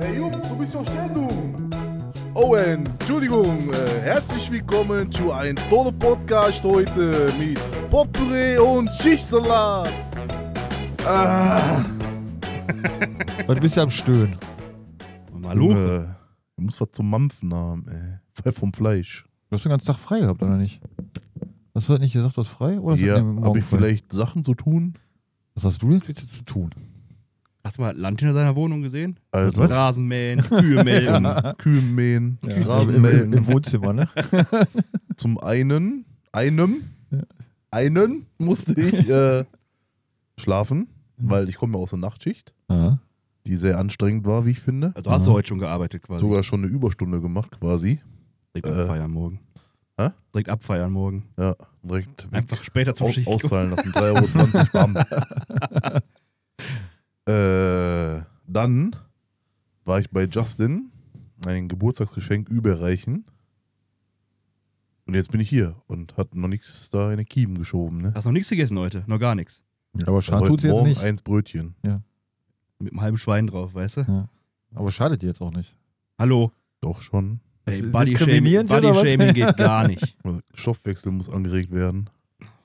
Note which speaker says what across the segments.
Speaker 1: Ayub, du bist doch schnell, du. Oh, und Entschuldigung, äh, herzlich willkommen zu einem tollen Podcast heute mit Potpourri und Schichtsalat. Ah,
Speaker 2: Was bist du am Stöhnen?
Speaker 3: Hallo?
Speaker 1: Junge, du musst was zum Mampfen haben, ey. Frei vom Fleisch.
Speaker 2: Du hast den ganzen Tag frei gehabt, oder nicht? Hast du das nicht gesagt, du hast frei? Oder hast du
Speaker 1: ja,
Speaker 2: den morgen
Speaker 1: habe ich
Speaker 2: frei?
Speaker 1: vielleicht Sachen zu tun?
Speaker 2: Was hast du jetzt bitte zu tun?
Speaker 3: Hast du mal Land hinter seiner Wohnung gesehen?
Speaker 1: Also,
Speaker 3: Rasenmähen, Kühe melken.
Speaker 1: zum Kühlmähen,
Speaker 2: Also Im, Im
Speaker 1: Rasenmähen.
Speaker 2: Wohnzimmer, ne?
Speaker 1: Zum einen, einem, einen musste ich äh, schlafen, weil ich komme ja aus der Nachtschicht,
Speaker 2: ja.
Speaker 1: die sehr anstrengend war, wie ich finde.
Speaker 3: Also hast du
Speaker 2: Aha.
Speaker 3: heute schon gearbeitet quasi.
Speaker 1: Sogar schon eine Überstunde gemacht quasi.
Speaker 3: Direkt
Speaker 1: äh,
Speaker 3: abfeiern morgen.
Speaker 1: hä?
Speaker 3: Direkt abfeiern morgen.
Speaker 1: Ja, direkt weg.
Speaker 3: Einfach später zum
Speaker 1: Au
Speaker 3: Schicht.
Speaker 1: auszahlen lassen. 3,20 Euro. Bam. äh, dann war ich bei Justin ein Geburtstagsgeschenk überreichen. Und jetzt bin ich hier und hat noch nichts da in den Kiemen geschoben. Ne?
Speaker 3: Hast noch nichts gegessen heute? Noch gar nichts.
Speaker 2: Aber
Speaker 1: Heute
Speaker 2: schadet tut's jetzt
Speaker 1: Morgen
Speaker 2: nicht.
Speaker 1: eins Brötchen.
Speaker 3: Mit einem halben Schwein drauf, weißt du?
Speaker 2: Aber schadet dir jetzt auch nicht.
Speaker 3: Hallo.
Speaker 1: Doch schon. Also
Speaker 3: Ey,
Speaker 2: Ist
Speaker 3: Body Shaming,
Speaker 2: diskriminierend,
Speaker 3: Body
Speaker 2: oder was?
Speaker 3: Shaming geht gar nicht.
Speaker 1: Stoffwechsel muss angeregt werden.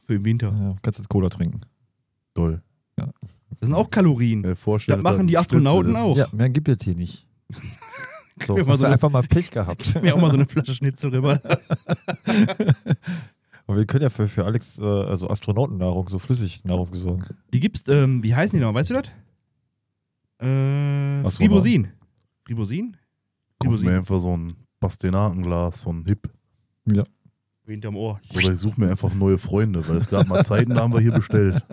Speaker 3: Für den Winter.
Speaker 2: Ja, kannst jetzt Cola trinken.
Speaker 1: Toll.
Speaker 3: Das sind auch Kalorien.
Speaker 1: Äh, vorstellen,
Speaker 3: Das machen
Speaker 1: dass
Speaker 3: die
Speaker 1: das ein Schnitzel
Speaker 3: Astronauten
Speaker 1: ist.
Speaker 3: auch.
Speaker 2: Ja, mehr gibt es hier nicht. So,
Speaker 3: Oh. mir mal
Speaker 2: hast
Speaker 3: so
Speaker 2: du
Speaker 3: eine-
Speaker 2: einfach mal Pech gehabt.
Speaker 3: Mir auch mal so eine Flasche Schnitzel rüber.
Speaker 2: Aber wir können ja für, für Alex äh, also Astronautennahrung, so Flüssignahrung gesorgen.
Speaker 3: Die gibt's, ähm, wie heißen die nochmal? Weißt du das? Äh,
Speaker 2: Astronauten.
Speaker 3: Ribosin. Ribosin?
Speaker 1: Kauf mir einfach so ein Pastinakenglas von Hip.
Speaker 3: Hinterm Ohr.
Speaker 1: Oder ich suche mir einfach neue Freunde, weil es gab mal Zeiten, da haben wir hier bestellt.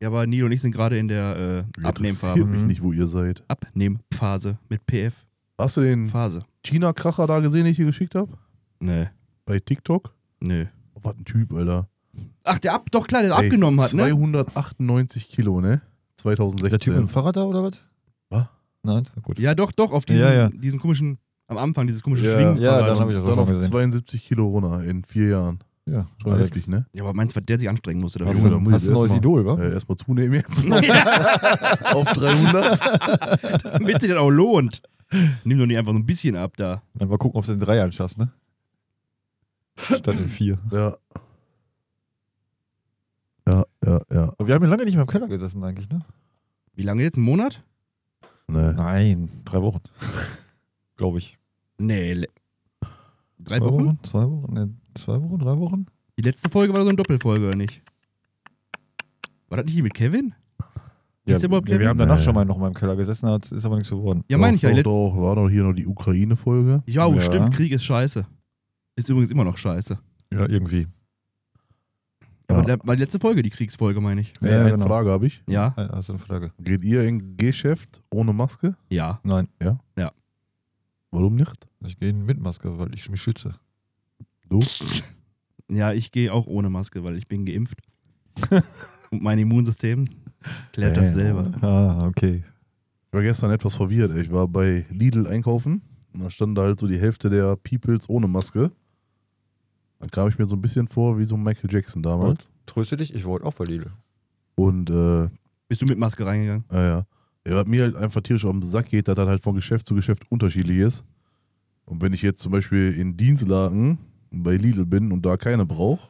Speaker 3: Ja, aber Nilo und ich sind gerade in der äh, Abnehmphase.
Speaker 1: Interessiert mich
Speaker 2: Mhm.
Speaker 1: nicht, wo ihr seid.
Speaker 3: Abnehmphase mit PF.
Speaker 1: Hast du den
Speaker 3: Phase.
Speaker 1: China-Kracher da gesehen, den ich hier geschickt habe?
Speaker 3: Nee,
Speaker 1: Bei TikTok?
Speaker 3: nee.
Speaker 1: Oh, was ein Typ, Alter.
Speaker 3: Ach, der ab, doch klar, der
Speaker 1: Ey,
Speaker 3: abgenommen hat, ne?
Speaker 1: 298 Kilo, ne? 2016.
Speaker 2: Der Typ mit dem Fahrrad da oder was?
Speaker 1: Was?
Speaker 2: Nein, gut.
Speaker 3: Ja, doch, doch, auf diesem,
Speaker 2: Ja, ja.
Speaker 3: diesem komischen, am Anfang, dieses komische
Speaker 1: Ja.
Speaker 3: Schwingen.
Speaker 2: Ja, dann habe ich das auch
Speaker 1: Dann
Speaker 2: schon
Speaker 1: auf
Speaker 2: gesehen.
Speaker 1: 72 Kilo runter in vier Jahren.
Speaker 2: Ja,
Speaker 1: Schon
Speaker 2: Alex.
Speaker 1: heftig, ne?
Speaker 3: ja, aber meinst du, was der sich anstrengen musste
Speaker 2: Hast
Speaker 3: dafür?
Speaker 1: Junge, da
Speaker 2: du,
Speaker 1: muss
Speaker 2: hast
Speaker 1: ich
Speaker 2: du ein neues
Speaker 1: erst mal-
Speaker 2: Idol, wa?
Speaker 1: Äh, erstmal zunehmen jetzt
Speaker 3: ja,
Speaker 1: auf 300.
Speaker 3: damit sich das auch lohnt. Nimm doch nicht einfach so ein bisschen ab da.
Speaker 2: Dann mal gucken, ob du in drei Jahren schaffst, ne? Statt in vier.
Speaker 1: Ja. Ja, ja, ja.
Speaker 2: Aber wir haben ja lange nicht mehr im Keller gesessen, eigentlich, ne?
Speaker 3: Wie lange jetzt? Ein Monat?
Speaker 1: Ne.
Speaker 2: Nein, drei Wochen. Glaube ich.
Speaker 3: Nee, le- drei
Speaker 2: zwei
Speaker 3: Wochen?
Speaker 2: Zwei Wochen? Ne, zwei Wochen, drei Wochen?
Speaker 3: Die letzte Folge war doch so eine Doppelfolge, oder nicht? War das nicht die mit Kevin? Ist der überhaupt
Speaker 2: wir, wir
Speaker 3: Kevin?
Speaker 2: haben danach
Speaker 1: Nee.
Speaker 2: schon mal noch mal im Keller gesessen, hat, ist aber nichts geworden.
Speaker 3: Ja, meine ich
Speaker 1: doch,
Speaker 3: ja. die
Speaker 1: doch,
Speaker 3: letzte-
Speaker 1: doch, war doch hier noch die Ukraine-Folge.
Speaker 3: Ja, oh,
Speaker 2: Ja.
Speaker 3: stimmt, Krieg ist scheiße. Ist übrigens immer noch scheiße.
Speaker 2: Ja, irgendwie.
Speaker 3: Aber
Speaker 1: Ja.
Speaker 3: da war die letzte Folge, die Kriegsfolge, meine ich.
Speaker 2: Ja,
Speaker 1: Äh, eine
Speaker 2: genau.
Speaker 1: Frage habe ich.
Speaker 3: Ja,
Speaker 2: Ah, Hast du eine Frage?
Speaker 1: Geht ihr in Geschäft ohne Maske?
Speaker 3: ja.
Speaker 2: Nein,
Speaker 1: Warum nicht?
Speaker 2: ich gehe mit Maske, weil ich mich schütze.
Speaker 1: Du?
Speaker 3: Ja, ich gehe auch ohne Maske, weil ich bin geimpft. Und mein Immunsystem klärt
Speaker 1: Äh,
Speaker 3: das selber.
Speaker 2: Ah, okay.
Speaker 1: Ich war gestern etwas verwirrt. ey. Ich war bei Lidl einkaufen und da stand da halt so die Hälfte der Peoples ohne Maske. Dann kam ich mir so ein bisschen vor wie so Michael Jackson damals.
Speaker 2: Tröste dich, ich wollte auch bei Lidl.
Speaker 1: Und, äh,
Speaker 3: Bist du mit Maske reingegangen?
Speaker 1: naja, ja, was mir halt einfach tierisch auf den Sack geht, dass das halt von Geschäft zu Geschäft unterschiedlich ist. Und wenn ich jetzt zum Beispiel in Dienstlaken bei Lidl bin und da keine brauche,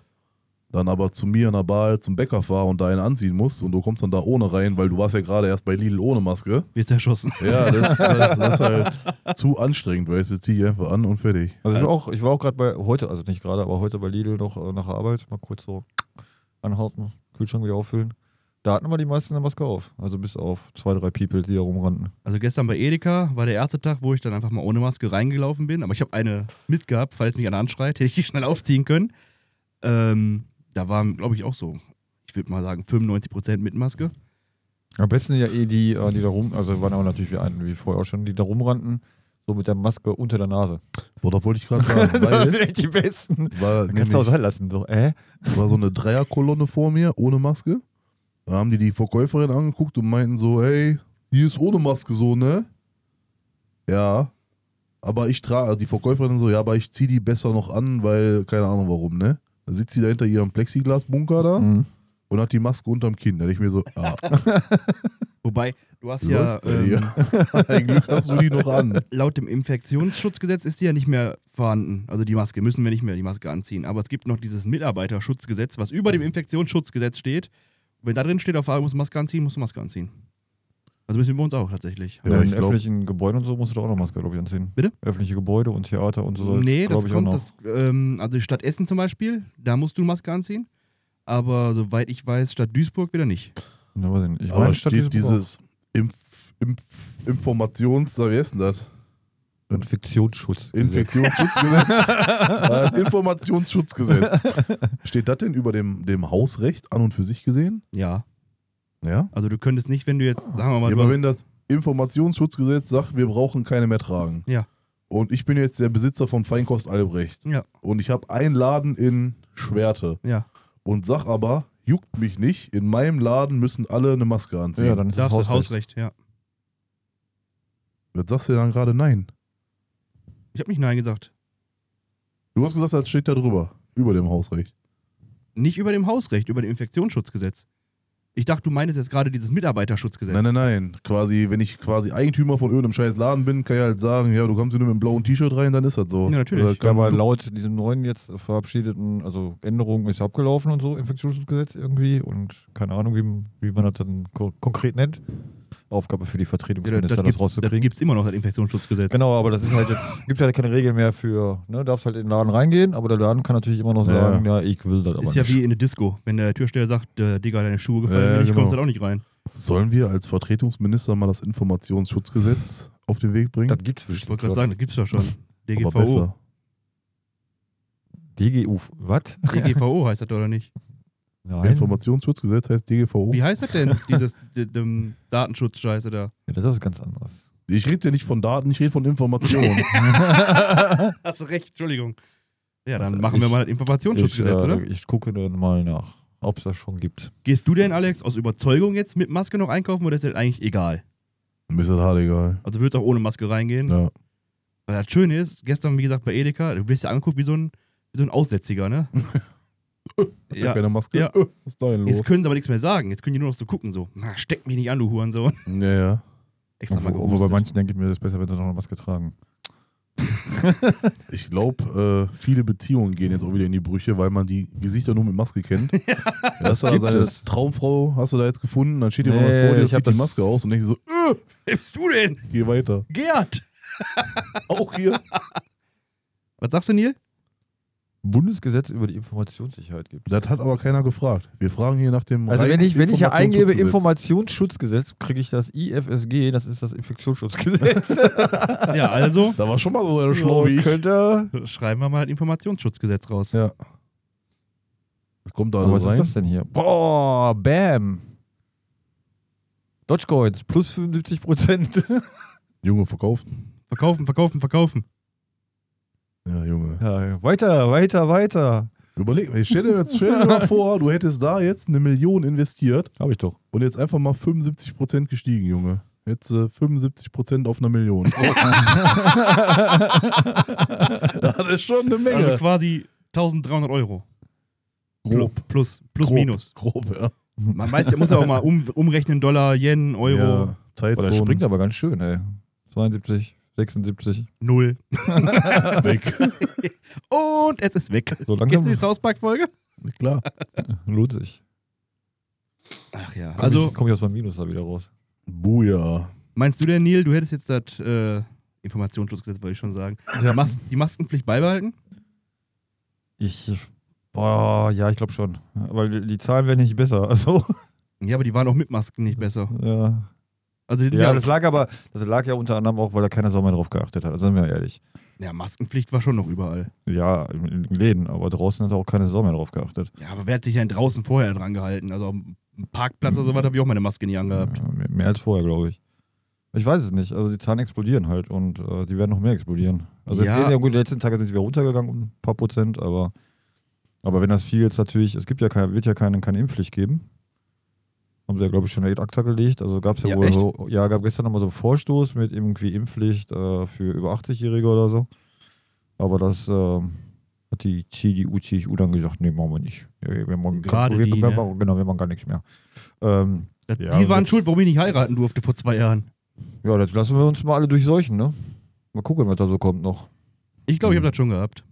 Speaker 1: dann aber zu mir an der Bar zum Bäcker fahre und da eine anziehen muss und du kommst dann da ohne rein, weil du warst ja gerade erst bei Lidl ohne Maske.
Speaker 3: Wirst erschossen.
Speaker 1: Ja, das, das, das ist halt zu anstrengend, weißt du, zieh ich einfach an und fertig.
Speaker 2: Also ich war auch, ich war auch gerade bei, heute, also nicht gerade, aber heute bei Lidl noch äh, nach der Arbeit, mal kurz so anhalten, Kühlschrank wieder auffüllen. Da hatten wir die meisten eine Maske auf. Also bis auf zwei, drei People, die da rumrannten.
Speaker 3: Also gestern bei Edeka war der erste Tag, wo ich dann einfach mal ohne Maske reingelaufen bin. Aber ich habe eine mitgehabt, falls mich einer anschreit, hätte ich die schnell aufziehen können. Ähm, da waren, glaube ich, auch so, ich würde mal sagen, 95% mit Maske.
Speaker 2: Am besten ja eh die, äh, die da rum, also waren aber natürlich wie einen, wie vorher auch schon, die da rumrannten, so mit der Maske unter der Nase.
Speaker 1: Boah, das wollte ich gerade sagen, weil
Speaker 2: echt die besten.
Speaker 1: war,
Speaker 2: Dann kannst du auch
Speaker 1: nämlich,
Speaker 2: sein lassen. So, äh?
Speaker 1: war so eine Dreierkolonne vor mir, ohne Maske. Da haben die die Verkäuferin angeguckt und meinten so, hey, hier ist ohne Maske so, ne? Ja, aber ich trage, die Verkäuferin so, ja, aber ich zieh die besser noch an, weil, keine Ahnung warum, ne? Dann sitzt sie da hinter ihrem Plexiglasbunker da
Speaker 2: Mhm.
Speaker 1: und hat die Maske unterm Kinn. Da denk ich mir so, ah.
Speaker 3: Wobei, du hast ja,
Speaker 1: Läuft bei dir.
Speaker 3: ähm,
Speaker 1: Ein Glück hast du die noch an.
Speaker 3: laut dem Infektionsschutzgesetz ist die ja nicht mehr vorhanden. Also die Maske müssen wir nicht mehr die Maske anziehen. Aber es gibt noch dieses Mitarbeiterschutzgesetz, was über dem Infektionsschutzgesetz steht. Wenn da drin steht, auf einmal musst du Maske anziehen, musst du Maske anziehen. Also müssen wir bei uns auch tatsächlich.
Speaker 1: Ja,
Speaker 2: in
Speaker 1: ich glaube,
Speaker 2: öffentlichen Gebäuden und so musst du doch auch noch Maske, glaube ich, anziehen.
Speaker 3: Bitte?
Speaker 2: Öffentliche Gebäude und Theater und so. soll's,
Speaker 3: nee,
Speaker 2: glaub
Speaker 3: das
Speaker 2: ich,
Speaker 3: kommt,
Speaker 2: auch noch.
Speaker 3: das, ähm, also die Stadt Essen zum Beispiel, da musst du Maske anziehen. Aber soweit ich weiß, Stadt Duisburg wieder nicht.
Speaker 2: Ja, weiß ich nicht. Ich
Speaker 1: aber
Speaker 2: meine, Stadt
Speaker 1: steht
Speaker 2: Duisburg
Speaker 1: dieses Impf, Impf, Informations... Wie heißt denn das?
Speaker 2: auch. Infektionsschutz.
Speaker 1: Infektionsschutzgesetz. Äh, Informationsschutzgesetz. Steht das denn über dem, dem Hausrecht an und für sich gesehen?
Speaker 3: Ja.
Speaker 1: Ja.
Speaker 3: Also du könntest nicht, wenn du jetzt, sagen wir mal,
Speaker 1: ja
Speaker 3: du
Speaker 1: aber
Speaker 3: hast-
Speaker 1: wenn das Informationsschutzgesetz sagt, wir brauchen keine mehr tragen.
Speaker 3: Ja.
Speaker 1: Und ich bin jetzt der Besitzer von Feinkost Albrecht.
Speaker 3: Ja.
Speaker 1: Und ich habe einen Laden in Schwerte.
Speaker 3: ja,
Speaker 1: Und sag aber, juckt mich nicht, in meinem Laden müssen alle eine Maske anziehen.
Speaker 2: Ja, dann ist
Speaker 3: darfst das
Speaker 2: das
Speaker 3: Hausrecht, ja.
Speaker 1: Was sagst du dann gerade nein?
Speaker 3: Ich habe nicht Nein gesagt.
Speaker 1: Du hast gesagt, das steht da drüber. Über dem Hausrecht.
Speaker 3: Nicht über dem Hausrecht, über dem Infektionsschutzgesetz. Ich dachte, du meinst jetzt gerade dieses Mitarbeiterschutzgesetz.
Speaker 1: Nein, nein, nein. Quasi, wenn ich quasi Eigentümer von irgendeinem scheiß Laden bin, kann ich halt sagen, ja, du kommst hier nur mit einem blauen T-Shirt rein, dann ist das so.
Speaker 3: Ja, natürlich.
Speaker 1: Oder
Speaker 2: Ja,
Speaker 1: kann
Speaker 2: aber
Speaker 1: man
Speaker 2: laut diesem neuen jetzt verabschiedeten, also Änderung ist abgelaufen und so, Infektionsschutzgesetz irgendwie und keine Ahnung, wie, wie man das dann ko konkret nennt. Aufgabe für die
Speaker 3: Ja, das
Speaker 2: Vertretungsminister, das,
Speaker 3: das
Speaker 2: rauszukriegen.
Speaker 3: gibt es immer noch, das Infektionsschutzgesetz.
Speaker 2: Genau, aber das ist halt jetzt, gibt halt keine Regeln mehr für, ne, darfst halt in den Laden reingehen, aber der Laden kann natürlich immer noch
Speaker 1: Ja.
Speaker 2: sagen, ja, ich will das aber
Speaker 3: Ist ja
Speaker 2: nicht.
Speaker 3: wie in der Disco. Wenn der Türsteher sagt, äh, Digga, deine Schuhe gefallen mir
Speaker 1: Ja,
Speaker 3: nicht,
Speaker 1: genau.
Speaker 3: kommst du da auch nicht rein.
Speaker 1: Sollen wir als Vertretungsminister mal das Informationsschutzgesetz auf den Weg bringen?
Speaker 2: das gibt's
Speaker 3: Ich
Speaker 2: bestimmt.
Speaker 3: wollte gerade sagen, das gibt's doch schon. DGVO.
Speaker 1: Aber besser.
Speaker 2: DGU, was?
Speaker 3: DGVO heißt das doch, oder nicht?
Speaker 2: Nein. Ja,
Speaker 1: Informationsschutzgesetz heißt DGVO.
Speaker 2: Oh.
Speaker 3: Wie heißt das denn, dieses d- dem Datenschutz-Scheiße da?
Speaker 2: das ist was ganz anderes.
Speaker 1: Ich rede ja nicht von Daten, ich rede von Informationen.
Speaker 3: Hast du recht, Entschuldigung. Ja, dann
Speaker 2: Ich-
Speaker 3: machen wir mal das
Speaker 2: Ich,
Speaker 3: Informationsschutzgesetz,
Speaker 2: äh,
Speaker 3: oder?
Speaker 2: ich gucke dann mal nach, ob es das schon gibt.
Speaker 3: Gehst du denn, Alex, aus Überzeugung jetzt mit Maske noch einkaufen oder ist das eigentlich egal?
Speaker 1: Mir ist das hart egal.
Speaker 3: Also du würdest auch ohne Maske reingehen.
Speaker 1: Ja.
Speaker 3: Weil das Schöne ist, gestern, wie gesagt, bei Edeka, du wirst ja angeguckt wie so ein, wie so ein Aussätziger, ne?
Speaker 1: Hat der
Speaker 3: ja.
Speaker 1: Keine Maske.
Speaker 3: Ja.
Speaker 1: Äh, Was ist da denn los?
Speaker 3: Jetzt können sie aber nichts mehr sagen. Jetzt können die nur noch so gucken, so, na, steck mich nicht an, du Hurensohn.
Speaker 1: Ja, ja.
Speaker 3: Extra mal
Speaker 2: Wo- Wobei
Speaker 3: gehustet.
Speaker 2: manchen denke ich mir, das ist besser, wenn sie noch eine Maske tragen.
Speaker 1: Ich glaube, äh, viele Beziehungen gehen jetzt auch wieder in die Brüche, weil man die Gesichter nur mit Maske kennt. Da hast du da
Speaker 2: gibt
Speaker 1: seine
Speaker 2: es.
Speaker 1: Traumfrau, hast du da jetzt gefunden, dann steht
Speaker 2: Nee,
Speaker 1: jemand vor dir,
Speaker 2: ich hab
Speaker 1: zieht die
Speaker 2: das-
Speaker 1: Maske aus und denkt so, äh,
Speaker 3: Wer bist du denn?
Speaker 1: geh weiter.
Speaker 3: Gerd!
Speaker 1: Auch hier.
Speaker 3: Was sagst du, Neil?
Speaker 2: Bundesgesetz über die Informationssicherheit gibt.
Speaker 1: Das hat aber keiner gefragt. Wir fragen hier nach dem
Speaker 2: Also
Speaker 1: reinen
Speaker 2: wenn ich, wenn ich hier eingebe
Speaker 1: Informationsschutzgesetz.
Speaker 2: Informationsschutzgesetz, kriege ich das IFSG, das ist das Infektionsschutzgesetz.
Speaker 3: Ja, also
Speaker 1: Da war schon mal so eine Schlau wie ich.
Speaker 2: könnte.
Speaker 3: schreiben wir mal das Informationsschutzgesetz raus.
Speaker 1: Ja. Das kommt da
Speaker 2: Aber
Speaker 1: alles
Speaker 2: was
Speaker 1: rein.
Speaker 2: ist das denn hier? Boah, bam. Dogecoins, plus 75 Prozent.
Speaker 1: Junge, verkauft.
Speaker 3: Verkaufen, verkaufen, verkaufen.
Speaker 1: Ja, Junge.
Speaker 2: Ja, weiter, weiter, weiter.
Speaker 1: Überleg, ey, stell dir jetzt stell dir mal vor, du hättest da jetzt eine Million investiert
Speaker 2: Habe ich doch.
Speaker 1: und jetzt einfach mal 75% gestiegen, Junge. Jetzt äh, 75% auf einer Million. das ist schon eine Menge.
Speaker 3: Also quasi 1300 Euro. Pl- Plus, plus
Speaker 1: Also Grob.
Speaker 3: minus.
Speaker 1: Grob, ja.
Speaker 3: Man weiß, der muss ja auch mal um, umrechnen, Dollar, Yen, Euro,
Speaker 1: Ja,
Speaker 2: Boah, das springt
Speaker 1: Zeitzone
Speaker 2: aber ganz schön, ey. 72, 76.
Speaker 3: Null.
Speaker 1: weg.
Speaker 3: Und es ist weg.
Speaker 2: So
Speaker 3: Kennst du
Speaker 2: langsam
Speaker 3: die South Park-Folge?
Speaker 1: Klar.
Speaker 2: lohnt sich.
Speaker 3: Ach ja.
Speaker 2: Komm also
Speaker 3: Also,
Speaker 2: ich, komm ich aus meinem Minus da wieder raus.
Speaker 1: Buja.
Speaker 3: meinst du denn, Neil, du hättest jetzt das äh, Informationsschutzgesetz, wollte ich schon sagen,
Speaker 2: Ja.
Speaker 3: Mas die Maskenpflicht beibehalten?
Speaker 2: Ich, boah, ja, ich glaube schon. Weil die- die Zahlen werden nicht besser. Also,
Speaker 3: Ja, aber die waren auch mit Masken nicht besser.
Speaker 2: ja.
Speaker 3: Also, die,
Speaker 2: Ja,
Speaker 3: ja,
Speaker 2: das lag aber, das lag ja unter anderem auch, weil da keiner Sau mehr drauf geachtet hat. Also sind wir ehrlich.
Speaker 3: ja, Maskenpflicht war schon noch überall.
Speaker 2: Ja, in in den Läden, aber draußen hat auch keine Sau mehr drauf geachtet.
Speaker 3: Ja, aber wer hat sich denn draußen vorher dran gehalten? Also, am Parkplatz
Speaker 1: Mhm.
Speaker 3: oder sowas habe ich auch meine Maske nie
Speaker 2: Ja,
Speaker 3: angehabt.
Speaker 2: mehr- mehr als vorher, glaube ich. Ich weiß es nicht. Also die Zahlen explodieren halt und äh, die werden noch mehr explodieren. Also
Speaker 3: Ja.
Speaker 2: jetzt gehen ja gut, die letzten Tage sind sie wieder runtergegangen um ein paar Prozent, aber, aber wenn das viel jetzt natürlich, es gibt ja keine, wird ja keine, keine Impfpflicht geben. Haben sie ja, glaube ich, schon in ACTA gelegt. Also gab es ja,
Speaker 3: Ja,
Speaker 2: wohl
Speaker 3: echt?
Speaker 2: so, ja, gab gestern nochmal so einen Vorstoß mit irgendwie Impfpflicht äh, für über 80-Jährige oder so. Aber das ähm, hat die CDU, CSU dann gesagt, nee, machen wir nicht. Wir, wir machen,
Speaker 3: Gerade
Speaker 2: wir,
Speaker 3: die,
Speaker 2: wir,
Speaker 3: ne?
Speaker 2: machen- Genau, wir machen gar nichts mehr. Ähm,
Speaker 3: Das,
Speaker 2: Ja,
Speaker 3: die waren
Speaker 2: jetzt-
Speaker 3: schuld, warum ich nicht heiraten durfte vor zwei Jahren.
Speaker 2: Ja, jetzt lassen wir uns mal alle durchseuchen, ne? Mal gucken, was da so kommt noch.
Speaker 3: Ich glaube, ich
Speaker 2: Mhm.
Speaker 3: habe das schon gehabt.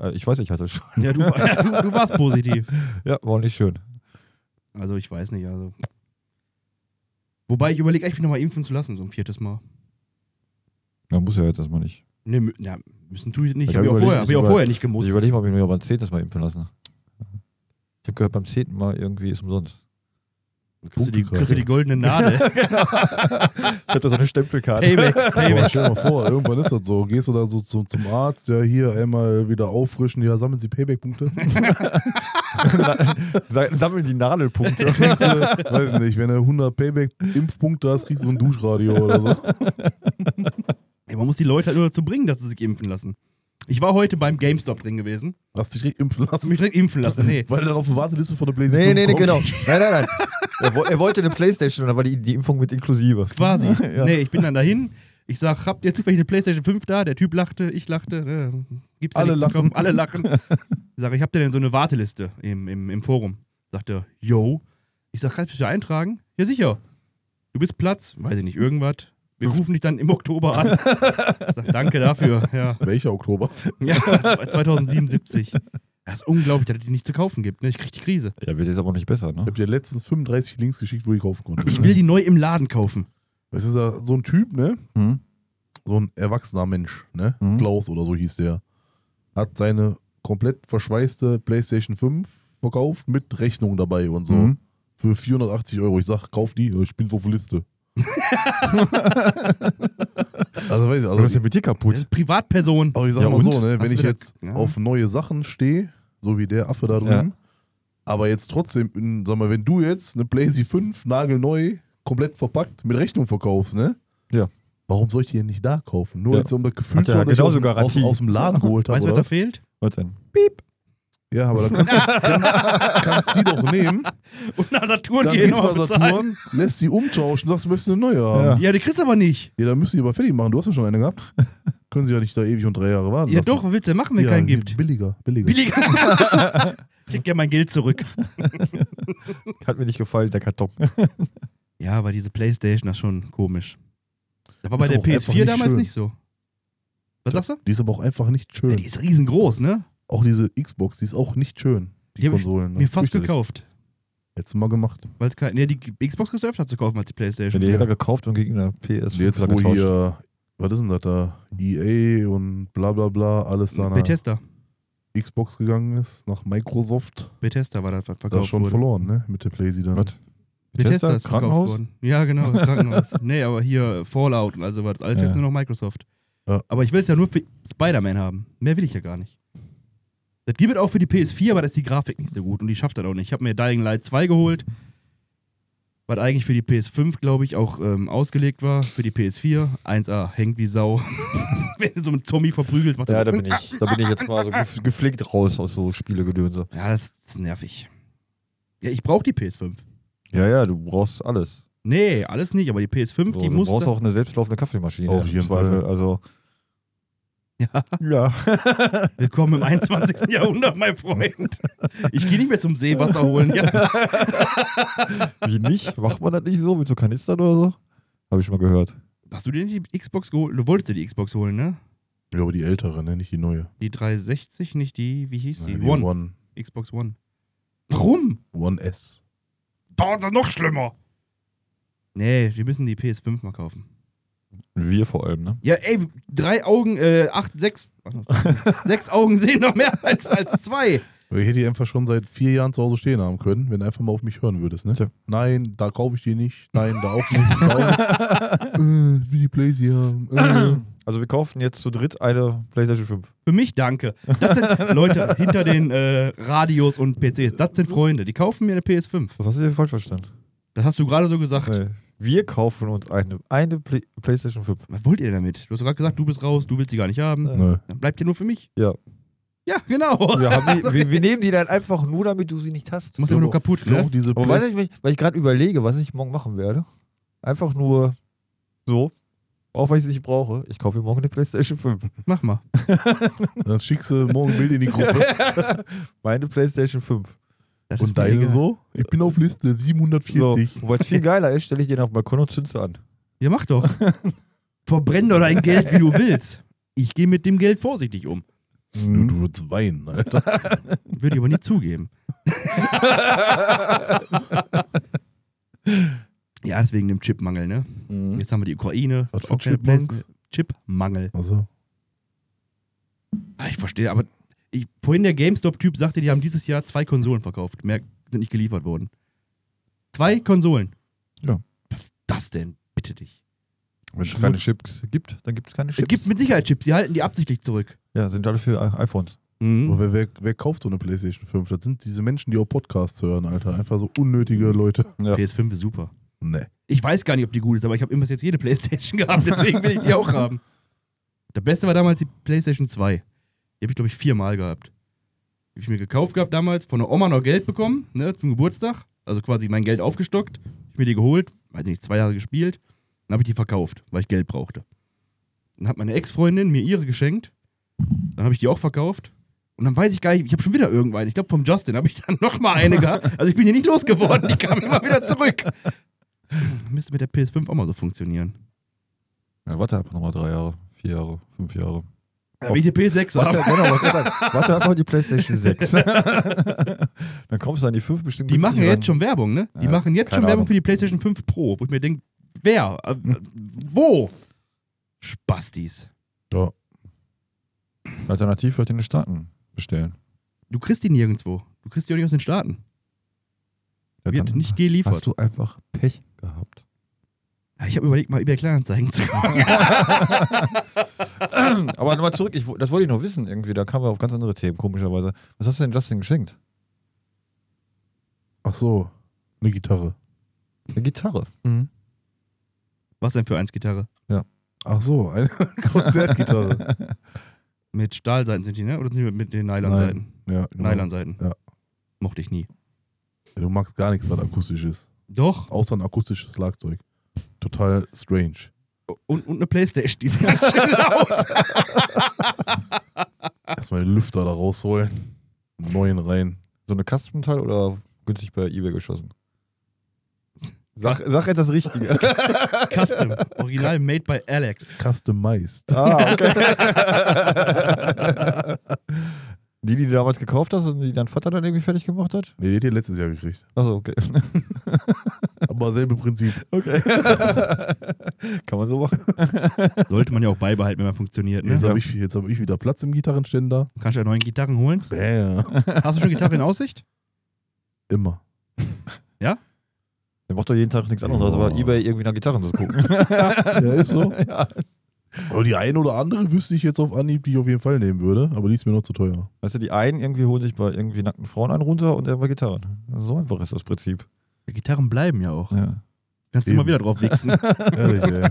Speaker 2: Äh, ich weiß, ich hatte es schon.
Speaker 3: Ja, du, du, du warst positiv.
Speaker 2: Ja, war nicht schön.
Speaker 3: Also ich weiß nicht, also. Wobei ich überlege, echt mich nochmal impfen zu lassen, so ein viertes Mal.
Speaker 2: Ja, muss ja jetzt erstmal nicht.
Speaker 3: Ne, mü- na, müssen tue ich nicht. Ich
Speaker 2: Ich
Speaker 3: habe
Speaker 2: hab
Speaker 3: ich auch
Speaker 2: überlegt,
Speaker 3: vorher,
Speaker 2: ich
Speaker 3: hab ich auch
Speaker 2: über-
Speaker 3: vorher nicht gemusst.
Speaker 2: Ich überlege mal, ob ich mir beim zehnten Mal impfen lasse. Ich habe gehört, beim zehnten Mal irgendwie ist umsonst.
Speaker 3: Kriegst du die,
Speaker 1: Punkte
Speaker 3: kriegst du die goldene Nadel.
Speaker 2: Ich habe da so eine Stempelkarte.
Speaker 3: Payback,
Speaker 1: Aber
Speaker 3: Payback.
Speaker 1: stell dir mal vor, irgendwann ist das so. Gehst du da so zum, zum Arzt, ja, hier einmal wieder auffrischen, ja, sammeln Sie Payback-Punkte?
Speaker 2: Sa- Sammeln die Nadelpunkte.
Speaker 1: Kriegst du, weiß nicht, wenn du 100 Payback-Impfpunkte hast, kriegst du so ein Duschradio oder so.
Speaker 3: Ey, man muss die Leute halt nur dazu bringen, dass sie sich impfen lassen. Ich war heute beim GameStop drin gewesen.
Speaker 1: Hast dich direkt impfen
Speaker 3: Hab
Speaker 1: lassen.
Speaker 3: mich direkt impfen lassen. Nee.
Speaker 1: Weil dann auf der Warteliste von der PlayStation
Speaker 2: nee, nee, nee,
Speaker 1: kommt.
Speaker 2: genau. Nein, nein, nein. Er, wo- er wollte eine Playstation, da war die, die Impfung mit inklusive.
Speaker 3: Quasi.
Speaker 2: Ja.
Speaker 3: Nee, ich bin dann dahin. Ich sag, habt ihr zufällig eine PlayStation 5 da? Der Typ lachte, ich lachte. Ne? Gibt's ja
Speaker 1: Alle
Speaker 3: nichts zu
Speaker 1: lachen.
Speaker 3: kaufen. Alle lachen. Ich sag, ich hab da denn so eine Warteliste im, im, im Forum. Sagt er, yo. Ich sag, kannst du dich da eintragen? Ja, sicher. Du bist Platz, weiß ich nicht, irgendwas. Wir rufen dich dann im Oktober an. Ich sag, danke dafür. Ja,
Speaker 1: Welcher Oktober?
Speaker 3: ja 2077. Das ist unglaublich, dass es die nicht zu kaufen gibt. Ne? Ich krieg die Krise.
Speaker 2: Ja, wird jetzt aber nicht besser, ne?
Speaker 1: Ich hab dir letztens 35 Links geschickt, wo ich kaufen konnte.
Speaker 3: Ich will die neu im Laden kaufen.
Speaker 1: Weißt du, ist ja so ein Typ, ne?
Speaker 2: Hm?
Speaker 1: so ein erwachsener Mensch, ne?
Speaker 2: Mhm.
Speaker 1: Klaus oder so hieß der, hat seine komplett verschweißte PlayStation 5 verkauft mit Rechnung dabei und so.
Speaker 2: Mhm.
Speaker 1: Für 480 Euro. Ich sag, kauf die, ich bin so auf der Liste. also weiß ich,
Speaker 2: Was ist
Speaker 1: also,
Speaker 2: denn mit dir
Speaker 3: Ja,
Speaker 2: kaputt?
Speaker 3: Privatperson.
Speaker 1: aber ich sag
Speaker 2: Ja,
Speaker 1: mal
Speaker 2: und?
Speaker 1: so,
Speaker 3: Hast
Speaker 1: ne, wenn
Speaker 3: du
Speaker 1: ich
Speaker 3: wieder-
Speaker 1: jetzt
Speaker 3: ja.
Speaker 1: auf neue Sachen stehe, so wie der Affe da drüben, aber jetzt trotzdem, in, sag mal, wenn du jetzt eine PlayStation 5 nagelneu, komplett verpackt, mit Rechnung verkaufst, ne?
Speaker 2: Ja.
Speaker 1: Warum soll ich die denn nicht da kaufen? Nur
Speaker 2: Ja.
Speaker 1: jetzt um das Gefühl
Speaker 2: Hat
Speaker 1: zu
Speaker 2: ja
Speaker 1: haben, dass ich
Speaker 2: genauso
Speaker 1: aus, dem- aus,
Speaker 2: Garantie.
Speaker 1: aus dem Laden geholt
Speaker 3: Weißt
Speaker 1: habe,
Speaker 3: du, was da
Speaker 1: oder?
Speaker 3: fehlt?
Speaker 2: Was denn?
Speaker 1: Ja, aber dann kannst, kannst, kannst die doch nehmen,
Speaker 3: Und nach Saturn
Speaker 1: dann
Speaker 3: gehen
Speaker 1: gehst
Speaker 3: und
Speaker 1: du nach
Speaker 3: mal bezahlen.
Speaker 1: Saturn, lässt sie umtauschen, sagst, du möchtest eine neue haben. Ja,
Speaker 3: Ja, die kriegst du aber nicht.
Speaker 1: dann müsst ihr aber fertig machen, du hast ja schon eine gehabt. Können sie ja nicht da ewig und drei Jahre warten
Speaker 3: Ja
Speaker 1: lassen.
Speaker 3: doch, was willst du denn machen, wenn
Speaker 1: ja,
Speaker 3: keinen gibt?
Speaker 1: Billiger, billiger.
Speaker 3: Billiger. ich hätte gerne mein Geld zurück.
Speaker 2: Hat mir nicht gefallen, der Karton.
Speaker 3: Ja, aber diese Playstation, das ist schon komisch. Das war bei
Speaker 1: Ist
Speaker 3: der
Speaker 1: auch einfach
Speaker 3: PS4
Speaker 1: nicht
Speaker 3: damals
Speaker 1: schön.
Speaker 3: nicht so. Was sagst du?
Speaker 1: Die ist aber auch einfach nicht
Speaker 3: Ja,
Speaker 1: schön.
Speaker 3: die ist riesengroß, ne?
Speaker 1: auch diese Xbox, die ist auch nicht schön. Die,
Speaker 3: Die hab ich
Speaker 1: Konsolen. ne?
Speaker 3: Mir fast
Speaker 1: Fürchterlich.
Speaker 3: gekauft.
Speaker 1: Hättest du mal gemacht.
Speaker 3: Weil's kein, ne, die Xbox kriegst du öfter zu kaufen als die
Speaker 2: Ja,
Speaker 3: Playstation.
Speaker 2: die hätte er gekauft und gegen eine PS4
Speaker 1: Jetzt wo
Speaker 2: getauscht.
Speaker 1: hier, was ist denn das da? EA und bla bla bla, alles da nach
Speaker 3: Bethesda.
Speaker 1: Xbox gegangen ist, nach Microsoft,
Speaker 3: Bethesda war das, was
Speaker 1: da
Speaker 3: verkauft
Speaker 1: schon
Speaker 3: wurde.
Speaker 1: verloren, ne? Mit der Playsee dann.
Speaker 2: Was?
Speaker 3: Bethesda
Speaker 2: Bethesda,
Speaker 3: ist verkauft
Speaker 2: Krankenhaus?
Speaker 3: worden. Ja, genau, Krankenhaus. nee, aber hier Fallout und also was. Alles
Speaker 2: Ja.
Speaker 3: jetzt nur noch Microsoft.
Speaker 1: Ja.
Speaker 3: Aber ich will es ja nur für Spider-Man haben. Mehr will ich ja gar nicht. Das gibt es auch für die PS4, aber da ist die Grafik nicht so gut und die schafft das auch nicht. Ich habe mir Dying Light 2 geholt, was eigentlich für die PS5, glaube ich, auch ähm, ausgelegt war. Für die PS4. 1A, hängt wie Sau. Wenn du so einen Tommy verprügelt, macht
Speaker 2: Ja,
Speaker 3: er
Speaker 2: da
Speaker 3: so,
Speaker 2: bin ich, da bin ich jetzt mal so gef- gepflegt raus aus so Spielegedönse.
Speaker 3: ja, das ist nervig. Ja, ich brauche die PS5.
Speaker 2: Ja, ja, du brauchst alles.
Speaker 3: Nee, alles nicht, aber die PS5,
Speaker 2: So,
Speaker 3: die
Speaker 2: du
Speaker 3: muss.
Speaker 2: brauchst
Speaker 3: da-
Speaker 2: auch eine selbstlaufende Kaffeemaschine.
Speaker 1: Auf
Speaker 2: im
Speaker 1: jeden
Speaker 2: Zweifel,
Speaker 1: Fall.
Speaker 2: Also,
Speaker 3: ja.
Speaker 2: ja.
Speaker 3: Willkommen im 21. Jahrhundert, mein Freund. Ich gehe nicht mehr zum See Wasser holen. Ja.
Speaker 2: Wie nicht? Macht man das nicht so mit so Kanistern oder so? Habe ich schon mal gehört.
Speaker 3: Hast du dir nicht die Xbox geholt? Du wolltest dir die Xbox holen, ne?
Speaker 1: Ja, aber die ältere, ne? Nicht die neue.
Speaker 3: Die 360, nicht die, wie hieß die?
Speaker 1: Nein,
Speaker 3: One.
Speaker 1: One.
Speaker 3: Xbox One. Warum?
Speaker 1: One S.
Speaker 3: Dauert das noch schlimmer. Nee, wir müssen die PS5 mal kaufen.
Speaker 2: Wir vor allem, ne?
Speaker 3: Ja, ey, drei Augen, äh, acht, sechs. sechs Augen sehen noch mehr als, als zwei.
Speaker 1: Ich hätte die einfach schon seit vier Jahren zu Hause stehen haben können, wenn du einfach mal auf mich hören würdest, ne?
Speaker 2: Tja.
Speaker 1: Nein, da kaufe ich die nicht. Nein, da auch nicht. Da auch nicht. äh, ich will die Playsee haben. Äh.
Speaker 2: Also wir kaufen jetzt zu dritt eine PlayStation 5.
Speaker 3: Für mich danke. Das sind Leute hinter den äh, Radios und PCs. Das sind Freunde. Die kaufen mir eine PS5.
Speaker 2: Was hast du denn falsch verstanden?
Speaker 3: Das hast du gerade so gesagt.
Speaker 2: Nee. Wir kaufen uns eine, eine Play PlayStation 5.
Speaker 3: Was wollt ihr damit? Du hast doch gerade gesagt, du bist raus, du willst sie gar nicht haben.
Speaker 2: Ja.
Speaker 1: Nö.
Speaker 3: Dann bleibt ja nur für mich.
Speaker 2: Ja.
Speaker 3: Ja, genau.
Speaker 2: Wir, haben die, wir, wir nehmen die dann einfach nur, damit du sie nicht hast.
Speaker 3: Du machst immer nur kaputt,
Speaker 1: Noch
Speaker 3: ne?
Speaker 1: diese
Speaker 2: Aber weiß ich, weil ich, weil ich gerade überlege, was ich morgen machen werde. Einfach nur so. Auch weil ich sie nicht brauche. Ich kaufe mir morgen eine PlayStation 5.
Speaker 3: Mach mal.
Speaker 1: Dann schickst du morgen Bild in die Gruppe.
Speaker 2: Meine PlayStation 5.
Speaker 3: Das ist
Speaker 1: Und
Speaker 3: mir
Speaker 1: deine
Speaker 3: egal.
Speaker 1: so? Ich bin auf Liste 740.
Speaker 2: So, Weil es viel geiler ist, stelle ich den auf den Balkon und zünd sie an.
Speaker 3: Ja, mach doch. Verbrenn doch dein Geld, wie du willst. Ich gehe mit dem Geld vorsichtig um.
Speaker 1: Du, du würdest weinen, Alter.
Speaker 3: Würde ich aber nie zugeben. ja, deswegen dem Chipmangel, ne?
Speaker 2: Mhm.
Speaker 3: Jetzt haben wir die Ukraine.
Speaker 1: Hm? Was
Speaker 3: hat
Speaker 1: für
Speaker 3: auch keine
Speaker 1: Chipmunks?
Speaker 3: Plätze. Chipmangel.
Speaker 1: Also,
Speaker 3: Ah, Ich verstehe, aber ich, vorhin der GameStop-Typ sagte, die haben dieses Jahr zwei Konsolen verkauft. Mehr sind nicht geliefert worden. Zwei Konsolen.
Speaker 2: Ja.
Speaker 3: Was ist das denn? Bitte dich.
Speaker 2: Wenn es keine Chips gibt, dann gibt es keine Chips.
Speaker 3: Es gibt mit Sicherheit Chips, die halten die absichtlich zurück.
Speaker 2: ja, sind alle für I- iPhones.
Speaker 1: aber wer, wer, wer kauft so eine PlayStation 5? Das sind diese Menschen, die auch Podcasts hören, Alter. Einfach so unnötige Leute.
Speaker 2: Ja.
Speaker 3: PS5 ist super.
Speaker 1: Nee.
Speaker 3: Ich weiß gar nicht, ob die gut ist, aber ich habe immer bis jetzt jede Playstation gehabt, deswegen will ich die auch haben. Der beste war damals die Playstation 2. Die habe ich, glaube ich, viermal gehabt. Die habe ich mir gekauft gehabt damals, von der Oma noch Geld bekommen, ne, zum Geburtstag. Also quasi mein Geld aufgestockt. Ich mir die geholt, weiß nicht, zwei Jahre gespielt. Dann habe ich die verkauft, weil ich Geld brauchte. Dann hat meine Ex-Freundin mir ihre geschenkt. Dann habe ich die auch verkauft. Und dann weiß ich gar nicht, ich habe schon wieder irgendwann, ich glaube vom Justin habe ich dann nochmal eine gehabt. Also ich bin hier nicht losgeworden, die kam immer wieder zurück. Müsste mit der PS5 auch mal so funktionieren.
Speaker 2: Ja, warte einfach nochmal drei Jahre, vier Jahre, fünf Jahre.
Speaker 3: Ja, wie die PS6
Speaker 2: Warte,
Speaker 3: haben.
Speaker 2: genau, warte, warte, warte einfach auf die PlayStation 6. dann kommst du an die 5 bestimmt.
Speaker 3: Die machen ja jetzt
Speaker 2: schon.
Speaker 3: schon Werbung, ne? Die
Speaker 2: Ja,
Speaker 3: machen jetzt schon
Speaker 2: keine
Speaker 3: Werbung
Speaker 2: Ahnung.
Speaker 3: für die PlayStation 5 Pro, wo ich mir denke, wer? Äh, äh, wo? Spastis.
Speaker 1: Ja.
Speaker 2: Alternativ vielleicht in den Staaten bestellen.
Speaker 3: Du kriegst die nirgendwo. Du kriegst die auch nicht aus den Staaten.
Speaker 2: Ja,
Speaker 3: Wird
Speaker 2: dann
Speaker 3: nicht
Speaker 2: Hast
Speaker 3: geliefert.
Speaker 2: du einfach Pech gehabt.
Speaker 3: Ja, Ich habe überlegt, mal eBay Kleinanzeigen zu kaufen.
Speaker 2: Aber nochmal zurück, ich, wo- das wollte ich noch wissen irgendwie, da kamen wir auf ganz andere Themen, komischerweise. Was hast du denn Justin geschenkt?
Speaker 1: Ach so, eine Gitarre.
Speaker 2: Eine Gitarre.
Speaker 3: Was denn für eins Gitarre?
Speaker 1: Ach so, eine Konzertgitarre.
Speaker 3: Mit Stahlseiten sind die, ne? Oder sind die mit den Nylonseiten?
Speaker 1: ja, genau.
Speaker 3: Nylonseiten.
Speaker 1: Ja.
Speaker 3: Mochte ich nie.
Speaker 1: Du magst gar nichts, was akustisch ist.
Speaker 3: Doch.
Speaker 1: Außer ein akustisches Schlagzeug. Total strange.
Speaker 3: Und, und eine Playstation, die ist ganz schön laut.
Speaker 1: Erstmal den Lüfter da rausholen. einen Neuen rein.
Speaker 2: So eine Kastenteil oder günstig bei Ebay geschossen? Sag, sag jetzt das Richtige.
Speaker 3: Custom. Original made by Alex.
Speaker 1: Customized.
Speaker 2: ah, okay. die, die du damals gekauft hast und die dein Vater dann irgendwie fertig gemacht hat?
Speaker 1: Nee, die hat ihr letztes Jahr gekriegt.
Speaker 2: Achso, okay.
Speaker 1: Aber selbe Prinzip.
Speaker 2: okay. Kann man so machen.
Speaker 3: Sollte man ja auch beibehalten, wenn man funktioniert. Ne?
Speaker 1: Jetzt
Speaker 3: Du
Speaker 1: habe ich, jetzt hab ich wieder Platz im Gitarrenständer.
Speaker 3: kannst ja neuen Gitarren holen.
Speaker 1: Bäh.
Speaker 3: Hast du schon Gitarre in Aussicht?
Speaker 1: Immer.
Speaker 2: Der macht doch jeden Tag nichts anderes, als
Speaker 1: Ja.
Speaker 2: bei Ebay irgendwie nach Gitarren zu gucken.
Speaker 1: Ja, ist so.
Speaker 2: ja.
Speaker 1: Aber die eine oder andere wüsste ich jetzt auf Anhieb, die ich auf jeden Fall nehmen würde. Aber die ist mir noch zu teuer.
Speaker 2: Weißt du, die einen irgendwie holen sich bei irgendwie nackten Frauen einen runter und er bei Gitarren. So einfach ist das Prinzip.
Speaker 3: Ja, Gitarren bleiben ja auch.
Speaker 2: Ja.
Speaker 3: Kannst du
Speaker 1: Eben.
Speaker 3: immer wieder drauf wichsen.
Speaker 1: Ehrlich, ey.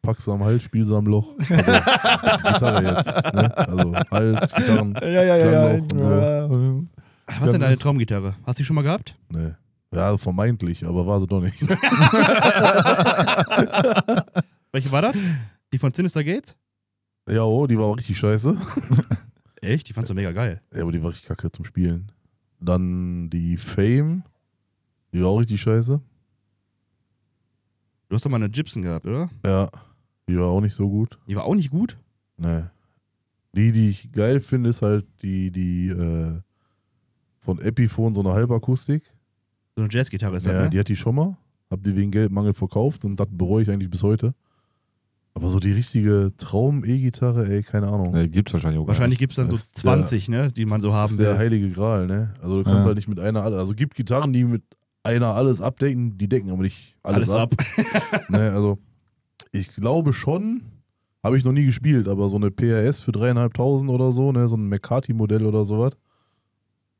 Speaker 1: Packst du am Hals, spielst du am Loch. Also, die Gitarre jetzt. Ne? Also Hals, Gitarren.
Speaker 2: Ja, ja,
Speaker 1: ja, ja.
Speaker 2: So.
Speaker 3: Was ist denn
Speaker 1: ne.
Speaker 3: deine Traumgitarre? Hast du die schon mal gehabt?
Speaker 1: Nee. ne? Ja, vermeintlich, aber war sie doch nicht.
Speaker 3: Welche war das? Die von Sinister Gates?
Speaker 1: ja, oh, die war auch richtig scheiße.
Speaker 3: Echt? Die fandst du mega geil.
Speaker 1: Ja, aber die war richtig kacke zum Spielen. Dann die Fame. Die war auch richtig scheiße.
Speaker 3: Du hast doch mal eine Gibson gehabt, oder?
Speaker 1: Ja, die war auch nicht so gut.
Speaker 3: Die war auch nicht gut.
Speaker 1: Nee. Die, die ich geil finde, ist halt die, die äh, von Epiphone, so eine Halbakustik.
Speaker 3: So eine Jazzgitarre ist das,
Speaker 1: Ja,
Speaker 3: ne?
Speaker 1: die hat die schon mal. Hab die wegen Geldmangel verkauft und das bereue ich eigentlich bis heute. Aber so die richtige Traum-E-Gitarre, ey, keine Ahnung.
Speaker 2: Nee, gibt's wahrscheinlich auch gar
Speaker 3: Wahrscheinlich
Speaker 2: nicht.
Speaker 3: gibt es dann so
Speaker 1: Das ist
Speaker 3: 20, ne? Die man so
Speaker 1: Das
Speaker 3: haben
Speaker 1: ist der
Speaker 3: will.
Speaker 1: heilige Gral, ne? Also du kannst
Speaker 2: Ja.
Speaker 1: halt nicht mit einer alle. Also gibt Gitarren, die mit einer alles abdecken, die decken aber nicht alles, ab. ne? Also ich glaube schon, habe ich noch nie gespielt, aber so eine PRS für dreieinhalbtausend oder so, ne? So ein McCarthy-Modell oder sowas.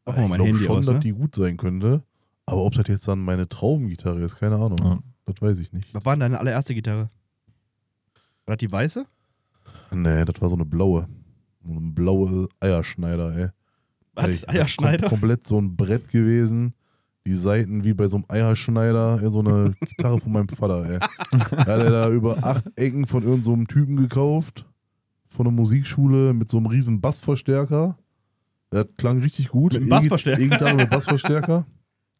Speaker 3: Mach mal
Speaker 1: ich
Speaker 3: mein
Speaker 1: glaube
Speaker 3: Handy
Speaker 1: schon,
Speaker 3: aus,
Speaker 1: dass
Speaker 3: ne?
Speaker 1: die gut sein könnte. Aber ob das jetzt dann meine Traumgitarre ist, keine Ahnung.
Speaker 2: Ja.
Speaker 1: Das weiß ich nicht.
Speaker 3: Was war denn deine allererste Gitarre? War das die weiße?
Speaker 1: Nee, Ne, das war so eine blaue. So eine blaue Eierschneider, ey.
Speaker 3: Was?
Speaker 1: Ich-
Speaker 3: Eierschneider?
Speaker 1: Kom komplett so ein Brett gewesen. Die Seiten wie bei so einem Eierschneider, ey, so eine Gitarre von meinem Vater, ey. Hat er da über acht Ecken von irgendeinem so einem Typen gekauft. Von einer Musikschule mit so einem riesen Bassverstärker. Das klang richtig gut.
Speaker 3: Mit dem
Speaker 1: E-
Speaker 3: Bassverstärker.
Speaker 1: E-Gitarre mit Bassverstärker.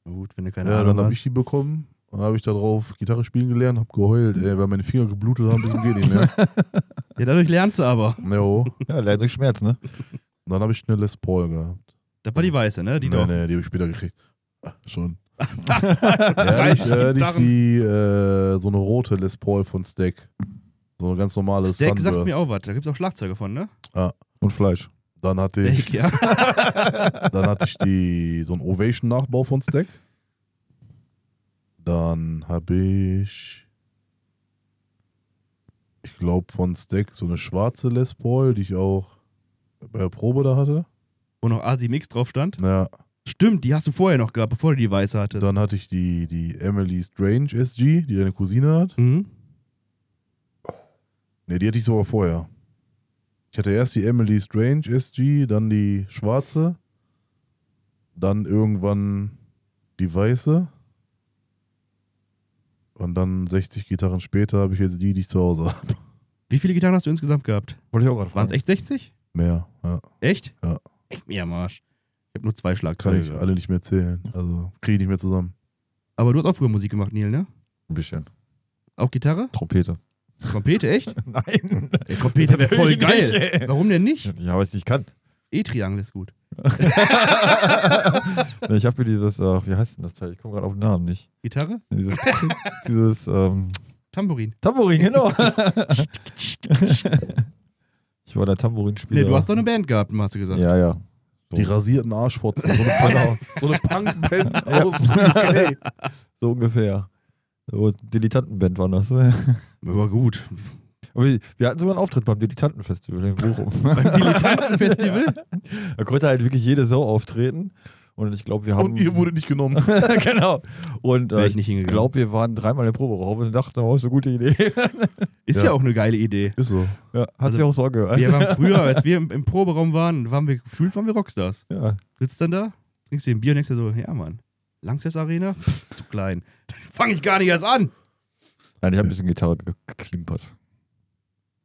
Speaker 3: Na gut, wenn du keine
Speaker 1: ja, dann
Speaker 3: Ahnung
Speaker 1: habe
Speaker 3: hast.
Speaker 1: ich die bekommen. Dann habe ich da drauf Gitarre spielen gelernt, habe geheult, ey, weil meine Finger geblutet haben bis zum Geht nicht mehr.
Speaker 3: Ja, dadurch lernst du aber.
Speaker 1: Jo. Und
Speaker 2: Ja, leider durch Schmerz, ne?
Speaker 1: dann habe ich eine Les Paul gehabt.
Speaker 3: Das war die weiße, ne? Die
Speaker 1: nee,
Speaker 3: doch.
Speaker 1: nee, die habe ich später gekriegt. Ah, Schon. Ja,
Speaker 3: Gleich
Speaker 1: nicht, äh, nicht
Speaker 3: Gitarren.
Speaker 1: die, äh, so eine rote Les Paul von Stack. So eine ganz normale
Speaker 3: Stack
Speaker 1: Sunburst.
Speaker 3: sagt mir auch was. Da gibt es auch Schlagzeuge von, ne?
Speaker 2: Und Fleisch.
Speaker 1: Dann hatte ich,
Speaker 3: Stack, ja.
Speaker 1: dann hatte ich die, so einen Ovation-Nachbau von Stack. Dann habe ich, ich glaube von Stack so eine schwarze Les Paul, die ich auch bei der Probe da hatte.
Speaker 3: Wo noch Asi Mix drauf stand.
Speaker 1: Ja,
Speaker 3: Stimmt, die hast du vorher noch gehabt, bevor du die weiße hattest.
Speaker 1: dann hatte ich die, die Emily Strange SG, die deine Cousine hat.
Speaker 3: Mhm.
Speaker 1: Ne, die hatte ich sogar vorher. Ich hatte erst die Emily Strange SG, dann die schwarze, dann irgendwann die weiße. Und dann 60 Gitarren später habe ich jetzt die, die ich zu Hause habe.
Speaker 3: Wie viele Gitarren hast du insgesamt gehabt?
Speaker 2: Wollte ich auch gerade
Speaker 3: Waren es
Speaker 2: fragen.
Speaker 3: echt 60?
Speaker 1: Mehr. Ja,
Speaker 3: Echt?
Speaker 1: Ja.
Speaker 3: Echt mir am Arsch. Ich habe nur zwei
Speaker 1: kann ich
Speaker 3: Schlagzeuge.
Speaker 1: alle nicht mehr zählen. Also kriege ich nicht mehr zusammen.
Speaker 3: Aber du hast auch früher Musik gemacht, Neil, ne?
Speaker 2: Ein bisschen.
Speaker 3: Auch Gitarre?
Speaker 2: Trompete.
Speaker 3: Trompete, echt?
Speaker 2: Nein.
Speaker 3: Ey, Trompete wäre voll geil.
Speaker 2: Natürlich nicht, ey.
Speaker 3: Warum denn nicht?
Speaker 2: Ja, weil ich nicht kann.
Speaker 3: E-Triangle ist gut.
Speaker 2: Ich habe mir dieses, äh, wie heißt denn das Teil? Ich komme gerade auf den Namen nicht.
Speaker 3: Gitarre?
Speaker 2: Dieses, dieses ähm,
Speaker 3: Tambourin.
Speaker 2: Tambourin, genau. ich war der Tambourinspieler.
Speaker 3: Nee, du hast doch eine Band gehabt, hast du gesagt.
Speaker 2: Ja, ja.
Speaker 1: Die rasierten Arschfotzen. So eine, Punk- Genau. so eine Punkband aus UK.
Speaker 2: So ungefähr. So Dilettantenband waren das. ne?
Speaker 3: War gut.
Speaker 2: Aber wir wir hatten sogar einen Auftritt beim Dilettantenfestival in Bochum.
Speaker 3: Festival?
Speaker 2: da konnte halt wirklich jede Sau auftreten. Und ich glaube, wir haben.
Speaker 1: Und ihr wurde nicht genommen.
Speaker 2: genau. Und
Speaker 3: Wär
Speaker 2: äh,
Speaker 3: ich nicht
Speaker 2: ich
Speaker 3: hingegangen.
Speaker 2: glaube, wir waren dreimal im Proberaum und dachten, oh, ist eine gute Idee.
Speaker 3: Ist ja.
Speaker 1: Ja.
Speaker 3: auch eine geile Idee.
Speaker 1: Ist so.
Speaker 2: ja, hat
Speaker 3: Also,
Speaker 2: sich auch so angehört.
Speaker 3: Wir waren früher, als wir im, im Proberaum waren, waren wir gefühlt waren wir Rockstars.
Speaker 2: ja.
Speaker 3: Sitzt dann da, trinkst dir ein Bier und denkst dir so, ja Mann, Langsess Arena? Pff, zu klein. Fange ich gar nicht erst an.
Speaker 2: Nein, ich habe ein bisschen Gitarre ge- geklimpert.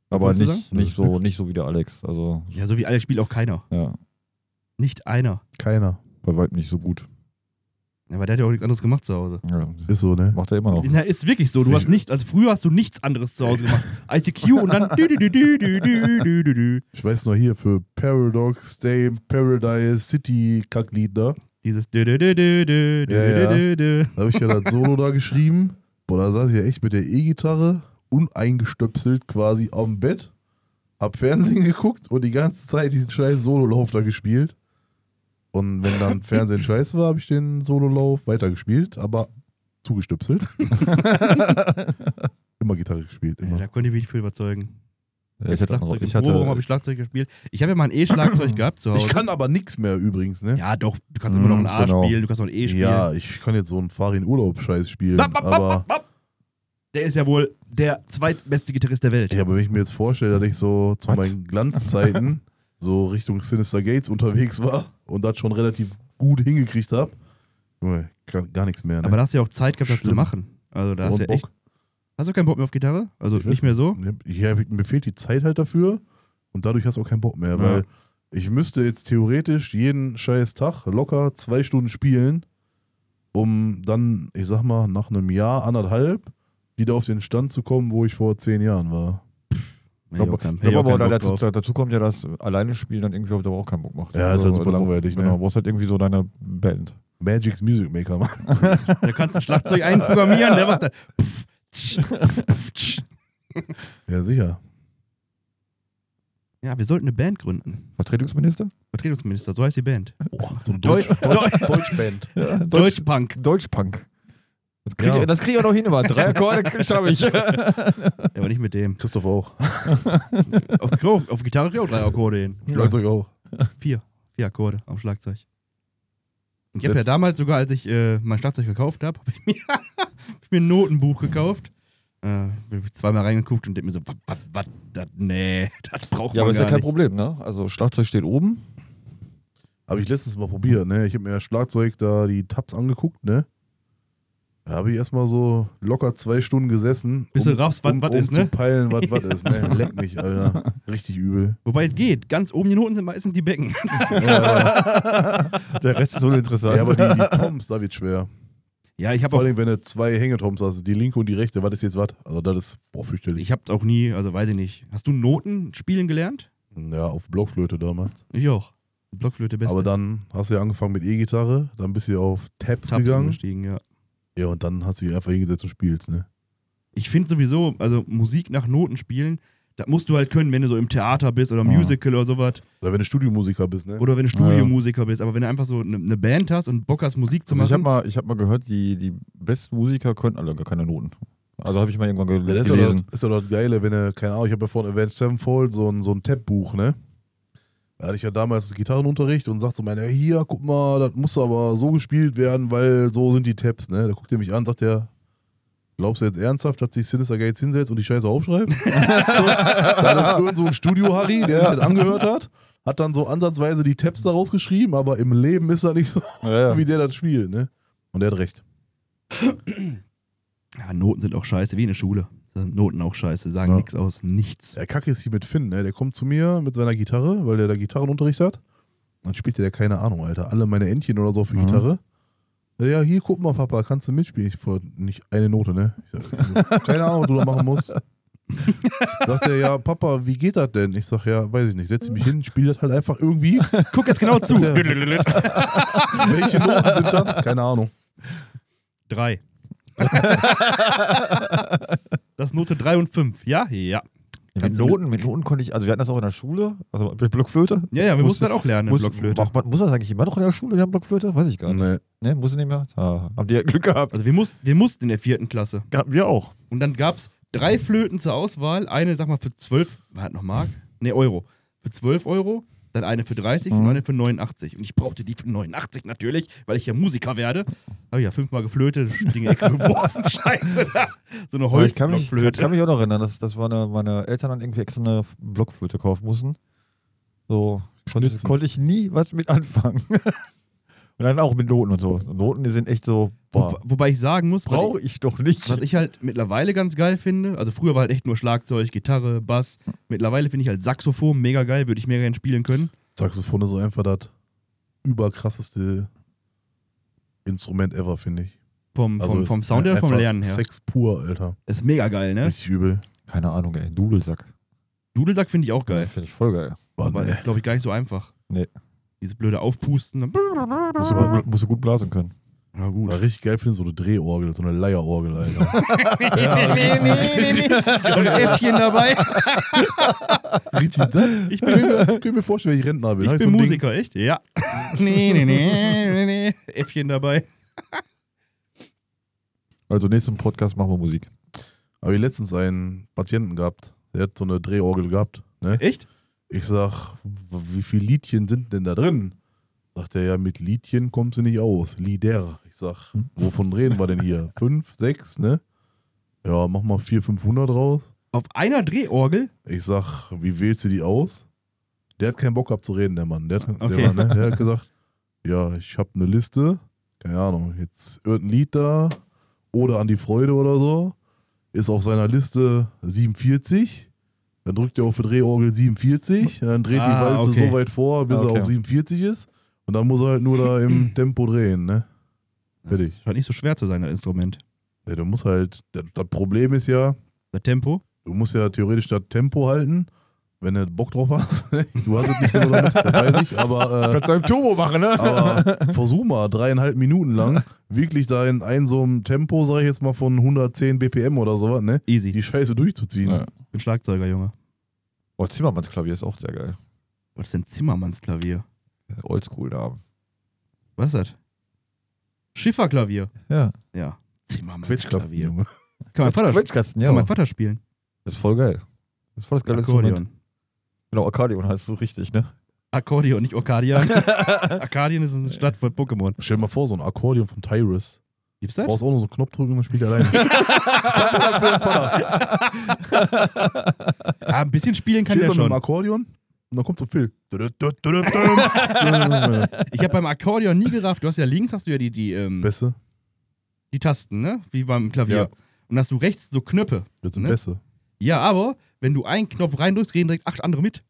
Speaker 2: Aber
Speaker 3: Wolltest du
Speaker 2: nicht, nicht, so, nicht so wie der Alex. Also,
Speaker 3: Ja, so wie alle spielt auch keiner.
Speaker 2: ja,
Speaker 3: Nicht einer.
Speaker 1: Keiner.
Speaker 2: bei weitem nicht so gut.
Speaker 3: Ja, Aber der hat ja auch nichts anderes gemacht zu Hause.
Speaker 2: Ja.
Speaker 1: Ist so, ne?
Speaker 2: Macht er immer noch.
Speaker 3: Na, ist wirklich so. Du hast nicht, also früher hast du nichts anderes zu Hause gemacht. ICQ und dann. dü- dü- dü- dü- dü- dü- dü- dü- dü.
Speaker 1: Ich weiß nur hier für Paradox, Stay, Paradise, City, Kacklied da.
Speaker 3: Dieses. dü- dü- dü- dü- dü- dü-
Speaker 1: Ja,
Speaker 3: dü- dü- dü.
Speaker 1: Da habe ich ja das Solo da geschrieben. Boah, da saß ich ja echt mit der E-Gitarre uneingestöpselt quasi am Bett, hab Fernsehen geguckt und die ganze Zeit diesen scheiß Sololauf da gespielt. Und wenn dann Fernsehen scheiße war, habe ich den Sololauf weitergespielt, aber zugestöpselt. immer Gitarre gespielt,
Speaker 3: Ja,
Speaker 1: immer.
Speaker 3: Da konnte ich mich nicht viel überzeugen.
Speaker 2: Ja, ich hatte, andere,
Speaker 3: Schlagzeug
Speaker 2: ich
Speaker 3: im Proberaum habe
Speaker 2: hatte
Speaker 3: ich Schlagzeug gespielt. Ich habe ja mal ein E-Schlagzeug gehabt zu Hause.
Speaker 1: Ich kann aber nichts mehr übrigens, ne?
Speaker 3: genau. ja, doch, du kannst immer noch ein
Speaker 2: Mm,
Speaker 3: A
Speaker 2: genau.
Speaker 3: spielen, du kannst noch ein E spielen.
Speaker 1: Ja, ich kann jetzt so einen Farin-Urlaub-Scheiß spielen,
Speaker 3: Bap, bap, bap,
Speaker 1: aber.
Speaker 3: bap, bap. Der ist ja wohl der zweitbeste Gitarrist der Welt.
Speaker 1: Ja, aber wenn ich mir jetzt vorstelle, dass ich so zu
Speaker 2: Was?
Speaker 1: meinen Glanzzeiten so Richtung Sinister Gates unterwegs war und das schon relativ gut hingekriegt habe, kann gar nichts mehr. Ne?
Speaker 3: Aber da hast du ja auch Zeit gehabt, das zu
Speaker 1: Schlimm.
Speaker 3: machen. Also da hast
Speaker 1: Und
Speaker 3: du ja echt.
Speaker 1: Bock.
Speaker 3: Hast du keinen Bock mehr auf Gitarre? Also
Speaker 1: Ich weiß
Speaker 3: nicht mehr so?
Speaker 1: Ja, mir fehlt die Zeit halt dafür und dadurch hast du auch keinen Bock mehr,
Speaker 3: Ja.
Speaker 1: weil ich müsste jetzt theoretisch jeden scheiß Tag locker zwei Stunden spielen, um dann, ich sag mal, nach einem Jahr, anderthalb, wieder auf den Stand zu kommen, wo ich vor zehn Jahren war.
Speaker 2: Ich
Speaker 3: Hätte
Speaker 2: glaube,
Speaker 3: ich auch
Speaker 2: ich
Speaker 3: keinen-
Speaker 2: glaube
Speaker 3: hätte ich auch
Speaker 2: aber da-
Speaker 3: keinen Bock
Speaker 2: dazu,
Speaker 3: drauf.
Speaker 2: da- dazu kommt ja, dass alleine spielen dann irgendwie auf Dauer auch keinen Bock macht.
Speaker 1: Ja, ist halt
Speaker 2: Also,
Speaker 1: super
Speaker 2: du-
Speaker 1: langweilig, ne?
Speaker 2: Genau, du brauchst halt irgendwie so deine Band.
Speaker 1: Magic's Music Maker, Mann.
Speaker 3: Da kannst du ein Schlagzeug einprogrammieren, der macht dann. pff, tsch, pff, pff, tsch.
Speaker 1: Ja, sicher.
Speaker 3: Ja, wir sollten eine Band gründen.
Speaker 2: Vertretungsminister?
Speaker 3: Vertretungsminister, so heißt die Band.
Speaker 1: Boah, so eine
Speaker 3: Deu-
Speaker 1: Deutsch, Deutsch,
Speaker 3: Deu-
Speaker 1: Deutschband.
Speaker 2: Ja, Deutsch,
Speaker 3: Deutschpunk.
Speaker 2: Deutschpunk. Das kriege
Speaker 1: Ja.
Speaker 2: ich, das krieg ich auch noch hin, aber drei Akkorde schaffe ich.
Speaker 3: Ja, aber nicht mit dem.
Speaker 1: Christoph auch.
Speaker 3: Auf, Klo- auf Gitarre krieg ich auch drei Akkorde hin.
Speaker 1: Schlagzeug auch.
Speaker 3: Vier. Vier Akkorde am Schlagzeug. Und Ich habe ja
Speaker 1: Letzt-
Speaker 3: damals sogar, als ich äh, mein Schlagzeug gekauft habe, habe ich, mir- hab ich mir ein Notenbuch gekauft. Äh, bin zweimal reingeguckt und denk mir so, was, was, was, das, nee, das braucht
Speaker 2: Ja, aber
Speaker 3: man
Speaker 2: ist ja
Speaker 3: gar
Speaker 2: kein
Speaker 3: nicht.
Speaker 2: Problem, ne? Also Schlagzeug steht oben.
Speaker 1: Habe ich letztens mal probiert, ne? Ich habe mir Schlagzeug da die Tabs angeguckt, ne? Da habe ich erstmal so locker zwei Stunden gesessen.
Speaker 3: Bis du raffst, was-
Speaker 1: um,
Speaker 3: was
Speaker 1: um
Speaker 3: ist,
Speaker 1: zu
Speaker 3: ne?
Speaker 1: peilen, was was ist, ne? Leck mich, Alter. Richtig übel.
Speaker 3: Wobei es geht. Ganz oben die Noten sind meistens die Becken.
Speaker 2: Der Rest ist uninteressant.
Speaker 1: Ja, aber die, die Toms, da wird schwer.
Speaker 3: ja, ich habe
Speaker 1: Vor
Speaker 3: auch,
Speaker 1: allem, wenn du zwei Hängetoms hast, die linke und die rechte, was ist jetzt was? Also, das ist, boah, fürchterlich.
Speaker 3: ich habe auch nie, also weiß ich nicht. Hast du Noten spielen gelernt?
Speaker 1: Ja, auf Blockflöte damals.
Speaker 3: Ich auch. Blockflöte beste.
Speaker 1: Aber dann hast du ja angefangen mit E-Gitarre, dann bist du auf Tabs
Speaker 3: Subs
Speaker 1: gegangen.
Speaker 3: umgestiegen, ja.
Speaker 1: Ja, und dann hast du dich einfach hingesetzt und spielst, ne?
Speaker 3: Ich finde sowieso, also Musik nach Noten spielen, das musst du halt können, wenn du so im Theater bist
Speaker 2: Ah.
Speaker 3: oder Musical oder sowas.
Speaker 1: Oder wenn du Studiomusiker bist, ne?
Speaker 3: Oder wenn du Studiomusiker bist. Aber wenn du einfach so eine ne Band hast und Bock hast, Musik zu
Speaker 2: Also ich habe
Speaker 3: machen.
Speaker 2: mal, ich hab mal gehört, die, die besten Musiker können alle gar keine Noten. Also habe ich mal irgendwann gel
Speaker 1: Ja, das ist ja, das,
Speaker 2: gelesen.
Speaker 1: ist ja das Geile, wenn du, keine Ahnung, ich habe ja vorhin Avenged Sevenfold so ein, so ein Tab-Buch, ne? Da hatte ich ja damals Gitarrenunterricht und sagt so, meiner, hier, guck mal, das muss aber so gespielt werden, weil so sind die Tabs, ne? Da guckt er mich an, sagt er, glaubst du jetzt ernsthaft, dass sich Sinister Gates hinsetzt und die Scheiße aufschreibt? so, dann ist irgend so ein Studio-Harry, der sich das angehört hat, hat dann so ansatzweise die Tabs da rausgeschrieben, aber im Leben ist er nicht so,
Speaker 2: Ja, ja.
Speaker 1: wie der das spielt, ne? Und er hat recht.
Speaker 3: Ja, Noten sind auch scheiße, wie in der Schule. Sind Noten auch scheiße, sagen
Speaker 1: Ja.
Speaker 3: nichts aus, nichts.
Speaker 1: Der Kacke ist hier mit Finn, ne? Der kommt zu mir mit seiner Gitarre, weil der da Gitarrenunterricht hat. Dann spielt der, keine Ahnung, Alter, alle meine Entchen oder so für
Speaker 2: Mhm.
Speaker 1: Gitarre. Ja, hier, guck mal, Papa, kannst du mitspielen? Ich vor nicht eine Note, ne? Ich sag, keine Ahnung, was du da machen musst. Sagt er, ja, Papa, wie geht das denn? Ich sag, ja, weiß ich nicht. Setz mich hin, spiel das halt einfach irgendwie.
Speaker 3: Guck jetzt genau zu.
Speaker 1: Welche Noten sind das? Keine Ahnung.
Speaker 3: Drei. das ist Note drei und fünf. Ja, ja.
Speaker 2: Mit
Speaker 3: Kannst du
Speaker 2: Noten, mit Noten konnte ich, also wir hatten das auch in der Schule, also mit Blockflöte.
Speaker 3: Ja, ja, wir
Speaker 2: Muss-
Speaker 3: mussten das auch lernen,
Speaker 2: Muss,
Speaker 3: Blockflöte.
Speaker 2: Macht man, muss das eigentlich immer noch in der Schule, die haben Blockflöte? Weiß ich gar nicht.
Speaker 1: Nee.
Speaker 2: Ne, muss ich nicht mehr. Ah, habt ihr Glück gehabt.
Speaker 3: Also wir, muss, wir mussten in der vierten Klasse.
Speaker 2: Hatten wir auch.
Speaker 3: Und dann gab es drei Flöten zur Auswahl. Eine, sag mal, für 12, hat noch Mark? Ne, Euro. Für 12 Euro, dann eine für 30 und
Speaker 2: Mhm.
Speaker 3: eine für 89. Und ich brauchte die für 89 natürlich, weil ich ja Musiker werde. Habe ich ja fünfmal geflötet, Dinge Ecke geworfen, scheiße. So eine
Speaker 2: Aber ich kann mich,
Speaker 3: Holzblockflöte.
Speaker 2: kann mich auch noch erinnern, dass, dass meine, meine Eltern dann irgendwie extra eine Blockflöte kaufen mussten. So konnte,
Speaker 1: Schnitzen.
Speaker 2: konnte ich nie was mit anfangen. und dann auch mit Noten und so. Noten, die sind echt so,
Speaker 3: Wo,
Speaker 2: boah,
Speaker 3: wobei ich sagen muss, was
Speaker 2: brauche ich doch nicht.
Speaker 3: ich, was ich halt mittlerweile ganz geil finde, also früher war halt echt nur Schlagzeug, Gitarre, Bass. Mittlerweile finde ich halt Saxophon mega geil, würde ich mega gerne spielen können.
Speaker 1: Saxophon ist so einfach das überkrasseste Instrument ever, finde ich.
Speaker 3: Vom,
Speaker 1: Also
Speaker 3: vom,
Speaker 1: ist
Speaker 3: vom Sound
Speaker 2: äh,
Speaker 3: her, vom
Speaker 1: einfach
Speaker 3: Lernen her.
Speaker 1: Sex pur, Alter.
Speaker 3: Ist mega geil, ne?
Speaker 1: Richtig übel.
Speaker 2: Keine Ahnung, ey, Dudelsack.
Speaker 3: Dudelsack finde ich auch geil.
Speaker 2: Finde ich voll geil.
Speaker 1: Boah,
Speaker 3: Aber
Speaker 1: Oh, nee.
Speaker 3: ist, glaube ich, gar nicht so einfach.
Speaker 2: Nee.
Speaker 3: Dieses blöde Aufpusten. dann-
Speaker 2: Musst du, gut- musst du gut blasen können.
Speaker 3: Na
Speaker 1: Was
Speaker 3: gut.
Speaker 1: ich richtig geil finde, so eine Drehorgel, so eine Leierorgel, Alter.
Speaker 3: nee, nee, nee, nee. Und Äffchen dabei.
Speaker 1: richtig, ne?
Speaker 3: Ich
Speaker 1: Könnt
Speaker 3: bin,
Speaker 1: ihr mir- könnt ihr mir vorstellen, wenn ich Rentner bin.
Speaker 3: ich
Speaker 1: hab
Speaker 3: bin
Speaker 1: so ein Ding-
Speaker 3: Musiker, echt? Ja. nee, nee, nee, nee, nee. Äffchen dabei.
Speaker 2: Also nächsten Podcast machen wir Musik.
Speaker 1: Habe ich letztens einen Patienten gehabt, der hat so eine Drehorgel gehabt. Ne?
Speaker 3: Echt?
Speaker 1: Ich sag, w- wie viele Liedchen sind denn da drin? Sagt er, ja, mit Liedchen kommst du nicht aus. Lieder. Ich sag,
Speaker 3: Hm.
Speaker 1: wovon reden wir denn hier? Fünf, sechs, ne? Ja, mach mal vier, 500 raus.
Speaker 3: Auf einer Drehorgel?
Speaker 1: Ich sag, wie wählst du die aus? Der hat keinen Bock gehabt zu reden, der Mann. Der hat,
Speaker 3: Okay.
Speaker 1: der, Mann, ne? der hat gesagt, ja, ich habe eine Liste. Keine Ahnung, jetzt irgendein Lied da oder an die Freude oder so. Ist auf seiner Liste 47. Dann drückt er auf die Drehorgel 47. Dann dreht
Speaker 3: Ah,
Speaker 1: die Walze
Speaker 3: okay.
Speaker 1: so weit vor, bis
Speaker 2: Ah, okay.
Speaker 1: er auf 47 ist. Und dann muss er halt nur da im Tempo drehen, ne? Fertig.
Speaker 3: Das Scheint nicht so schwer zu sein, das Instrument.
Speaker 1: Ja, du musst halt, das das Problem ist ja,
Speaker 3: Das Tempo?
Speaker 1: Du musst ja theoretisch das Tempo halten, wenn du Bock drauf hast. Du hast es nicht so damit, das weiß ich, aber, äh,
Speaker 2: Kannst du einen Turbo machen, ne?
Speaker 1: aber versuch mal dreieinhalb Minuten lang wirklich da in einem so einem Tempo, sag ich jetzt mal von 110 BPM oder sowas, ne?
Speaker 3: Easy.
Speaker 1: Die Scheiße durchzuziehen.
Speaker 2: Ja.
Speaker 3: Ich bin Schlagzeuger, Junge.
Speaker 2: Oh, Zimmermanns Klavier ist auch sehr geil.
Speaker 3: Was ist denn Zimmermannsklavier?
Speaker 2: Oldschool-Namen.
Speaker 3: Was ist das? Schifferklavier.
Speaker 2: Ja.
Speaker 3: Ja.
Speaker 1: Quetschkasten,
Speaker 3: Zimmermannsklavier.
Speaker 1: Junge.
Speaker 3: Kann mein Vater, kann
Speaker 2: Quetschkasten, ja.
Speaker 3: mein Vater spielen.
Speaker 2: Ist voll geil. Ist voll das geile Instrument.
Speaker 3: Akkordeon.
Speaker 2: Genau, Akkordeon heißt es richtig, ne?
Speaker 3: Akkordeon, nicht Orkadian. Arkadien ist eine Stadt voll Pokémon.
Speaker 1: Stell dir mal vor, so ein Akkordeon von Tyrus.
Speaker 3: Gibt's
Speaker 1: Du
Speaker 3: das?
Speaker 1: brauchst auch nur so einen Knopf drücken und dann spielt er alleine. Danke für den Vater.
Speaker 3: Ja, Ah, ein bisschen spielen kann
Speaker 1: Stehst
Speaker 3: der
Speaker 1: du mit dem
Speaker 3: schon.
Speaker 1: Akkordeon und dann kommt so Phil.
Speaker 3: Ich habe beim Akkordeon nie gerafft. Du hast ja links hast du ja die, die, ähm,
Speaker 1: Beste.
Speaker 3: die Tasten, ne? Wie beim Klavier.
Speaker 1: Ja.
Speaker 3: Und hast du rechts so Knöpfe.
Speaker 1: Wir sind
Speaker 3: Ne?
Speaker 1: besser.
Speaker 3: Ja, aber wenn du einen Knopf reindrückst, gehen direkt acht andere mit.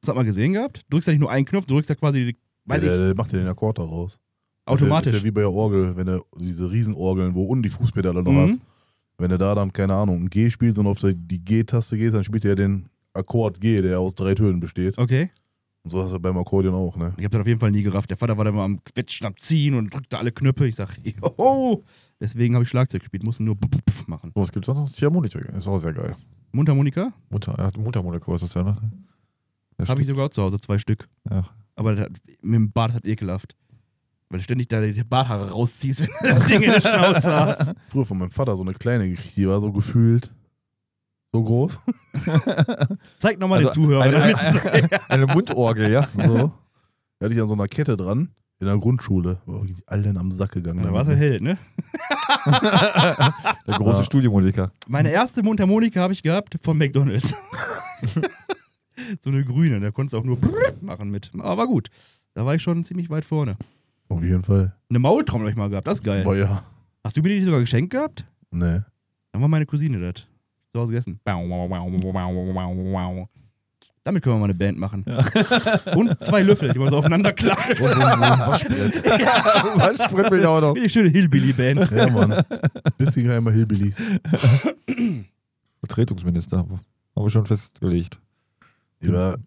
Speaker 3: Das hat man gesehen gehabt. Drückst ja nicht nur einen Knopf, du drückst ja quasi direkt, weiß
Speaker 1: ja,
Speaker 3: ich,
Speaker 1: Der, der macht ja den Akkord daraus.
Speaker 3: automatisch.
Speaker 1: Ist ja, ist ja wie bei der Orgel, wenn du diese Riesenorgeln, wo unten die Fußpedale noch
Speaker 3: Mhm.
Speaker 1: hast. Wenn du da dann, keine Ahnung, ein G spielst und auf die- die G-Taste gehst, dann spielt er den Akkord G, der aus drei Tönen besteht.
Speaker 3: okay.
Speaker 1: Und so hast du beim Akkordeon auch, ne?
Speaker 3: Ich hab das auf jeden Fall nie gerafft. Der Vater war da immer am Quetschen, am Ziehen und drückte alle Knöpfe. Ich sag, joho. Deswegen habe ich Schlagzeug gespielt, musste nur pf- pf- pf machen.
Speaker 2: So, was gibt's sonst noch? Ziehharmonika, ist auch sehr geil.
Speaker 3: Mundharmonika
Speaker 2: Mutter, ja, Mundharmonika ist das ja, ne? Ja,
Speaker 3: habe ich
Speaker 2: stimmt.
Speaker 3: sogar auch zu Hause, zwei Stück.
Speaker 2: Ja.
Speaker 3: Aber das, hat- mit dem Bart hat ekelhaft. Weil du ständig da die Barthaare rausziehst, wenn du das Ding in der Schnauze hast.
Speaker 1: Früher von meinem Vater so eine kleine gekriegt, die war so gefühlt so groß.
Speaker 3: Zeig nochmal den
Speaker 2: Also,
Speaker 3: Zuhörern.
Speaker 2: eine,
Speaker 3: damit's-
Speaker 2: eine, eine Mundorgel, ja.
Speaker 1: So. Die hatte ich an so einer Kette dran in der Grundschule. War wirklich allen am Sack gegangen.
Speaker 3: Dann
Speaker 1: damit,
Speaker 3: warst du
Speaker 1: ne?
Speaker 3: Held, ne?
Speaker 2: Der große
Speaker 1: Ja.
Speaker 2: Studiomusiker.
Speaker 3: Meine erste Mundharmonika habe ich gehabt von McDonalds. so eine grüne, da konntest du auch nur machen mit. Aber gut, da war ich schon ziemlich weit vorne.
Speaker 1: Auf jeden Fall.
Speaker 3: Eine Maultrommel habe ich mal gehabt, das ist geil.
Speaker 1: Boah, ja.
Speaker 3: Hast du mir die sogar geschenkt gehabt?
Speaker 1: Ne.
Speaker 3: Dann war meine Cousine das. Zu Hause gegessen. Damit können wir mal eine Band machen. Und zwei Löffel, die man so aufeinander klappt.
Speaker 1: Und so ein Waschbrett.
Speaker 2: Was spricht mich auch noch?
Speaker 3: Eine schöne Hillbilly-Band.
Speaker 1: Ja, Mann. Bisschen geheimer Hillbillies.
Speaker 2: Vertretungsminister. Habe ich schon festgelegt.
Speaker 1: Ja,
Speaker 2: Was?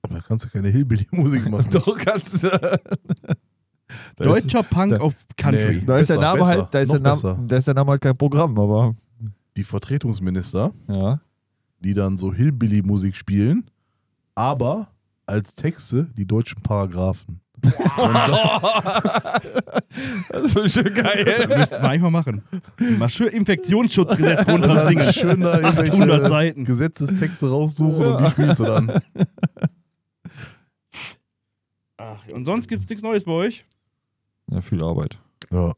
Speaker 1: aber da kannst du keine Hillbilly-Musik machen.
Speaker 2: Doch, kannst du. Da ist,
Speaker 3: Deutscher Punk
Speaker 2: da-
Speaker 3: auf Country.
Speaker 1: Nee.
Speaker 2: da ist der
Speaker 1: Besser,
Speaker 2: Name
Speaker 1: besser,
Speaker 2: halt, da ist, der
Speaker 1: noch besser.
Speaker 2: Name, da ist der Name halt kein Programm, aber
Speaker 1: Die Vertretungsminister,
Speaker 2: ja.
Speaker 1: die dann so Hillbilly-Musik spielen, aber als Texte die deutschen Paragraphen.
Speaker 2: Das ist schon geil.
Speaker 3: Müssten wir eigentlich mal machen. Mal schön Infektionsschutzgesetz runter singen.
Speaker 1: Schön da
Speaker 3: 800
Speaker 1: irgendwelche
Speaker 3: Seiten.
Speaker 1: Gesetzestexte raussuchen und die spielst du dann.
Speaker 3: Ach, und sonst gibt es nichts Neues bei euch?
Speaker 2: Ja, viel Arbeit.
Speaker 1: Ja.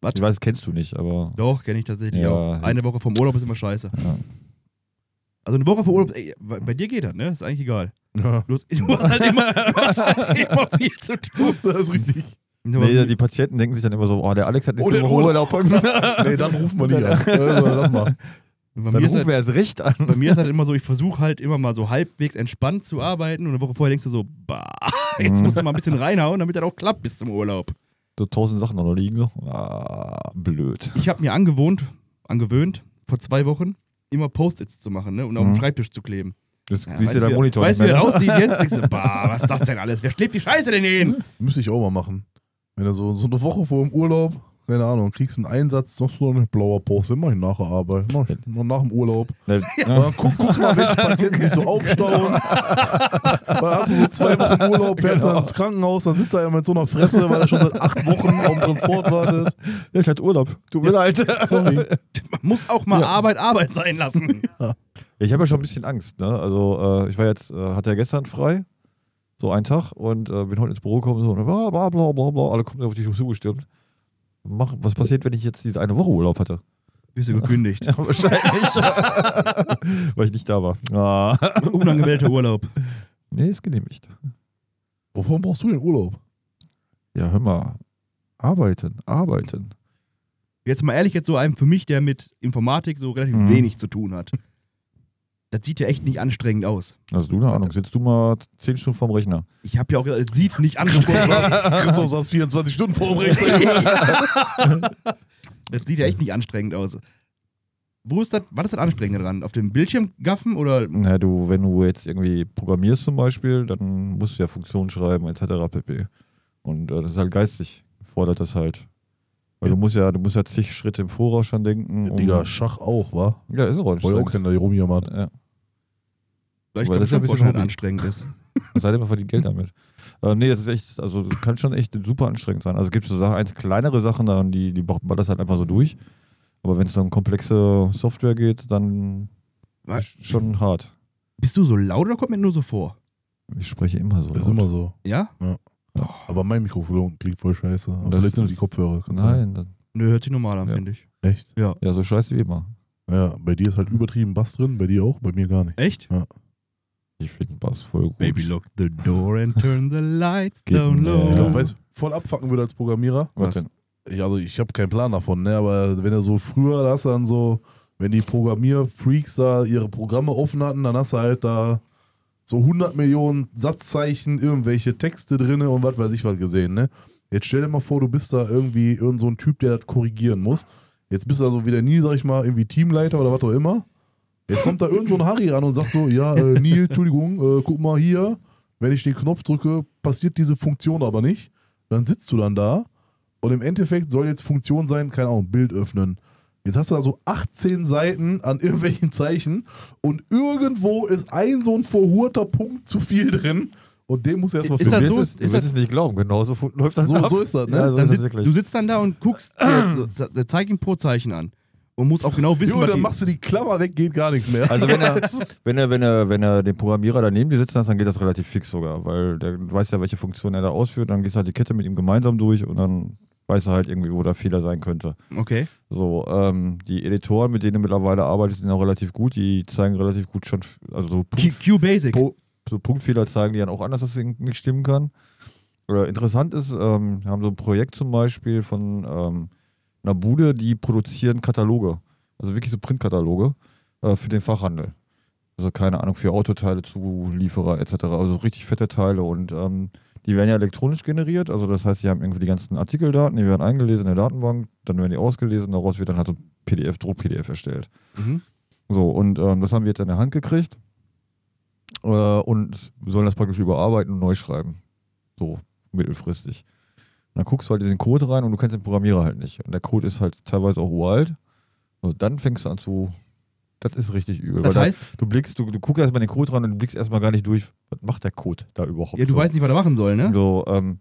Speaker 3: Was?
Speaker 2: Ich weiß, das kennst du nicht, aber
Speaker 3: Doch, kenne ich tatsächlich
Speaker 2: Ja.
Speaker 3: auch. Eine Woche vom Urlaub ist immer scheiße.
Speaker 2: Ja.
Speaker 3: Also eine Woche vom Urlaub, ey, bei bei dir geht das, ne? Ist eigentlich egal.
Speaker 1: ja.
Speaker 3: Du hast, du hast, halt, immer, du hast halt immer viel zu tun.
Speaker 1: Das ist richtig.
Speaker 2: nee, die Patienten denken sich dann immer so, oh, der Alex hat
Speaker 1: Oh,
Speaker 2: nächste
Speaker 1: der
Speaker 2: Woche Urlaub. dann
Speaker 1: Nee, dann rufen wir die an. Äh, lass mal.
Speaker 3: bei, mir ist
Speaker 2: rufen
Speaker 3: halt,
Speaker 2: wir erst recht an.
Speaker 3: bei mir ist halt immer so, ich versuche halt immer mal so halbwegs entspannt zu arbeiten und eine Woche vorher denkst du so, bah,
Speaker 2: Mhm.
Speaker 3: jetzt musst du mal ein bisschen reinhauen, damit das auch klappt bis zum Urlaub.
Speaker 2: So tausend Sachen noch liegen. so. Ah, blöd.
Speaker 3: Ich habe mir angewohnt, angewöhnt, vor zwei Wochen immer Post-its zu machen ne? und auf den
Speaker 2: Mhm.
Speaker 3: Schreibtisch zu kleben.
Speaker 2: Jetzt
Speaker 3: Ja,
Speaker 2: siehst du
Speaker 3: weißt
Speaker 2: deinen
Speaker 3: wie-
Speaker 2: Monitor
Speaker 3: Weißt du,
Speaker 2: nicht
Speaker 3: wie
Speaker 2: mehr.
Speaker 3: das
Speaker 2: ne?
Speaker 3: aussieht jetzt? Denkst du, bah, was ist das denn alles? Wer schlägt die Scheiße denn hin?
Speaker 1: Müsste ich auch mal machen. Wenn du so, so eine Woche vor dem Urlaub, keine Ahnung, kriegst einen Einsatz, machst du noch eine blaue Pause, mach ich nach der Arbeit, mach ich noch nach dem Urlaub.
Speaker 2: ne? Ja.
Speaker 1: Ja, guck, guck mal, welche Patienten sich so aufstauen. Weil hast du so zwei Wochen Urlaub, fährst
Speaker 2: Genau. Genau.
Speaker 1: dann ins Krankenhaus, dann sitzt er ja mit so einer Fresse, weil er schon seit acht Wochen auf den Transport wartet.
Speaker 2: Ja, ich hatte Urlaub. Tut mir leid.
Speaker 1: Sorry.
Speaker 3: Man muss auch mal
Speaker 2: Ja.
Speaker 3: Arbeit Arbeit sein lassen.
Speaker 2: Ja, Ich habe ja schon ein bisschen Angst. Ne? Also äh, ich war jetzt, äh, hatte ja gestern frei, so einen Tag und äh, bin heute ins Büro gekommen so und bla bla bla bla bla, alle kommen auf die Schuhe gestimmt. Mach, was passiert, wenn ich jetzt diese eine Woche Urlaub hatte?
Speaker 3: Wirst du gekündigt.
Speaker 2: Ja, wahrscheinlich. Weil ich nicht da war. Ah.
Speaker 3: Unangemeldter Urlaub.
Speaker 2: Nee, ist genehmigt.
Speaker 1: Wovon brauchst du den Urlaub?
Speaker 2: Ja, hör mal. Arbeiten, arbeiten.
Speaker 3: Jetzt mal ehrlich, jetzt so einem für mich, der mit Informatik so relativ
Speaker 2: Mhm.
Speaker 3: wenig zu tun hat. Das sieht ja echt nicht anstrengend aus.
Speaker 2: Also du, eine Ahnung, sitzt du mal zehn Stunden vorm Rechner.
Speaker 3: Ich habe ja auch gesagt, es sieht nicht anstrengend aus.
Speaker 1: Christoph saß 24 Stunden vor dem Rechner.
Speaker 3: Das sieht ja echt nicht anstrengend aus. Wo ist das, was ist das Anstrengende dran? Auf dem Bildschirm gaffen oder
Speaker 2: Na, du, wenn du jetzt irgendwie programmierst zum Beispiel, dann musst du ja Funktionen schreiben, etc. pp. Und äh, das ist halt geistig, fordert das halt. Weil du musst ja, du musst ja zig Schritte im Voraus schon denken. um-
Speaker 1: Digga, ne? Schach auch, wa?
Speaker 2: ja, ist auch
Speaker 1: Wollte auch
Speaker 2: anstrengend.
Speaker 1: keiner, die rumjammert.
Speaker 2: Ja.
Speaker 3: weil ich
Speaker 2: Weil
Speaker 3: glaube,
Speaker 2: das ist ja ein bisschen
Speaker 3: Schubforschung halt
Speaker 2: Hobby.
Speaker 3: anstrengend ist.
Speaker 2: Und seitdem man verdient Geld damit. Äh, nee, das ist echt, also das kann schon echt super anstrengend sein. Also es gibt so Sachen, eins kleinere Sachen, dann die, die ballert das halt einfach so durch. Aber wenn es dann um komplexe Software geht, dann
Speaker 3: Was?
Speaker 2: ist schon hart.
Speaker 3: Bist du so laut oder kommt mir nur so vor?
Speaker 2: Ich spreche immer so.
Speaker 1: Das ist
Speaker 2: laut.
Speaker 1: immer so.
Speaker 3: Ja?
Speaker 1: Aber mein Mikrofon klingt voll scheiße. Also Aber
Speaker 2: Das
Speaker 1: vielleicht sind das die
Speaker 2: ist-
Speaker 1: Kopfhörer. kann sein.
Speaker 2: Nein, das,
Speaker 3: Nö, hört sich normal an,
Speaker 2: Ja.
Speaker 3: finde ich.
Speaker 1: Echt?
Speaker 2: ja, so scheiße wie immer.
Speaker 1: Ja, bei dir ist halt übertrieben Bass drin, bei dir auch, bei mir gar nicht.
Speaker 3: Echt?
Speaker 1: Ja.
Speaker 2: Ich finde Bass voll gut.
Speaker 3: Baby, lock the door and turn the lights
Speaker 2: Geht
Speaker 3: down
Speaker 2: mir.
Speaker 3: low.
Speaker 1: Ich glaube,
Speaker 2: Ja.
Speaker 1: weißt du, voll abfacken würde als Programmierer.
Speaker 2: Was
Speaker 3: Was?
Speaker 2: denn?
Speaker 1: Ich, also ich habe keinen Plan davon, ne? aber wenn er so früher, da hast du dann so, wenn die Programmierfreaks da ihre Programme offen hatten, dann hast du halt da so 100 Millionen Satzzeichen, irgendwelche Texte drinne und was weiß ich was gesehen. Ne? Jetzt stell dir mal vor, du bist da irgendwie irgend so ein Typ, der das korrigieren muss. Jetzt bist du also wieder nie, sag ich mal, irgendwie Teamleiter oder was auch immer. Jetzt kommt da irgend so ein Harry ran und sagt so, ja, äh, Neil, Entschuldigung, äh, guck mal hier, wenn ich den Knopf drücke, passiert diese Funktion aber nicht. Dann sitzt du dann da und im Endeffekt soll jetzt Funktion sein, keine Ahnung, Bild öffnen. Jetzt hast du da so 18 Seiten an irgendwelchen Zeichen und irgendwo ist ein so ein verhurter Punkt zu viel drin und den muss erstmal
Speaker 3: Ist das
Speaker 2: du
Speaker 1: finden.
Speaker 2: wirst
Speaker 3: so?
Speaker 2: es, du
Speaker 3: Ist
Speaker 2: wirst
Speaker 3: das-
Speaker 2: es nicht glauben, genauso fu- läuft das
Speaker 1: So-
Speaker 2: ab.
Speaker 1: so ist das, ne?
Speaker 2: Ja, so
Speaker 3: Dann
Speaker 2: ist das
Speaker 3: sitzt-
Speaker 2: wirklich.
Speaker 3: du sitzt dann da und guckst, der, der, der zeigt ihm Pro-Zeichen an. Und muss auch genau wissen,
Speaker 1: Jo,
Speaker 3: was
Speaker 1: dann
Speaker 3: die-
Speaker 1: machst du die Klammer weg, geht gar nichts mehr.
Speaker 2: Also wenn er, wenn er, wenn er, wenn er den Programmierer daneben dir sitzen lässt, dann geht das relativ fix sogar, weil der weiß ja, welche Funktion er da ausführt, dann gehst du halt die Kette mit ihm gemeinsam durch und dann weiß er halt irgendwie, wo der Fehler sein könnte.
Speaker 3: Okay.
Speaker 2: So, ähm, die Editoren, mit denen er mittlerweile arbeitet, sind auch relativ gut, die zeigen relativ gut schon, also so,
Speaker 3: Q,
Speaker 2: Punkt,
Speaker 3: Q Basic.
Speaker 2: po, so Punktfehler zeigen die dann auch anders, dass es nicht stimmen kann. Oder interessant ist, ähm, wir haben so ein Projekt zum Beispiel von ähm, einer Bude, die produzieren Kataloge. Also wirklich so Printkataloge äh, für den Fachhandel. Also keine Ahnung, für Autoteile, Zulieferer etc. Also richtig fette Teile und ähm, die werden ja elektronisch generiert. Also das heißt, die haben irgendwie die ganzen Artikeldaten, die werden eingelesen in der Datenbank, dann werden die ausgelesen, daraus wird dann halt so ein PDF, Druck-PDF erstellt.
Speaker 3: Mhm.
Speaker 2: So, und ähm, das haben wir jetzt in der Hand gekriegt äh, und sollen das praktisch überarbeiten und neu schreiben. So, mittelfristig. Und dann guckst du halt in den Code rein und du kennst den Programmierer halt nicht. Und der Code ist halt teilweise auch uralt. Und dann fängst du an zu. Das ist richtig übel.
Speaker 3: Das
Speaker 2: weil
Speaker 3: heißt,
Speaker 2: da, du blickst, du, du guckst erstmal in den Code rein und du blickst erstmal gar nicht durch, was macht der Code da überhaupt.
Speaker 3: ja, du
Speaker 2: so.
Speaker 3: weißt nicht, was er machen soll,
Speaker 1: Genau.
Speaker 3: ne?
Speaker 2: So, ähm,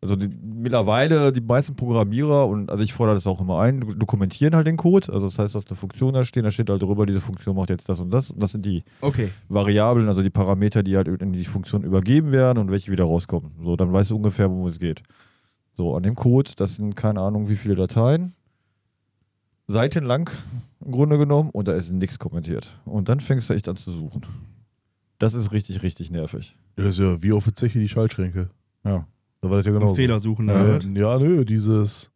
Speaker 2: also die, mittlerweile die meisten Programmierer und also ich fordere das auch immer ein, dokumentieren halt den Code. Also das heißt, dass eine Funktion da steht, da steht halt drüber, diese Funktion macht jetzt das und das. Und das sind die
Speaker 3: Okay.
Speaker 2: Variablen, also die Parameter, die halt in die Funktion übergeben werden und welche wieder rauskommen. So, dann weißt du ungefähr, worum es geht. So, an dem Code, das sind keine Ahnung wie viele Dateien, seitenlang im Grunde genommen und da ist nichts kommentiert. Und dann fängst du echt an zu suchen. Das ist richtig, richtig nervig.
Speaker 1: Das ist ja wie auf der Zeche die Schaltschränke.
Speaker 2: Ja.
Speaker 1: Da war das ja
Speaker 3: Einen
Speaker 1: genau.
Speaker 3: Fehler suchen.
Speaker 1: Ja,
Speaker 3: ne?
Speaker 1: ja, nö, dieses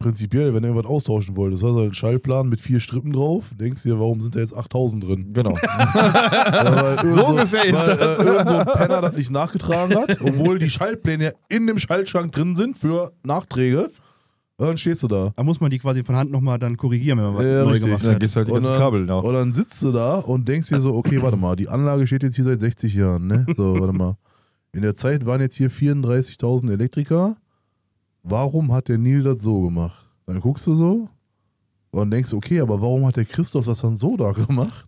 Speaker 1: prinzipiell, wenn du irgendwas austauschen wolltest, hast du halt einen Schaltplan mit vier Strippen drauf, denkst dir, warum sind da jetzt 8000 drin?
Speaker 2: Genau.
Speaker 1: Aber irgend
Speaker 2: So ungefähr ist
Speaker 1: weil,
Speaker 2: das.
Speaker 1: Äh, irgend so ein Penner das nicht nachgetragen hat, obwohl die Schaltpläne ja in dem Schaltschrank drin sind für Nachträge. Und dann stehst du da.
Speaker 3: Da muss man die quasi von Hand nochmal dann korrigieren, wenn man was
Speaker 1: Ja,
Speaker 3: neu
Speaker 1: richtig.
Speaker 2: Dann
Speaker 3: gemacht hat.
Speaker 2: gehst du halt die
Speaker 1: Und
Speaker 2: ganzen
Speaker 1: dann-
Speaker 2: Kabel nach.
Speaker 1: Und dann sitzt du da und denkst dir so, okay, warte mal, die Anlage steht jetzt hier seit 60 Jahren, ne? So, warte mal. In der Zeit waren jetzt hier 34.000 Elektriker. Warum hat der Neil das so gemacht? Dann guckst du so und denkst, okay, aber warum hat der Christoph das dann so da gemacht?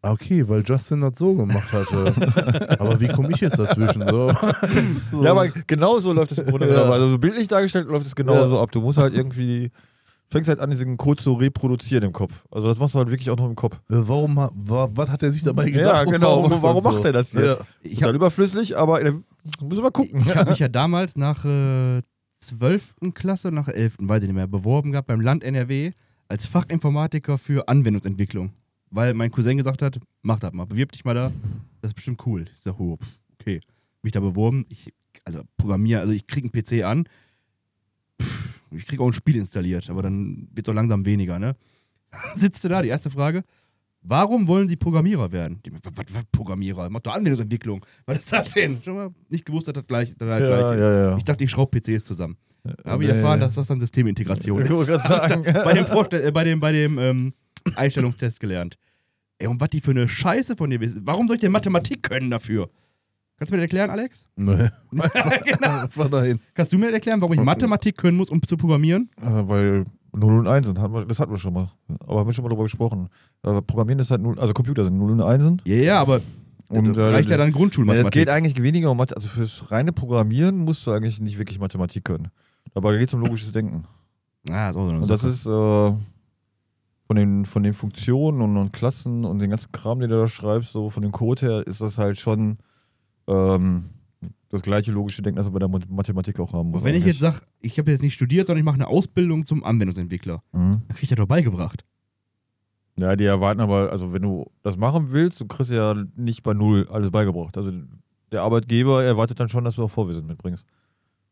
Speaker 1: Ah, Okay, weil Justin das so gemacht hatte. aber wie komme ich jetzt dazwischen? So. so. Äh,
Speaker 2: Ja, aber genau so läuft es im Grunde
Speaker 1: Ja.
Speaker 2: genommen. Also so bildlich dargestellt läuft es
Speaker 1: Ja.
Speaker 2: genauso so ab. Du musst halt irgendwie, fängst halt an, diesen Code zu reproduzieren im Kopf. Also das machst du halt wirklich auch noch im Kopf.
Speaker 1: Äh, warum ha- wa, was hat er sich dabei gedacht? und
Speaker 2: genau. Warum,
Speaker 1: ist
Speaker 2: warum
Speaker 1: so?
Speaker 2: macht er das jetzt?
Speaker 1: Ja.
Speaker 3: Ich
Speaker 2: Total
Speaker 3: habe
Speaker 2: halt überflüssig, aber äh, müssen wir mal gucken.
Speaker 3: ich hab mich ja damals nach äh, 12. Klasse, nach 11. weiß ich nicht mehr, beworben gehabt beim Land NRW als Fachinformatiker für Anwendungsentwicklung. Weil mein Cousin gesagt hat, mach das mal, bewirb dich mal da, das ist bestimmt cool. Ich sag, oh, pf, okay. Mich da beworben, ich, also programmiere, also ich krieg einen PC an, pff, ich krieg auch ein Spiel installiert, aber dann wird doch langsam weniger, ne? Sitzt du da, die erste Frage, warum wollen Sie Programmierer werden? Die, was, was, was Programmierer? Macht doch Anwendungsentwicklung. Was ist das denn? Schon mal nicht gewusst, dass das gleich, dass das gleich ist.
Speaker 2: ja.
Speaker 3: Ich dachte, ich schraube PCs zusammen. Da habe ich
Speaker 2: Nee.
Speaker 3: erfahren, dass das dann Systemintegration
Speaker 2: Ich wollte
Speaker 3: ist.
Speaker 2: gerade sagen.
Speaker 3: bei dem, Vorstell äh, bei dem, bei dem ähm, Einstellungstest gelernt. Ey, und was die für eine Scheiße von dir wissen. Warum soll ich denn Mathematik können dafür? Kannst du mir das erklären, Alex?
Speaker 1: Nee,
Speaker 3: genau.
Speaker 1: einfach dahin.
Speaker 3: Kannst du mir das erklären, warum ich Mathematik können muss, um zu programmieren?
Speaker 2: Äh, Weil 0 und 1 sind, hatten wir- das hatten wir schon mal. Aber haben wir schon mal drüber gesprochen. Äh, Programmieren ist halt 0, also Computer sind 0 und 1 sind.
Speaker 3: Ja, ja, aber
Speaker 2: Und, äh,
Speaker 3: reicht ja dann
Speaker 2: Ja, es
Speaker 3: Grundschulmathematik.
Speaker 2: geht eigentlich weniger um Mathematik. Also fürs reine Programmieren musst du eigentlich nicht wirklich Mathematik können. Aber da geht es um logisches Denken.
Speaker 3: ah, ist auch so eine
Speaker 2: Und das
Speaker 3: Sache.
Speaker 2: ist äh, von, den, von den Funktionen und, und Klassen und den ganzen Kram, den du da schreibst, so von dem Code her, ist das halt schon ähm, das gleiche logische Denken, das du bei der Math- Mathematik auch haben musst.
Speaker 3: Und wenn ich jetzt
Speaker 2: eigentlich.
Speaker 3: sage, ich habe jetzt nicht studiert, sondern ich mache eine Ausbildung zum Anwendungsentwickler,
Speaker 2: Mhm.
Speaker 3: dann krieg ich das doch beigebracht.
Speaker 2: Ja, die erwarten aber, also wenn du das machen willst, du kriegst ja nicht bei null alles beigebracht. Also der Arbeitgeber erwartet dann schon, dass du auch Vorwissen mitbringst.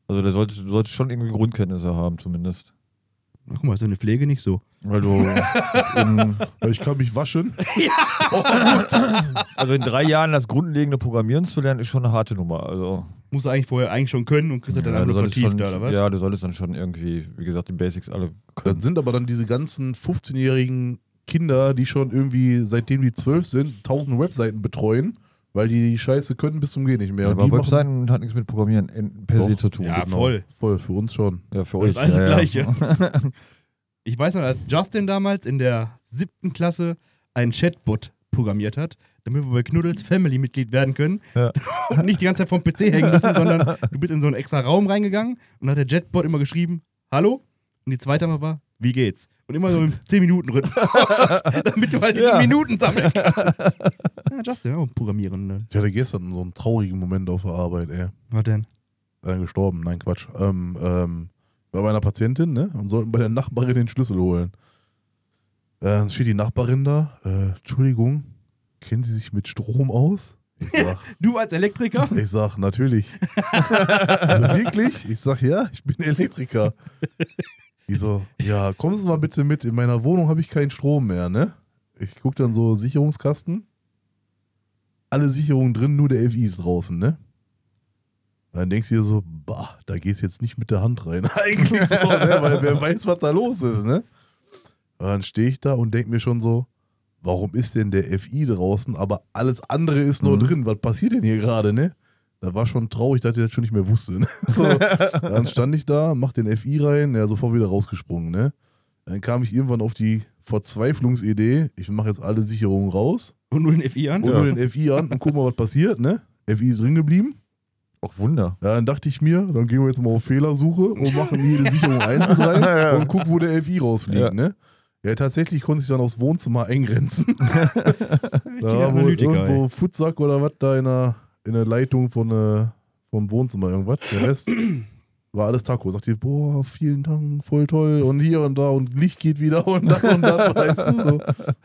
Speaker 2: Also der sollte, du solltest schon irgendwie Grundkenntnisse haben zumindest.
Speaker 3: Ach, guck mal, ist in der Pflege nicht so.
Speaker 2: Weil du in,
Speaker 1: Ich kann mich waschen.
Speaker 2: also in drei Jahren das grundlegende Programmieren zu lernen, ist schon eine harte Nummer. Also
Speaker 3: Muss er eigentlich vorher eigentlich schon können und kriegst er dann
Speaker 2: ja,
Speaker 3: einfach
Speaker 2: du
Speaker 3: nur
Speaker 2: solltest schon,
Speaker 3: vertieft da, oder was?
Speaker 2: ja, du solltest dann schon irgendwie, wie gesagt, die Basics alle können.
Speaker 1: Dann sind aber dann diese ganzen 15-jährigen Kinder, die schon irgendwie, seitdem die 12 sind, tausend Webseiten betreuen, weil die die Scheiße können bis zum Geh nicht mehr.
Speaker 2: Ja,
Speaker 1: Und
Speaker 2: aber
Speaker 1: die machen-
Speaker 2: Webseiten hat nichts mit Programmieren in, per
Speaker 1: Doch.
Speaker 2: se zu tun.
Speaker 3: Ja,
Speaker 2: genau.
Speaker 3: voll.
Speaker 1: Voll, für uns schon.
Speaker 2: Ja, für
Speaker 3: Das
Speaker 2: euch.
Speaker 3: ist alles
Speaker 2: ja, ja.
Speaker 3: Gleiche. Ich weiß noch, als Justin damals in der siebten Klasse einen Chatbot programmiert hat, damit wir bei Knuddels Family-Mitglied werden können
Speaker 2: Ja.
Speaker 3: und nicht die ganze Zeit vom PC hängen müssen, sondern du bist in so einen extra Raum reingegangen und dann hat der Chatbot immer geschrieben, hallo? Und die zweite Mal war, wie geht's? Und immer so im 10-Minuten-Rhythmus, damit du halt diese
Speaker 2: Ja.
Speaker 3: Minuten sammeln kannst. Ja, Justin, auch programmieren. Ne?
Speaker 1: Ich hatte gestern so einen traurigen Moment auf der Arbeit, ey.
Speaker 3: Was denn?
Speaker 1: Dann gestorben, nein, Quatsch. Ähm, ähm, bei meiner Patientin, ne? Und sollten bei der Nachbarin den Schlüssel holen. Äh, Dann steht die Nachbarin da. Äh, Entschuldigung, kennen Sie sich mit Strom aus? Ich sag,
Speaker 3: Du als Elektriker?
Speaker 1: ich sag natürlich. also wirklich? Ich sag, ja, ich bin Elektriker. Die so, ja, kommen Sie mal bitte mit. In meiner Wohnung habe ich keinen Strom mehr, ne? Ich guck dann so Sicherungskasten. Alle Sicherungen drin, nur der FI ist draußen, ne? Dann denkst du dir so, bah, da gehst du jetzt nicht mit der Hand rein. Eigentlich so, ne? Weil wer weiß, was da los ist, ne? Und dann stehe ich da und denk mir schon so, warum ist denn der FI draußen, aber alles andere ist nur
Speaker 2: Mhm.
Speaker 1: drin? Was passiert denn hier gerade, ne? Da war schon traurig, dass ich das schon nicht mehr wusste. Ne? So, dann stand ich da, mach den FI rein, ja, sofort wieder rausgesprungen, ne? Dann kam ich irgendwann auf die Verzweiflungsidee, ich mache jetzt alle Sicherungen raus,
Speaker 3: Und nur den FI an?
Speaker 1: hol nur den FI an und guck mal, was passiert, ne? FI ist drin geblieben.
Speaker 2: Auch Wunder.
Speaker 1: Ja, dann dachte ich mir, dann gehen wir jetzt mal auf Fehlersuche und machen jede Sicherung einzeln rein
Speaker 2: Ja.
Speaker 1: und gucken, wo der FI rausfliegt,
Speaker 2: Ja.
Speaker 1: ne? Ja, tatsächlich konnte ich dann aufs Wohnzimmer eingrenzen.
Speaker 3: Richtiger
Speaker 1: Da, wo
Speaker 3: Analytiker, ey.
Speaker 1: irgendwo Futsack oder was da in der, in der Leitung von, äh, vom Wohnzimmer irgendwas. Der Rest war alles Taco. Sagt ihr, boah, vielen Dank, voll toll und hier und da und Licht geht wieder und dann und dann, weißt du. So,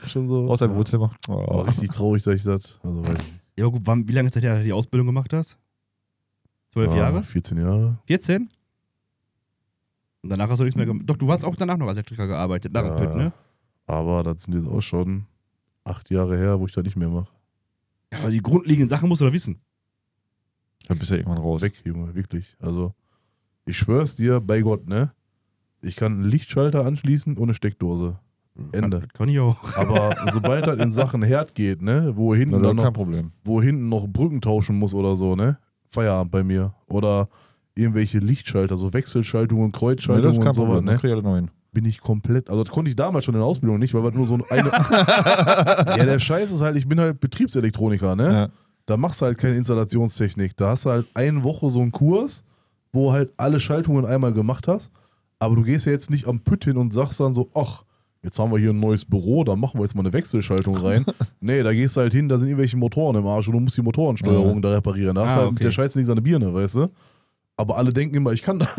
Speaker 1: schon so.
Speaker 2: Aus deinem Wohnzimmer. Oh.
Speaker 1: War richtig traurig, dass ich das, also weiß ich,
Speaker 3: Ja, aber gut, wann, wie lange ist das her, dass du die Ausbildung gemacht hast? Zwölf
Speaker 1: ja,
Speaker 3: Jahre?
Speaker 1: 14 Jahre.
Speaker 3: 14? Und danach hast du nichts mehr gemacht. Doch, du hast auch danach noch als Elektriker gearbeitet. Nach dem
Speaker 1: Ja,
Speaker 3: Pit, ne?
Speaker 1: Aber das sind jetzt auch schon acht Jahre her, wo ich das nicht mehr mache.
Speaker 3: Ja, aber die grundlegenden Sachen musst du doch wissen.
Speaker 2: Dann bist du ja irgendwann raus.
Speaker 1: Weg, Junge, wirklich. Also, ich schwör's dir, bei Gott, ne? Ich kann einen Lichtschalter anschließen ohne Steckdose. Ende.
Speaker 3: Das kann ich auch.
Speaker 1: Aber sobald das in Sachen Herd geht, ne, wo hinten,
Speaker 2: Na,
Speaker 1: dann
Speaker 2: dann kein
Speaker 1: noch,
Speaker 2: Problem.
Speaker 1: wo hinten noch Brücken tauschen muss oder so, ne? Feierabend bei mir. Oder irgendwelche Lichtschalter, so Wechselschaltungen,
Speaker 2: Nee, das
Speaker 1: Kreuzschaltungen
Speaker 2: ist kein
Speaker 1: und sowas,
Speaker 2: Problem. Das
Speaker 1: ne?
Speaker 2: krieg ich alle noch hin.
Speaker 1: Bin ich komplett. Also das konnte ich damals schon in der Ausbildung nicht, weil das nur so eine. ja, der Scheiß ist halt, ich bin halt Betriebselektroniker, ne?
Speaker 2: Ja.
Speaker 1: Da machst du halt keine Installationstechnik. Da hast du halt eine Woche so einen Kurs, wo halt alle Schaltungen einmal gemacht hast. Aber du gehst ja jetzt nicht am Pütt hin und sagst dann so, ach, jetzt haben wir hier ein neues Büro, da machen wir jetzt mal eine Wechselschaltung rein. nee, da gehst du halt hin, da sind irgendwelche Motoren im Arsch und du musst die Motorensteuerung
Speaker 2: Ja.
Speaker 1: da reparieren. Da hast
Speaker 3: Ah,
Speaker 1: du halt
Speaker 3: okay.
Speaker 1: mit der Scheiße nichts an der Birne, weißt du? Aber alle denken immer, ich kann das.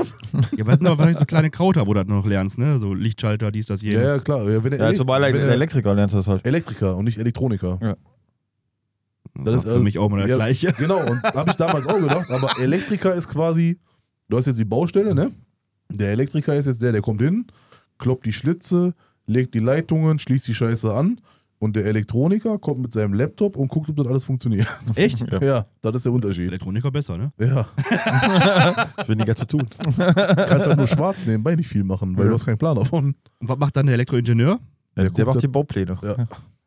Speaker 3: Ja, aber das sind aber wahrscheinlich so kleine Krauter, wo du das noch lernst, ne? So Lichtschalter, dies, das,
Speaker 1: Ja,
Speaker 3: jenes.
Speaker 1: ja, klar. Ja, wenn der
Speaker 2: Ja,
Speaker 1: Ele-
Speaker 2: zumal
Speaker 1: wenn
Speaker 2: Ele
Speaker 1: der
Speaker 2: Elektriker lernst du das halt.
Speaker 1: Elektriker und nicht Elektroniker.
Speaker 3: Das ist für mich auch mal das
Speaker 1: ja,
Speaker 3: Gleiche.
Speaker 1: Genau, und habe ich damals auch gedacht, aber Elektriker ist quasi, du hast jetzt die Baustelle, ne? Der Elektriker ist jetzt der, der kommt hin, kloppt die Schlitze, legt die Leitungen, schließt die Scheiße an und der Elektroniker kommt mit seinem Laptop und guckt, ob das alles funktioniert.
Speaker 3: Echt?
Speaker 2: Ja.
Speaker 1: Ja, das ist der Unterschied.
Speaker 3: Elektroniker besser, ne?
Speaker 1: Ja,
Speaker 2: Ist weniger zu tun.
Speaker 1: kannst halt nur schwarz nebenbei nicht viel machen, weil
Speaker 2: Ja.
Speaker 1: du hast keinen Plan davon.
Speaker 3: Und was macht dann der Elektroingenieur?
Speaker 1: Der
Speaker 2: Der,
Speaker 1: guckt
Speaker 2: macht
Speaker 1: das-
Speaker 2: die Baupläne.
Speaker 1: Ja.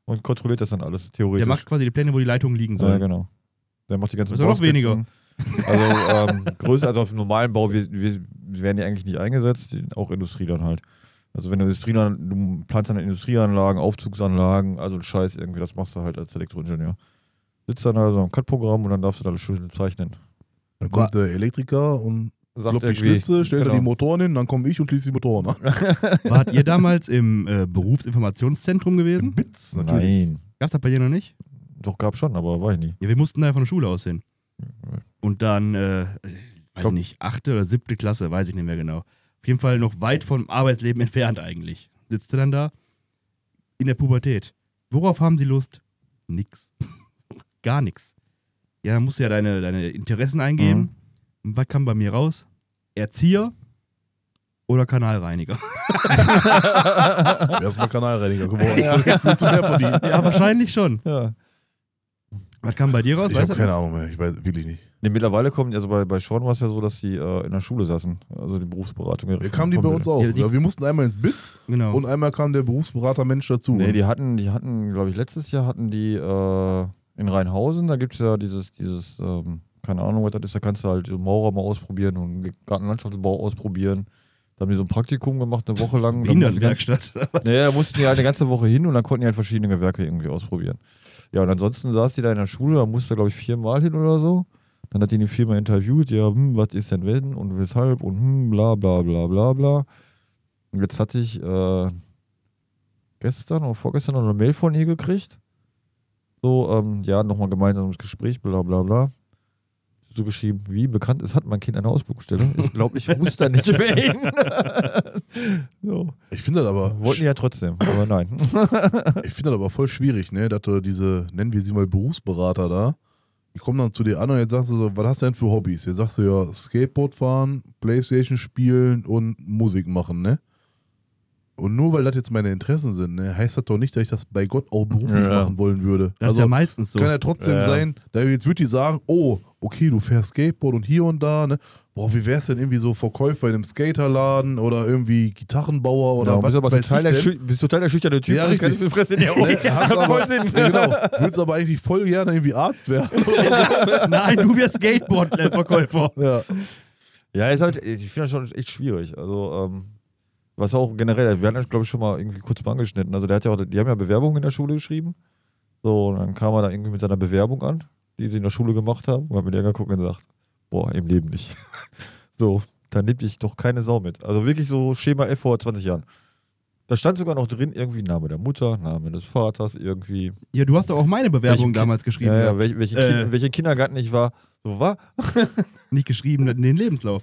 Speaker 2: Und kontrolliert das dann
Speaker 3: Der
Speaker 2: alles, theoretisch.
Speaker 3: macht quasi die Pläne, wo die Leitungen liegen
Speaker 2: ja,
Speaker 3: sollen.
Speaker 2: genau. Der macht die ganzen
Speaker 3: Das ist ja noch weniger.
Speaker 2: Bauskizzen. Also ähm, größer als auf dem normalen Bau. Wir, wir wir werden ja eigentlich nicht eingesetzt, auch Industrie dann halt. Also wenn du Industrie, du planst dann Industrieanlagen, Aufzugsanlagen, also Scheiß irgendwie, das machst du halt als Elektroingenieur. Sitzt dann also am CAD-Programm und dann darfst du da alles schön zeichnen.
Speaker 1: Dann kommt der Elektriker und
Speaker 2: Sagt
Speaker 1: kloppt die
Speaker 2: irgendwie-
Speaker 1: Schlitze, stellt da die
Speaker 2: genau.
Speaker 1: Motoren hin, dann komme ich und schließe die Motoren an. genau.
Speaker 3: Wart ihr damals im äh, Berufsinformationszentrum gewesen?
Speaker 1: Bitz, natürlich.
Speaker 2: Nein.
Speaker 3: Gab's das bei dir noch nicht?
Speaker 2: Doch, gab schon, aber war ich nie.
Speaker 3: Ja, wir mussten da von der Schule aus hin.
Speaker 1: Mhm.
Speaker 3: Und dann, äh, weiß
Speaker 2: Komm.
Speaker 3: nicht, achte oder siebte Klasse, weiß ich nicht mehr genau. Auf jeden Fall noch weit vom Arbeitsleben entfernt eigentlich. Sitzt du dann da, in der Pubertät. Worauf haben sie Lust? Nix. Gar nichts. Ja, dann musst du ja deine, deine Interessen eingeben.
Speaker 2: Mhm.
Speaker 3: Und was kam bei mir raus? Erzieher oder Kanalreiniger?
Speaker 1: Erstmal Kanalreiniger geworden. Ich will zu mehr verdienen.
Speaker 3: ja, wahrscheinlich schon.
Speaker 2: Ja.
Speaker 3: Was kam bei dir raus?
Speaker 1: Ich
Speaker 3: Weißt
Speaker 1: habe
Speaker 3: du?
Speaker 1: keine Ahnung mehr. Ich weiß wirklich nicht.
Speaker 2: Nee, mittlerweile kommen, also bei, bei Sean war es ja so, dass die äh, in der Schule saßen, also die Berufsberatung.
Speaker 1: Ja, kamen die bei uns auch.
Speaker 3: Ja, die-
Speaker 1: Ja, wir mussten einmal ins BITS
Speaker 3: Genau.
Speaker 1: und einmal kam der Berufsberater-Mensch dazu.
Speaker 2: Nee, die hatten, die hatten, glaube ich, letztes Jahr hatten die äh, in Rheinhausen, da gibt es ja dieses, dieses, ähm, keine Ahnung, was das ist, da kannst du halt Maurer mal ausprobieren und Gartenlandschaftsbau ausprobieren. Da haben die so ein Praktikum gemacht, eine Woche lang. Da mussten die ganz-
Speaker 3: Behindertenwerkstatt.
Speaker 1: Also
Speaker 2: Naja, da mussten die halt eine ganze Woche hin und dann konnten die halt verschiedene Gewerke irgendwie ausprobieren. Ja, und ansonsten saß die da in der Schule, da musste, glaube ich, viermal hin oder so. Dann hat die die viermal interviewt, ja, hm, was ist denn wenn und weshalb und hm, bla bla bla bla bla. Und jetzt hatte ich äh, gestern oder vorgestern noch eine Mail von ihr gekriegt. So, ähm, ja, nochmal gemeinsames Gespräch, bla bla bla. So geschrieben, wie bekannt ist, hat mein Kind eine Ausbildungsstelle. Ich glaube, ich muss da nicht mehr hin. so.
Speaker 1: Ich finde das aber
Speaker 2: Wollten die ja trotzdem, aber nein.
Speaker 1: Ich finde das aber voll schwierig, ne? Dass du diese, nennen wir sie mal Berufsberater da, die kommen dann zu dir an und jetzt sagst du so, was hast du denn für Hobbys? Jetzt sagst du ja, Skateboard fahren, Playstation spielen und Musik machen, ne? Und nur weil das jetzt meine Interessen sind, ne, heißt das doch nicht, dass ich das bei Gott auch beruflich
Speaker 2: Ja.
Speaker 1: machen wollen würde.
Speaker 3: Das ist
Speaker 1: also
Speaker 3: ja meistens so.
Speaker 1: kann ja trotzdem
Speaker 2: Ja.
Speaker 1: sein, da jetzt würde die sagen, oh, okay, du fährst Skateboard und hier und da, ne? Boah, wie wär's denn irgendwie so Verkäufer in einem Skaterladen oder irgendwie Gitarrenbauer oder
Speaker 2: Ja,
Speaker 1: was
Speaker 2: Genau, bist aber
Speaker 1: weiß
Speaker 2: total
Speaker 1: ich
Speaker 2: der,
Speaker 1: denn?
Speaker 2: schü bist total der schüchterne Typ.
Speaker 1: Ja,
Speaker 2: kriegst
Speaker 1: richtig.
Speaker 2: keine Fresse in die Augen.
Speaker 1: Ne? Hast du
Speaker 2: Hat
Speaker 1: aber,
Speaker 2: voll Sinn.
Speaker 1: Ja, genau. Willst aber eigentlich voll gerne irgendwie Arzt werden.
Speaker 3: Nein, du wirst Skateboard-Verkäufer.
Speaker 1: ja.
Speaker 2: Ja, ist halt, ich finde das schon echt schwierig. Also, ähm, was auch generell, wir hatten das, glaube ich, schon mal irgendwie kurz mal angeschnitten. Also, der hat ja auch, die haben ja Bewerbungen in der Schule geschrieben. So, und dann kam er da irgendwie mit seiner Bewerbung an, die sie in der Schule gemacht haben, und hat mir der angeguckt und gesagt: Boah, im Leben nicht. so, dann nimmt dich doch keine Sau mit. Also wirklich so Schema F vor 20 Jahren. Da stand sogar noch drin, irgendwie Name der Mutter, Name des Vaters, irgendwie
Speaker 3: Ja, du hast doch auch meine Bewerbung
Speaker 2: Welche-
Speaker 3: damals geschrieben.
Speaker 2: Ja, ja,
Speaker 3: gehabt.
Speaker 2: welche, welche,
Speaker 3: Äh.
Speaker 2: Kin- welche Kindergarten ich war, so war.
Speaker 3: Nicht geschrieben, in den Lebenslauf.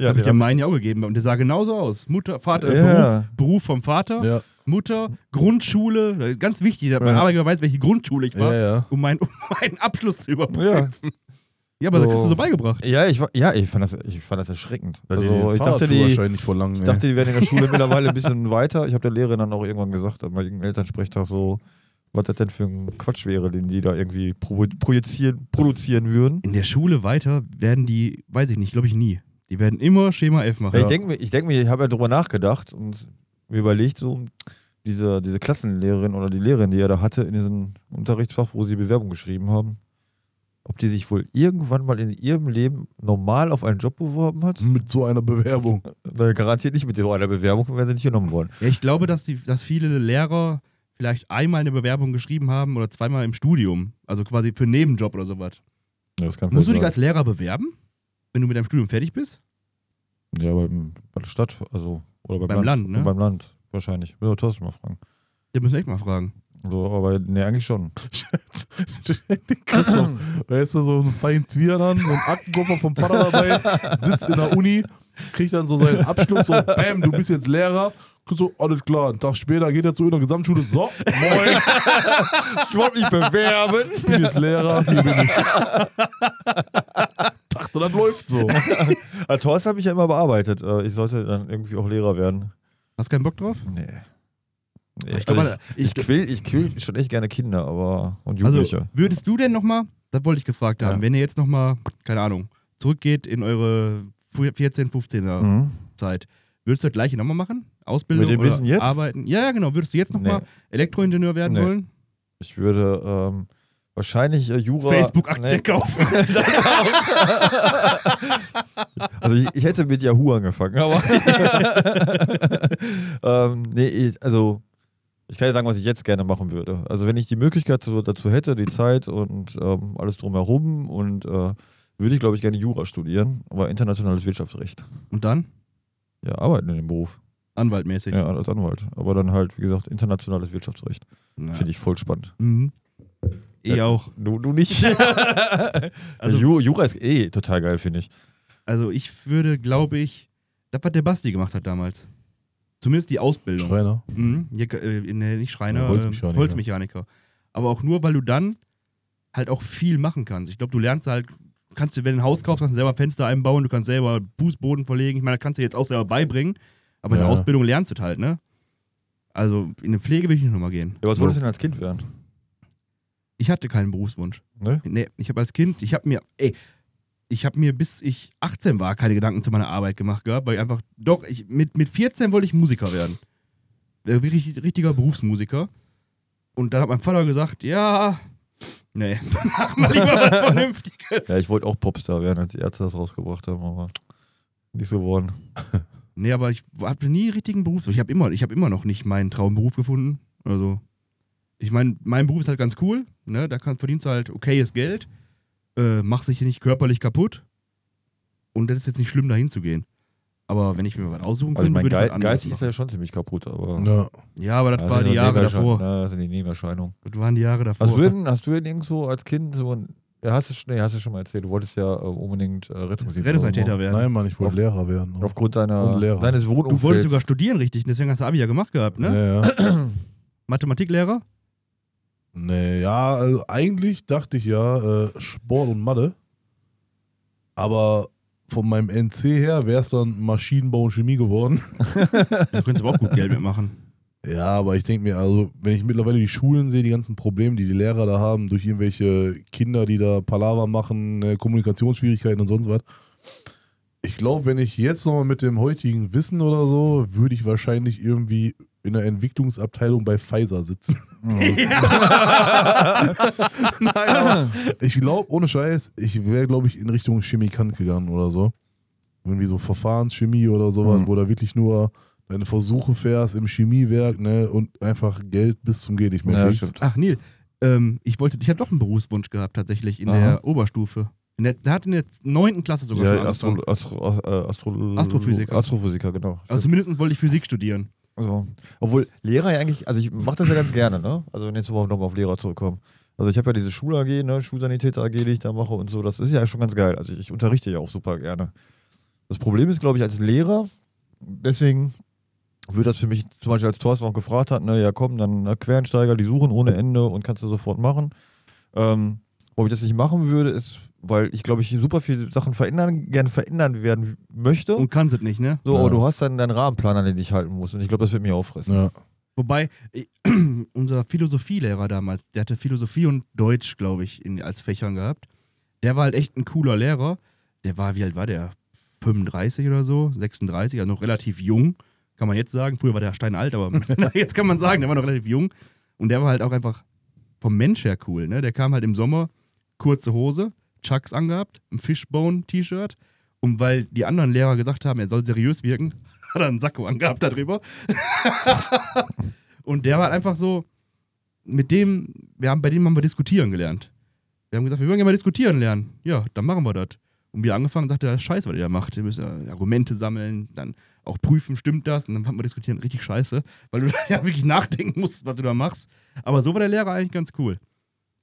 Speaker 3: Ja, habe ich
Speaker 2: den
Speaker 3: ja
Speaker 2: hab
Speaker 3: meinen ja auch gegeben. Und der sah genauso aus. Mutter, Vater,
Speaker 2: Ja.
Speaker 3: Beruf, Beruf vom Vater,
Speaker 1: Ja,
Speaker 3: Mutter, Grundschule. Ganz wichtig, dass mein
Speaker 2: Ja.
Speaker 3: Arbeitgeber weiß, welche Grundschule ich war,
Speaker 1: ja, ja.
Speaker 3: um, meinen, um meinen Abschluss zu überprüfen.
Speaker 2: Ja.
Speaker 3: Ja, aber das
Speaker 2: So.
Speaker 3: kriegst du so beigebracht.
Speaker 2: Ja, ich, war, ja ich, fand das, ich fand das erschreckend.
Speaker 1: Da hat die
Speaker 2: Also,
Speaker 1: den
Speaker 2: ich, dachte, die,
Speaker 1: Fahrradführerschein ne? nicht verlangen,
Speaker 2: ich
Speaker 1: ey.
Speaker 2: dachte, die werden in der Schule mittlerweile ein bisschen weiter. Ich habe der Lehrerin dann auch irgendwann gesagt, bei irgendeinem Elternsprechtag so, was das denn für ein Quatsch wäre, den die da irgendwie pro, projizieren, produzieren würden.
Speaker 3: In der Schule weiter werden die, weiß ich nicht, glaube ich nie. Die werden immer Schema F machen.
Speaker 2: Ja. Ich denke mir, ich, denk mir, ich habe ja drüber nachgedacht und mir überlegt, so diese, diese Klassenlehrerin oder die Lehrerin, die er da hatte in diesem Unterrichtsfach, wo sie Bewerbung geschrieben haben, ob die sich wohl irgendwann mal in ihrem Leben normal auf einen Job beworben hat.
Speaker 1: Mit so einer Bewerbung.
Speaker 2: Na, garantiert nicht mit so einer Bewerbung, wenn sie nicht genommen worden.
Speaker 3: Ja, ich glaube, dass, die, dass viele Lehrer vielleicht einmal eine Bewerbung geschrieben haben oder zweimal im Studium. Also quasi für einen Nebenjob oder sowas.
Speaker 2: Ja, das kann
Speaker 3: Musst du dich
Speaker 2: vielleicht
Speaker 3: als Lehrer bewerben, wenn du mit deinem Studium fertig bist?
Speaker 2: sein. Ja, beim, bei der Stadt, also. Oder beim,
Speaker 3: Beim
Speaker 2: Land.
Speaker 3: Land, ne?
Speaker 2: Beim Land, wahrscheinlich. Müssen wir Thorsten mal fragen.
Speaker 3: Da müssen wir echt mal fragen.
Speaker 2: So, aber nee, eigentlich schon.
Speaker 1: Christoph, da hättest du so einen feinen Zwirn an, so einen Aktenkoffer vom Vater dabei, sitzt in der Uni, kriegt dann so seinen Abschluss, so bam, du bist jetzt Lehrer. Guck So, alles klar, einen Tag später geht er zu irgendeiner Gesamtschule, so, moin,
Speaker 2: Ich wollte mich bewerben.
Speaker 1: ich bin jetzt Lehrer, hier bin ich. Dachte, das läuft so.
Speaker 2: Also, Thorsten hat mich ja immer bearbeitet. Äh, Ich sollte dann irgendwie auch Lehrer werden.
Speaker 3: Hast keinen Bock drauf?
Speaker 2: Nee. nee
Speaker 3: Ich
Speaker 2: ich,
Speaker 3: glaub,
Speaker 2: also
Speaker 3: mal,
Speaker 2: ich,
Speaker 3: ich-
Speaker 2: ich, quill, ich quill schon echt gerne Kinder aber und
Speaker 3: Also
Speaker 2: Jugendliche.
Speaker 3: würdest du denn nochmal, das wollte ich gefragt haben,
Speaker 2: Ja.
Speaker 3: wenn ihr jetzt nochmal, keine Ahnung, zurückgeht in eure fu- 14, 15er
Speaker 2: mhm.
Speaker 3: Zeit, würdest du das gleiche nochmal machen? Ausbildung
Speaker 2: Mit dem
Speaker 3: oder
Speaker 2: Wissen jetzt?
Speaker 3: arbeiten? Ja, ja, genau. Würdest du jetzt nochmal
Speaker 2: Nee.
Speaker 3: Elektroingenieur werden
Speaker 2: Nee.
Speaker 3: wollen?
Speaker 2: Ich würde ähm, wahrscheinlich äh, Jura.
Speaker 3: Facebook-Aktien
Speaker 2: Nee.
Speaker 3: kaufen.
Speaker 2: Also ich, ich hätte mit Yahoo angefangen, aber. ähm, nee, ich, also ich kann ja sagen, was ich jetzt gerne machen würde. Also wenn ich die Möglichkeit so- dazu hätte, die Zeit und ähm, alles drumherum und äh, würde ich, glaube ich, gerne Jura studieren, aber internationales Wirtschaftsrecht.
Speaker 3: Und dann?
Speaker 2: Ja, arbeiten in dem Beruf.
Speaker 3: Anwaltmäßig.
Speaker 2: Ja, als Anwalt. Aber dann halt, wie gesagt, internationales Wirtschaftsrecht.
Speaker 3: Na.
Speaker 2: Finde ich voll spannend.
Speaker 3: Mhm. Ich
Speaker 2: Ja.
Speaker 3: auch.
Speaker 2: Du, du nicht.
Speaker 3: Also-
Speaker 2: Ju, Jura ist eh total geil, finde ich.
Speaker 3: Also ich würde, glaube ich, das, was der Basti gemacht hat damals. Zumindest die Ausbildung.
Speaker 1: Schreiner.
Speaker 3: Mhm. Ja, äh, nee, nicht Schreiner,
Speaker 1: Ja,
Speaker 3: Holzmechaniker.
Speaker 1: Holzmechaniker.
Speaker 3: Holzmechaniker. Aber auch nur, weil du dann halt auch viel machen kannst. Ich glaube, du lernst halt, kannst dir, wenn du ein Haus kaufst, kannst du selber Fenster einbauen, du kannst selber Fußboden verlegen. Ich meine, das kannst du dir jetzt auch selber beibringen, aber in
Speaker 1: Ja.
Speaker 3: der Ausbildung lernst du es halt, ne? Also in eine Pflege will ich nicht nochmal gehen.
Speaker 2: Ja, was wolltest du denn als Kind werden?
Speaker 3: Ich hatte keinen Berufswunsch.
Speaker 2: Ne?
Speaker 3: Nee, ich habe als Kind, ich habe mir, ey, ich habe mir bis ich 18 war keine Gedanken zu meiner Arbeit gemacht gehabt, weil ich einfach, doch, ich, mit, mit 14 wollte ich Musiker werden. Äh, Richtig, richtiger Berufsmusiker. Und dann hat mein Vater gesagt, ja, nee, mach mal lieber was Vernünftiges.
Speaker 2: Ja, ich wollte auch Popstar werden, als die Ärzte das rausgebracht haben, aber nicht so geworden.
Speaker 3: Nee, aber ich habe nie richtigen Beruf. Ich habe immer, ich hab immer noch nicht meinen Traumberuf gefunden. Also, ich meine, mein Beruf ist halt ganz cool. Ne? Da kann, verdienst du halt okayes Geld, äh, machst dich nicht körperlich kaputt. Und das ist jetzt nicht schlimm, dahin zu gehen. Aber wenn ich mir was aussuchen
Speaker 2: Also ich
Speaker 3: könnte,
Speaker 2: mein,
Speaker 3: würde ich
Speaker 2: Ge
Speaker 3: was anderes
Speaker 2: geistig ist halt- also
Speaker 3: machen.
Speaker 2: ja schon ziemlich kaputt, aber...
Speaker 1: Ja.
Speaker 3: Ja, aber das,
Speaker 2: Das
Speaker 3: war
Speaker 2: sind
Speaker 3: die
Speaker 2: nur
Speaker 3: Jahre
Speaker 2: Nebenerscheinungen.
Speaker 3: davor.
Speaker 2: Ja, das sind die Nebenerscheinungen.
Speaker 3: Das waren die Jahre davor.
Speaker 2: Hast du, denn, hast du denn irgendwo als Kind so ein. Ja, hast du, sch- nee, hast du schon mal erzählt, du wolltest ja äh, unbedingt äh, Rettungsdienst
Speaker 3: Rettungssanitäter werden.
Speaker 1: Nein, Mann, ich wollte
Speaker 2: Auf-
Speaker 1: Lehrer werden.
Speaker 2: machen. Aufgrund deiner,
Speaker 1: Und Lehrer.
Speaker 2: deines
Speaker 3: Du wolltest sogar
Speaker 2: Wohnumfelds.
Speaker 3: studieren, richtig. Deswegen hast du Abi ja gemacht gehabt, ne?
Speaker 1: Ja, ja.
Speaker 3: Mathematiklehrer?
Speaker 1: Nee, ja, also eigentlich dachte ich ja äh, Sport und Mathe. Aber von meinem NC her wäre es dann Maschinenbau und Chemie geworden.
Speaker 3: Da könntest du aber auch gut Geld mitmachen.
Speaker 1: Ja, aber ich denke mir, also wenn ich mittlerweile die Schulen sehe, die ganzen Probleme, die die Lehrer da haben, durch irgendwelche Kinder, die da Palaver machen, äh, Kommunikationsschwierigkeiten und sonst was. Ich glaube, wenn ich jetzt nochmal mit dem heutigen Wissen oder so, würde ich wahrscheinlich irgendwie in der Entwicklungsabteilung bei Pfizer sitzen. Nein, aber ich glaube, ohne Scheiß, ich wäre, glaube ich, in Richtung Chemikant gegangen oder so. Irgendwie so Verfahrenschemie oder sowas,
Speaker 2: Mhm.
Speaker 1: wo da wirklich nur deine Versuche fährst im Chemiewerk, ne, und einfach Geld bis zum Geh nicht mehr
Speaker 2: Ja,
Speaker 1: kriegst.
Speaker 2: stimmt.
Speaker 3: Ach, Neil, ähm, ich wollte, ich habe doch einen Berufswunsch gehabt, tatsächlich, in
Speaker 2: Aha.
Speaker 3: der Oberstufe. In der, der hat in der neunten Klasse sogar
Speaker 2: Ja,
Speaker 3: schon
Speaker 2: Astro,
Speaker 3: angefangen.
Speaker 2: Astro, äh, Astro,
Speaker 3: Astrophysiker.
Speaker 2: Astrophysiker, genau.
Speaker 3: Also mindestens wollte ich Physik studieren.
Speaker 2: Also, obwohl Lehrer ja eigentlich, also ich mache das ja ganz gerne, ne? Also wenn jetzt nochmal auf Lehrer zurückkommen. Also ich habe ja diese Schul-AG, ne? Schulsanitäter-AG, die ich da mache und so. Das ist ja schon ganz geil. Also ich, ich unterrichte ja auch super gerne. Das Problem ist, glaube ich, als Lehrer, deswegen wird das für mich, zum Beispiel als Thorsten auch gefragt hat, ne, ja komm, dann ne, Quereinsteiger, die suchen ohne Ende und kannst du sofort machen. Ähm, warum ich das nicht machen würde, ist, weil ich, glaube ich, super viele Sachen verändern, gerne verändern werden möchte.
Speaker 3: Und kannst es nicht, ne?
Speaker 2: so,
Speaker 1: Ja.
Speaker 2: aber du hast dann deinen Rahmenplan, an den du dich halten musst. Und ich glaube, das wird mich auffressen.
Speaker 1: Ja.
Speaker 3: Wobei, ich, unser Philosophielehrer damals, der hatte Philosophie und Deutsch, glaube ich, in, als Fächern gehabt. Der war halt echt ein cooler Lehrer. Der war, wie alt war der? 35 oder so, 36, also noch relativ jung, kann man jetzt sagen. Früher war der steinalt, aber jetzt kann man sagen, der war noch relativ jung. Und der war halt auch einfach vom Mensch her cool, ne? Der kam halt im Sommer, kurze Hose, Chucks angehabt, ein Fishbone-T-Shirt. Und weil die anderen Lehrer gesagt haben, er soll seriös wirken, hat er einen Sakko angehabt darüber. Und der war halt einfach so, mit dem, wir haben, bei dem haben wir diskutieren gelernt. Wir haben gesagt, wir würden gerne mal diskutieren lernen. Ja, dann machen wir das. Und wir angefangen und sagte, das ist scheiße, was ihr da macht. Ihr müsst äh, Argumente sammeln, dann auch prüfen, stimmt das? Und dann fanden wir diskutieren richtig scheiße, weil du da ja wirklich nachdenken musst, was du da machst. Aber so war der Lehrer eigentlich ganz cool.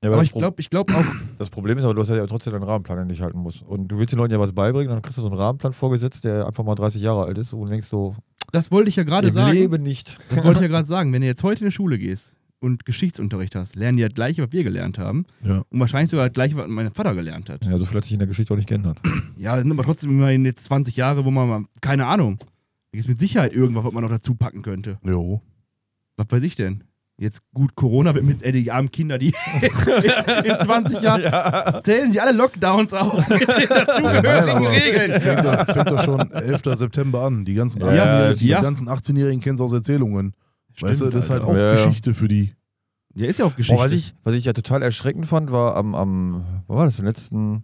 Speaker 2: Ja,
Speaker 3: Aber
Speaker 2: das
Speaker 3: ich
Speaker 2: Pro-
Speaker 3: glaube ich glaub auch,
Speaker 2: Das Problem ist aber, du hast ja trotzdem deinen Rahmenplan, an den dich halten musst. Und du willst den Leuten ja was beibringen, dann kriegst du so einen Rahmenplan vorgesetzt, der einfach mal 30 Jahre alt ist und denkst so,
Speaker 3: das wollte ich ja gerade
Speaker 2: im
Speaker 3: sagen.
Speaker 2: Leben nicht.
Speaker 3: Das wollte ich ja gerade sagen. Wenn du jetzt heute in die Schule gehst und Geschichtsunterricht hast, lernen die das gleiche, was wir gelernt haben.
Speaker 1: Ja.
Speaker 3: Und wahrscheinlich sogar das gleiche, was mein Vater gelernt hat.
Speaker 2: Ja, so viel hat sich in der Geschichte auch nicht geändert.
Speaker 3: Ja, sind aber trotzdem immerhin jetzt 20 Jahre, wo man mal, keine Ahnung. Da gibt es mit Sicherheit irgendwas, was man noch dazu packen könnte.
Speaker 1: Jo.
Speaker 3: Was weiß ich denn? Jetzt gut, Corona wird mit, ey, die armen Kinder, die in 20 Jahren zählen sich alle Lockdowns auf mit den dazugehörigen
Speaker 1: aber
Speaker 3: Regeln.
Speaker 1: Fängt da, fängt da schon 11. September an. Die ganzen
Speaker 2: Ja,
Speaker 1: 18-Jährigen
Speaker 3: ja.
Speaker 1: die ganzen 18-Jährigen kennen es aus Erzählungen. weißt du,
Speaker 3: Stimmt,
Speaker 1: das ist halt
Speaker 3: Alter.
Speaker 1: auch
Speaker 2: Ja, ja.
Speaker 1: Geschichte für die.
Speaker 3: Ja, ist ja auch
Speaker 2: Boah,
Speaker 3: Geschichte.
Speaker 2: was, ich, was ich ja total erschreckend fand, war am, am was war das, den letzten,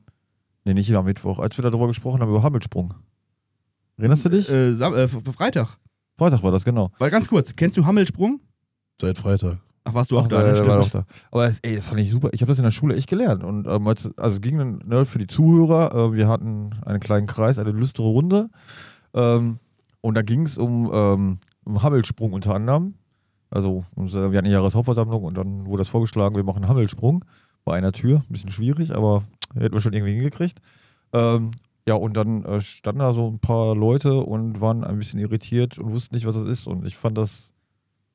Speaker 2: nee, nicht am Mittwoch, als wir darüber gesprochen haben, über Hammelsprung. Erinnerst du dich?
Speaker 3: Äh, Sam äh, F- Freitag.
Speaker 2: Freitag war das, genau.
Speaker 3: Weil ganz kurz, kennst du Hammelsprung?
Speaker 1: Seit Freitag.
Speaker 3: Ach, warst du auch
Speaker 2: Ach,
Speaker 3: da?
Speaker 2: der-
Speaker 3: ne?
Speaker 2: der
Speaker 3: Stimmt.
Speaker 2: war doch Also, da. Aber das, ey, das fand ich super. Ich habe das in der Schule echt gelernt. Und ähm, als, also es ging dann ne, für die Zuhörer, äh, wir hatten einen kleinen Kreis, eine lüstere Runde. Ähm, und da ging es um, ähm, um Hammelsprung unter anderem. Also unser- wir hatten eine Jahreshauptversammlung und dann wurde das vorgeschlagen, wir machen einen Hammelsprung bei einer Tür. Ein bisschen schwierig, aber hätten wir schon irgendwie hingekriegt. Ähm, Ja, und dann äh, standen da so ein paar Leute und waren ein bisschen irritiert und wussten nicht, was das ist. Und ich fand das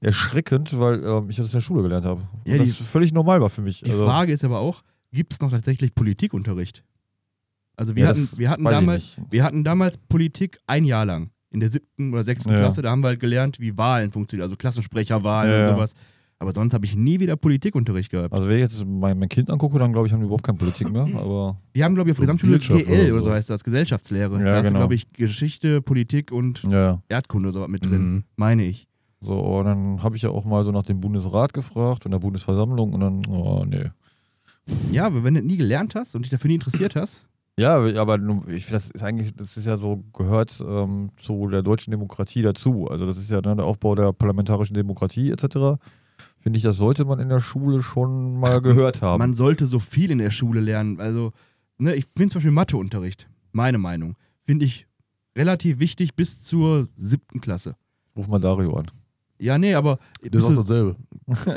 Speaker 2: erschreckend, weil ähm, ich das in der Schule gelernt habe. Und
Speaker 3: Ja, die-
Speaker 2: das völlig normal war für mich.
Speaker 3: Die
Speaker 2: Also,
Speaker 3: Frage ist aber auch, gibt es noch tatsächlich Politikunterricht? Also wir
Speaker 2: Ja,
Speaker 3: hatten,
Speaker 2: das
Speaker 3: wir hatten
Speaker 2: weiß ich
Speaker 3: damals,
Speaker 2: nicht.
Speaker 3: wir hatten damals Politik ein Jahr lang. In der siebten oder sechsten
Speaker 2: Ja.
Speaker 3: Klasse, da haben wir halt gelernt, wie Wahlen funktionieren, also Klassensprecherwahlen
Speaker 2: Ja,
Speaker 3: und
Speaker 2: ja.
Speaker 3: sowas. Aber sonst habe ich nie wieder Politikunterricht gehabt.
Speaker 2: Also wenn ich jetzt mein, mein Kind angucke, dann glaube ich, haben die überhaupt keine Politik mehr. Aber
Speaker 3: Die haben, glaube ich, auf
Speaker 1: So
Speaker 3: Gesamtschule
Speaker 1: Wirtschaft
Speaker 3: GL oder
Speaker 1: oder
Speaker 3: so.
Speaker 1: so.
Speaker 3: heißt das, Gesellschaftslehre.
Speaker 2: Ja,
Speaker 3: da hast du,
Speaker 2: genau. Hm.
Speaker 3: glaube ich, Geschichte, Politik und
Speaker 2: ja, ja.
Speaker 3: Erdkunde oder so mit drin,
Speaker 1: Mhm.
Speaker 3: meine ich.
Speaker 2: So, und dann habe ich ja auch mal so nach dem Bundesrat gefragt und der Bundesversammlung und dann, oh nee.
Speaker 3: Ja, aber wenn du nie gelernt hast und dich dafür nie interessiert hast,
Speaker 2: Ja, aber nun, ich, find, das ist eigentlich, das ist ja so, gehört ähm, zu der deutschen Demokratie dazu. Also das ist ja dann der Aufbau der parlamentarischen Demokratie etc. Finde ich, das sollte man in der Schule schon mal gehört haben.
Speaker 3: man sollte so viel in der Schule lernen. Also, ne, ich finde zum Beispiel Matheunterricht, meine Meinung, finde ich relativ wichtig bis zur siebten Klasse.
Speaker 2: Ruf mal Dario an.
Speaker 3: Ja, nee, aber
Speaker 1: Der
Speaker 3: bis,
Speaker 1: sagt
Speaker 3: zur,
Speaker 1: dasselbe.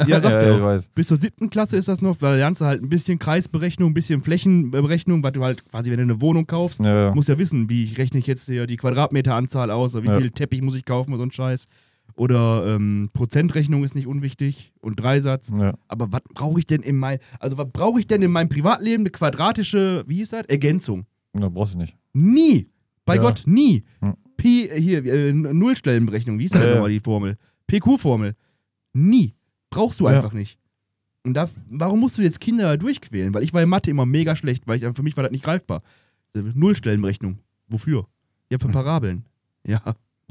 Speaker 3: ja, sagt er
Speaker 2: ich
Speaker 3: auch.
Speaker 2: weiß.
Speaker 3: bis zur siebten Klasse ist das noch, weil da lernst du halt ein bisschen Kreisberechnung, ein bisschen Flächenberechnung, was du halt quasi, wenn du eine Wohnung kaufst,
Speaker 2: Ja, ja.
Speaker 3: muss ja wissen, wie ich rechne ich jetzt hier die Quadratmeteranzahl aus oder wie
Speaker 2: Ja.
Speaker 3: viel Teppich muss ich kaufen oder so ein Scheiß. Oder ähm, Prozentrechnung ist nicht unwichtig und Dreisatz.
Speaker 2: ja.
Speaker 3: Aber was brauche ich denn in mein, also was brauche ich denn in meinem Privatleben eine quadratische, wie hieß das? Ergänzung.
Speaker 2: Na, brauchst du nicht.
Speaker 3: Nie. Bei
Speaker 1: Ja.
Speaker 3: Gott, nie.
Speaker 2: Hm.
Speaker 3: P, äh, hier, äh, Nullstellenberechnung, wie hieß das
Speaker 2: Ja, ja.
Speaker 3: nochmal die Formel? PQ-Formel. Nie. Brauchst du
Speaker 2: Ja.
Speaker 3: einfach nicht. Und da, warum musst du jetzt Kinder da durchquälen? Weil ich war in Mathe immer mega schlecht, weil ich, für mich war das nicht greifbar. Äh, Nullstellenberechnung. Wofür? Ja, für Parabeln. Ja,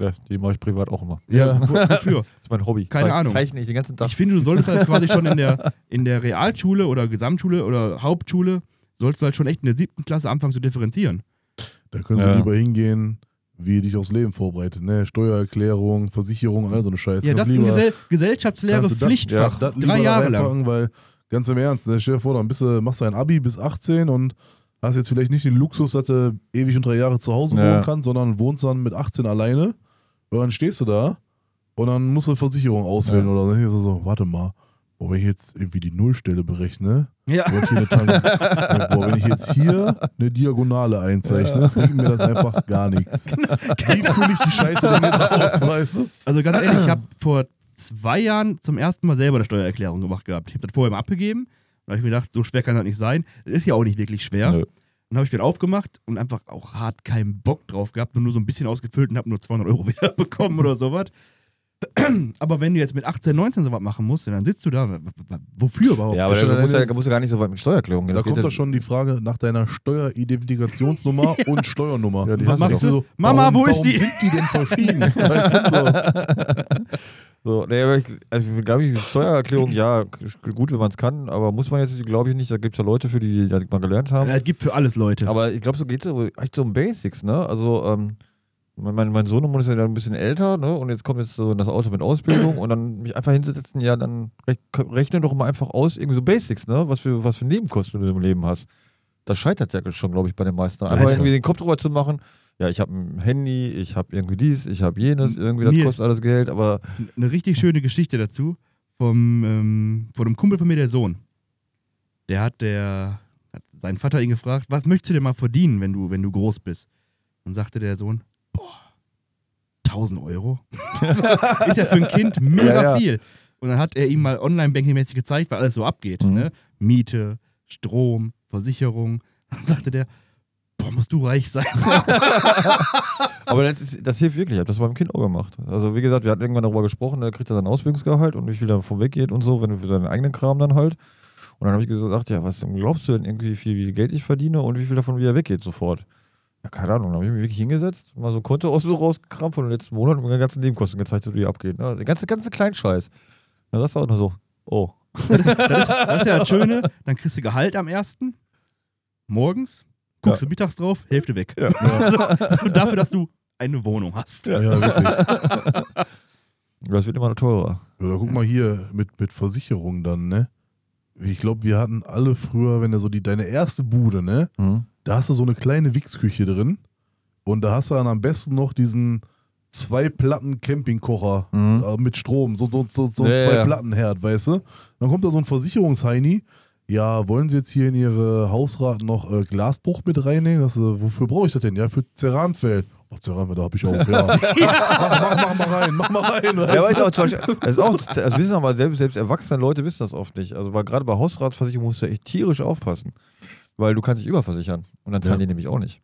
Speaker 2: Ja, die mache ich privat auch immer.
Speaker 3: ja. wo- wofür?
Speaker 2: Das ist mein Hobby.
Speaker 3: Keine
Speaker 2: Zeichne-
Speaker 3: Ahnung.
Speaker 2: Zeichne ich den ganzen Tag.
Speaker 3: Ich finde, du solltest halt quasi schon in der, in der Realschule oder Gesamtschule oder Hauptschule, solltest du halt schon echt in der siebten Klasse anfangen zu differenzieren.
Speaker 1: Da können sie
Speaker 2: Ja.
Speaker 1: lieber hingehen, wie dich aufs Leben vorbereitet. Ne? Steuererklärung, Versicherung und all so eine Scheiße.
Speaker 3: ja, das
Speaker 1: Kannst
Speaker 3: in
Speaker 1: lieber-
Speaker 3: Gesell Gesellschaftslehre
Speaker 1: kannst du das-
Speaker 3: Pflichtfach.
Speaker 1: das lieber
Speaker 3: drei
Speaker 1: da
Speaker 3: Jahre lang.
Speaker 1: reinpacken, Weil, ganz im Ernst, ne, stell dir vor, dann bist du, machst du ein Abi bis 18 und hast jetzt vielleicht nicht den Luxus, dass du ewig und drei Jahre zu Hause
Speaker 2: Ja.
Speaker 1: wohnen kannst, sondern wohnst dann mit 18 alleine. Und dann stehst du da und dann musst du Versicherung auswählen
Speaker 2: Ja.
Speaker 1: oder so. Dann denkst du so, warte mal, boah, wenn ich jetzt irgendwie die Nullstelle berechne,
Speaker 3: Ja.
Speaker 1: boah, hier eine Tang- Ja, boah, wenn ich jetzt hier eine Diagonale einzeichne, bringt mir das einfach gar nichts.
Speaker 3: Genau.
Speaker 1: Wie fühle ich die Scheiße denn jetzt aus, weißt du?
Speaker 3: Also ganz ehrlich, ich habe vor zwei Jahren zum ersten Mal selber eine Steuererklärung gemacht gehabt. Ich habe das vorher mal abgegeben. Da habe ich mir gedacht, so schwer kann das nicht sein. Das ist ja auch nicht wirklich schwer.
Speaker 2: Nö.
Speaker 3: Dann habe ich den aufgemacht und einfach auch hart keinen Bock drauf gehabt, nur, nur so ein bisschen ausgefüllt und habe nur 200 Euro wieder bekommen oder sowas. Aber wenn du jetzt mit 18, 19 sowas machen musst, dann sitzt du da. w- w- w- Wofür überhaupt?
Speaker 2: Ja, aber
Speaker 1: Das ist schon
Speaker 2: da musst, du,
Speaker 1: eine-
Speaker 2: da musst du gar nicht so weit mit Steuererklärung
Speaker 1: Da
Speaker 2: gehen. Das geht
Speaker 1: kommt doch
Speaker 2: ja-
Speaker 1: schon die Frage nach deiner Steueridentifikationsnummer und Steuernummer.
Speaker 2: Ja, die
Speaker 1: Und
Speaker 2: hast du
Speaker 1: denkst
Speaker 3: doch.
Speaker 1: so,
Speaker 3: Mama,
Speaker 1: warum,
Speaker 3: wo ist
Speaker 1: warum
Speaker 3: die?
Speaker 1: sind die denn verschieden? Weißt du,
Speaker 2: So, nee, aber ich, also, glaube ich, Steuererklärung, ja, g- gut, wenn man es kann, aber muss man jetzt, glaube ich, nicht. Da gibt es ja Leute für, die, die das mal gelernt haben.
Speaker 3: Ja, Äh, Es gibt für alles Leute.
Speaker 2: Aber ich glaube, so geht es echt so um Basics, ne? Also, ähm, mein, mein, mein Sohnemann ist ja dann ein bisschen älter, ne? Und jetzt kommt jetzt so das Auto mit Ausbildung und dann mich einfach hinzusetzen, ja, dann rech- rechne doch mal einfach aus, irgendwie so Basics, ne? Was für, was für Nebenkosten du im Leben hast. Das scheitert ja schon, glaube ich, bei den meisten. Einfach
Speaker 1: Leider.
Speaker 2: irgendwie den Kopf drüber zu machen. Ja, ich habe ein Handy, ich habe irgendwie dies, ich habe jenes, irgendwie das
Speaker 3: Nils.
Speaker 2: kostet alles Geld, aber
Speaker 3: eine richtig schöne Geschichte dazu vom, ähm, von einem Kumpel von mir, der Sohn. Der hat der hat seinen Vater ihn gefragt, was möchtest du denn mal verdienen, wenn du, wenn du groß bist? Und sagte der Sohn, boah, 1000 Euro? ist ja für ein Kind mega
Speaker 2: Ja, ja.
Speaker 3: viel. Und dann hat er ihm mal Online-Banking-mäßig gezeigt, weil alles so abgeht.
Speaker 2: Mhm.
Speaker 3: Ne? Miete, Strom, Versicherung. Dann sagte der, boah, musst du reich sein.
Speaker 2: Aber das, ist, das hilft wirklich. Ich habe das beim Kind auch gemacht. Also, wie gesagt, wir hatten irgendwann darüber gesprochen, da kriegt er sein Ausbildungsgehalt und wie viel er vom Weg geht und so, wenn du für deinen eigenen Kram dann halt. Und dann habe ich gesagt, ja, was glaubst du denn irgendwie, wie viel, wie viel Geld ich verdiene und wie viel davon wieder weggeht sofort? Ja, keine Ahnung. Dann habe ich mich wirklich hingesetzt, mal so ein Konto aus so rausgekramt von den letzten Monaten und meine ganzen Nebenkosten gezeigt, so die abgehen. Ne? Der ganze, ganze Kleinscheiß. Dann sagst du auch nur so, oh.
Speaker 3: Das ist, das ist ja das Schöne. Dann kriegst du Gehalt am 1. Morgens, guckst du mittags drauf, Hälfte weg. so, so dafür, dass du eine Wohnung hast.
Speaker 1: so. Ja, wirklich. Ja,
Speaker 2: Das wird immer teurer.
Speaker 1: Oder guck mal hier mit, mit Versicherung dann, ne? Ich glaube, wir hatten alle früher, wenn du so die, deine erste Bude, ne?
Speaker 2: Hm?
Speaker 1: Da hast du so eine kleine Wichsküche drin und da hast du dann am besten noch diesen zwei Platten Campingkocher
Speaker 2: Mhm.
Speaker 1: äh, mit Strom, so so so, so ein
Speaker 2: Ja, ja,
Speaker 1: zwei
Speaker 2: ja.
Speaker 1: Platten Herd, weißt du? Dann kommt da so ein Versicherungsheini, ja, wollen Sie jetzt hier in Ihre Hausrat noch äh, Glasbruch mit reinnehmen? Das, äh, wofür brauche ich das denn? Ja, für Ceranfeld. Oh, Ceranfeld habe ich auch, ja. mach, mach, mach mal rein, mach mal rein.
Speaker 2: Ja, aber
Speaker 1: weißt
Speaker 2: ist
Speaker 1: du?
Speaker 2: auch, zum Beispiel, das ist auch, das wissen aber selbst, selbst erwachsene Leute wissen das oft nicht. Also bei, gerade bei Hausratsversicherung musst du echt tierisch aufpassen, weil du kannst dich überversichern und dann zahlen
Speaker 1: Ja.
Speaker 2: die nämlich auch nicht.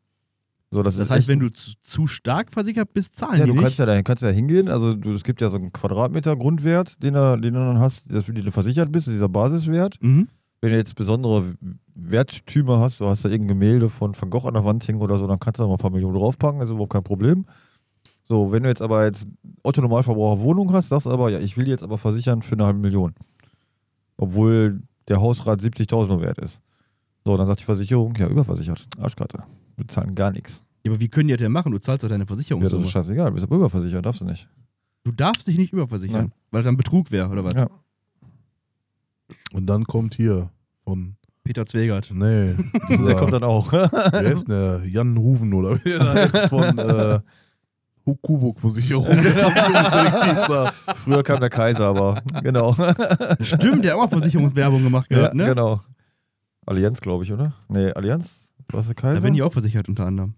Speaker 2: So, das,
Speaker 3: Das
Speaker 2: ist
Speaker 3: heißt,
Speaker 2: echt,
Speaker 3: wenn du zu, zu stark versichert bist, zahlen
Speaker 2: ja,
Speaker 3: die
Speaker 2: du kannst
Speaker 3: nicht.
Speaker 2: ja, da, kannst ja hingehen, also du, es gibt ja so einen Quadratmeter Grundwert, den, er, den du dann hast, dass du den du versichert bist, dieser Basiswert.
Speaker 3: Mhm.
Speaker 2: Wenn du jetzt besondere Werttümer hast, du hast da irgendein Gemälde von Van Gogh an der Wand hängen oder so, dann kannst du da mal ein paar Millionen draufpacken, ist überhaupt kein Problem. So, wenn du jetzt aber jetzt Otto Normalverbraucher Wohnung hast, sagst du aber, ja, ich will die jetzt aber versichern für eine halbe Million. Obwohl der Hausrat 70.000 nur wert ist. So, dann sagt die Versicherung, ja, überversichert, Arschkarte. Wir zahlen gar nichts.
Speaker 3: Ja, aber wie können die das denn machen? Du zahlst doch deine
Speaker 2: Ja, das
Speaker 3: Versicherungssumme.
Speaker 2: ist scheißegal, du bist aber überversichert, darfst du nicht.
Speaker 3: du darfst dich nicht überversichern,
Speaker 2: Nein.
Speaker 3: weil das dann Betrug wäre, oder was?
Speaker 2: Ja.
Speaker 1: Und dann kommt hier von,
Speaker 3: Peter Zwegert.
Speaker 1: nee,
Speaker 2: Der kommt dann auch.
Speaker 1: Wer ist denn der? Jan Ruven oder wie der da ist von äh, Kubuk-Versicherung. Versicherungsdetektiv da.
Speaker 2: Früher kam der Kaiser, aber genau.
Speaker 3: Stimmt, der hat auch Versicherungswerbung gemacht
Speaker 2: Ja,
Speaker 3: gehabt, ne?
Speaker 2: genau. Allianz, glaube ich, oder? Nee, Allianz? Was der Kaiser?
Speaker 3: Da bin ich auch versichert unter anderem.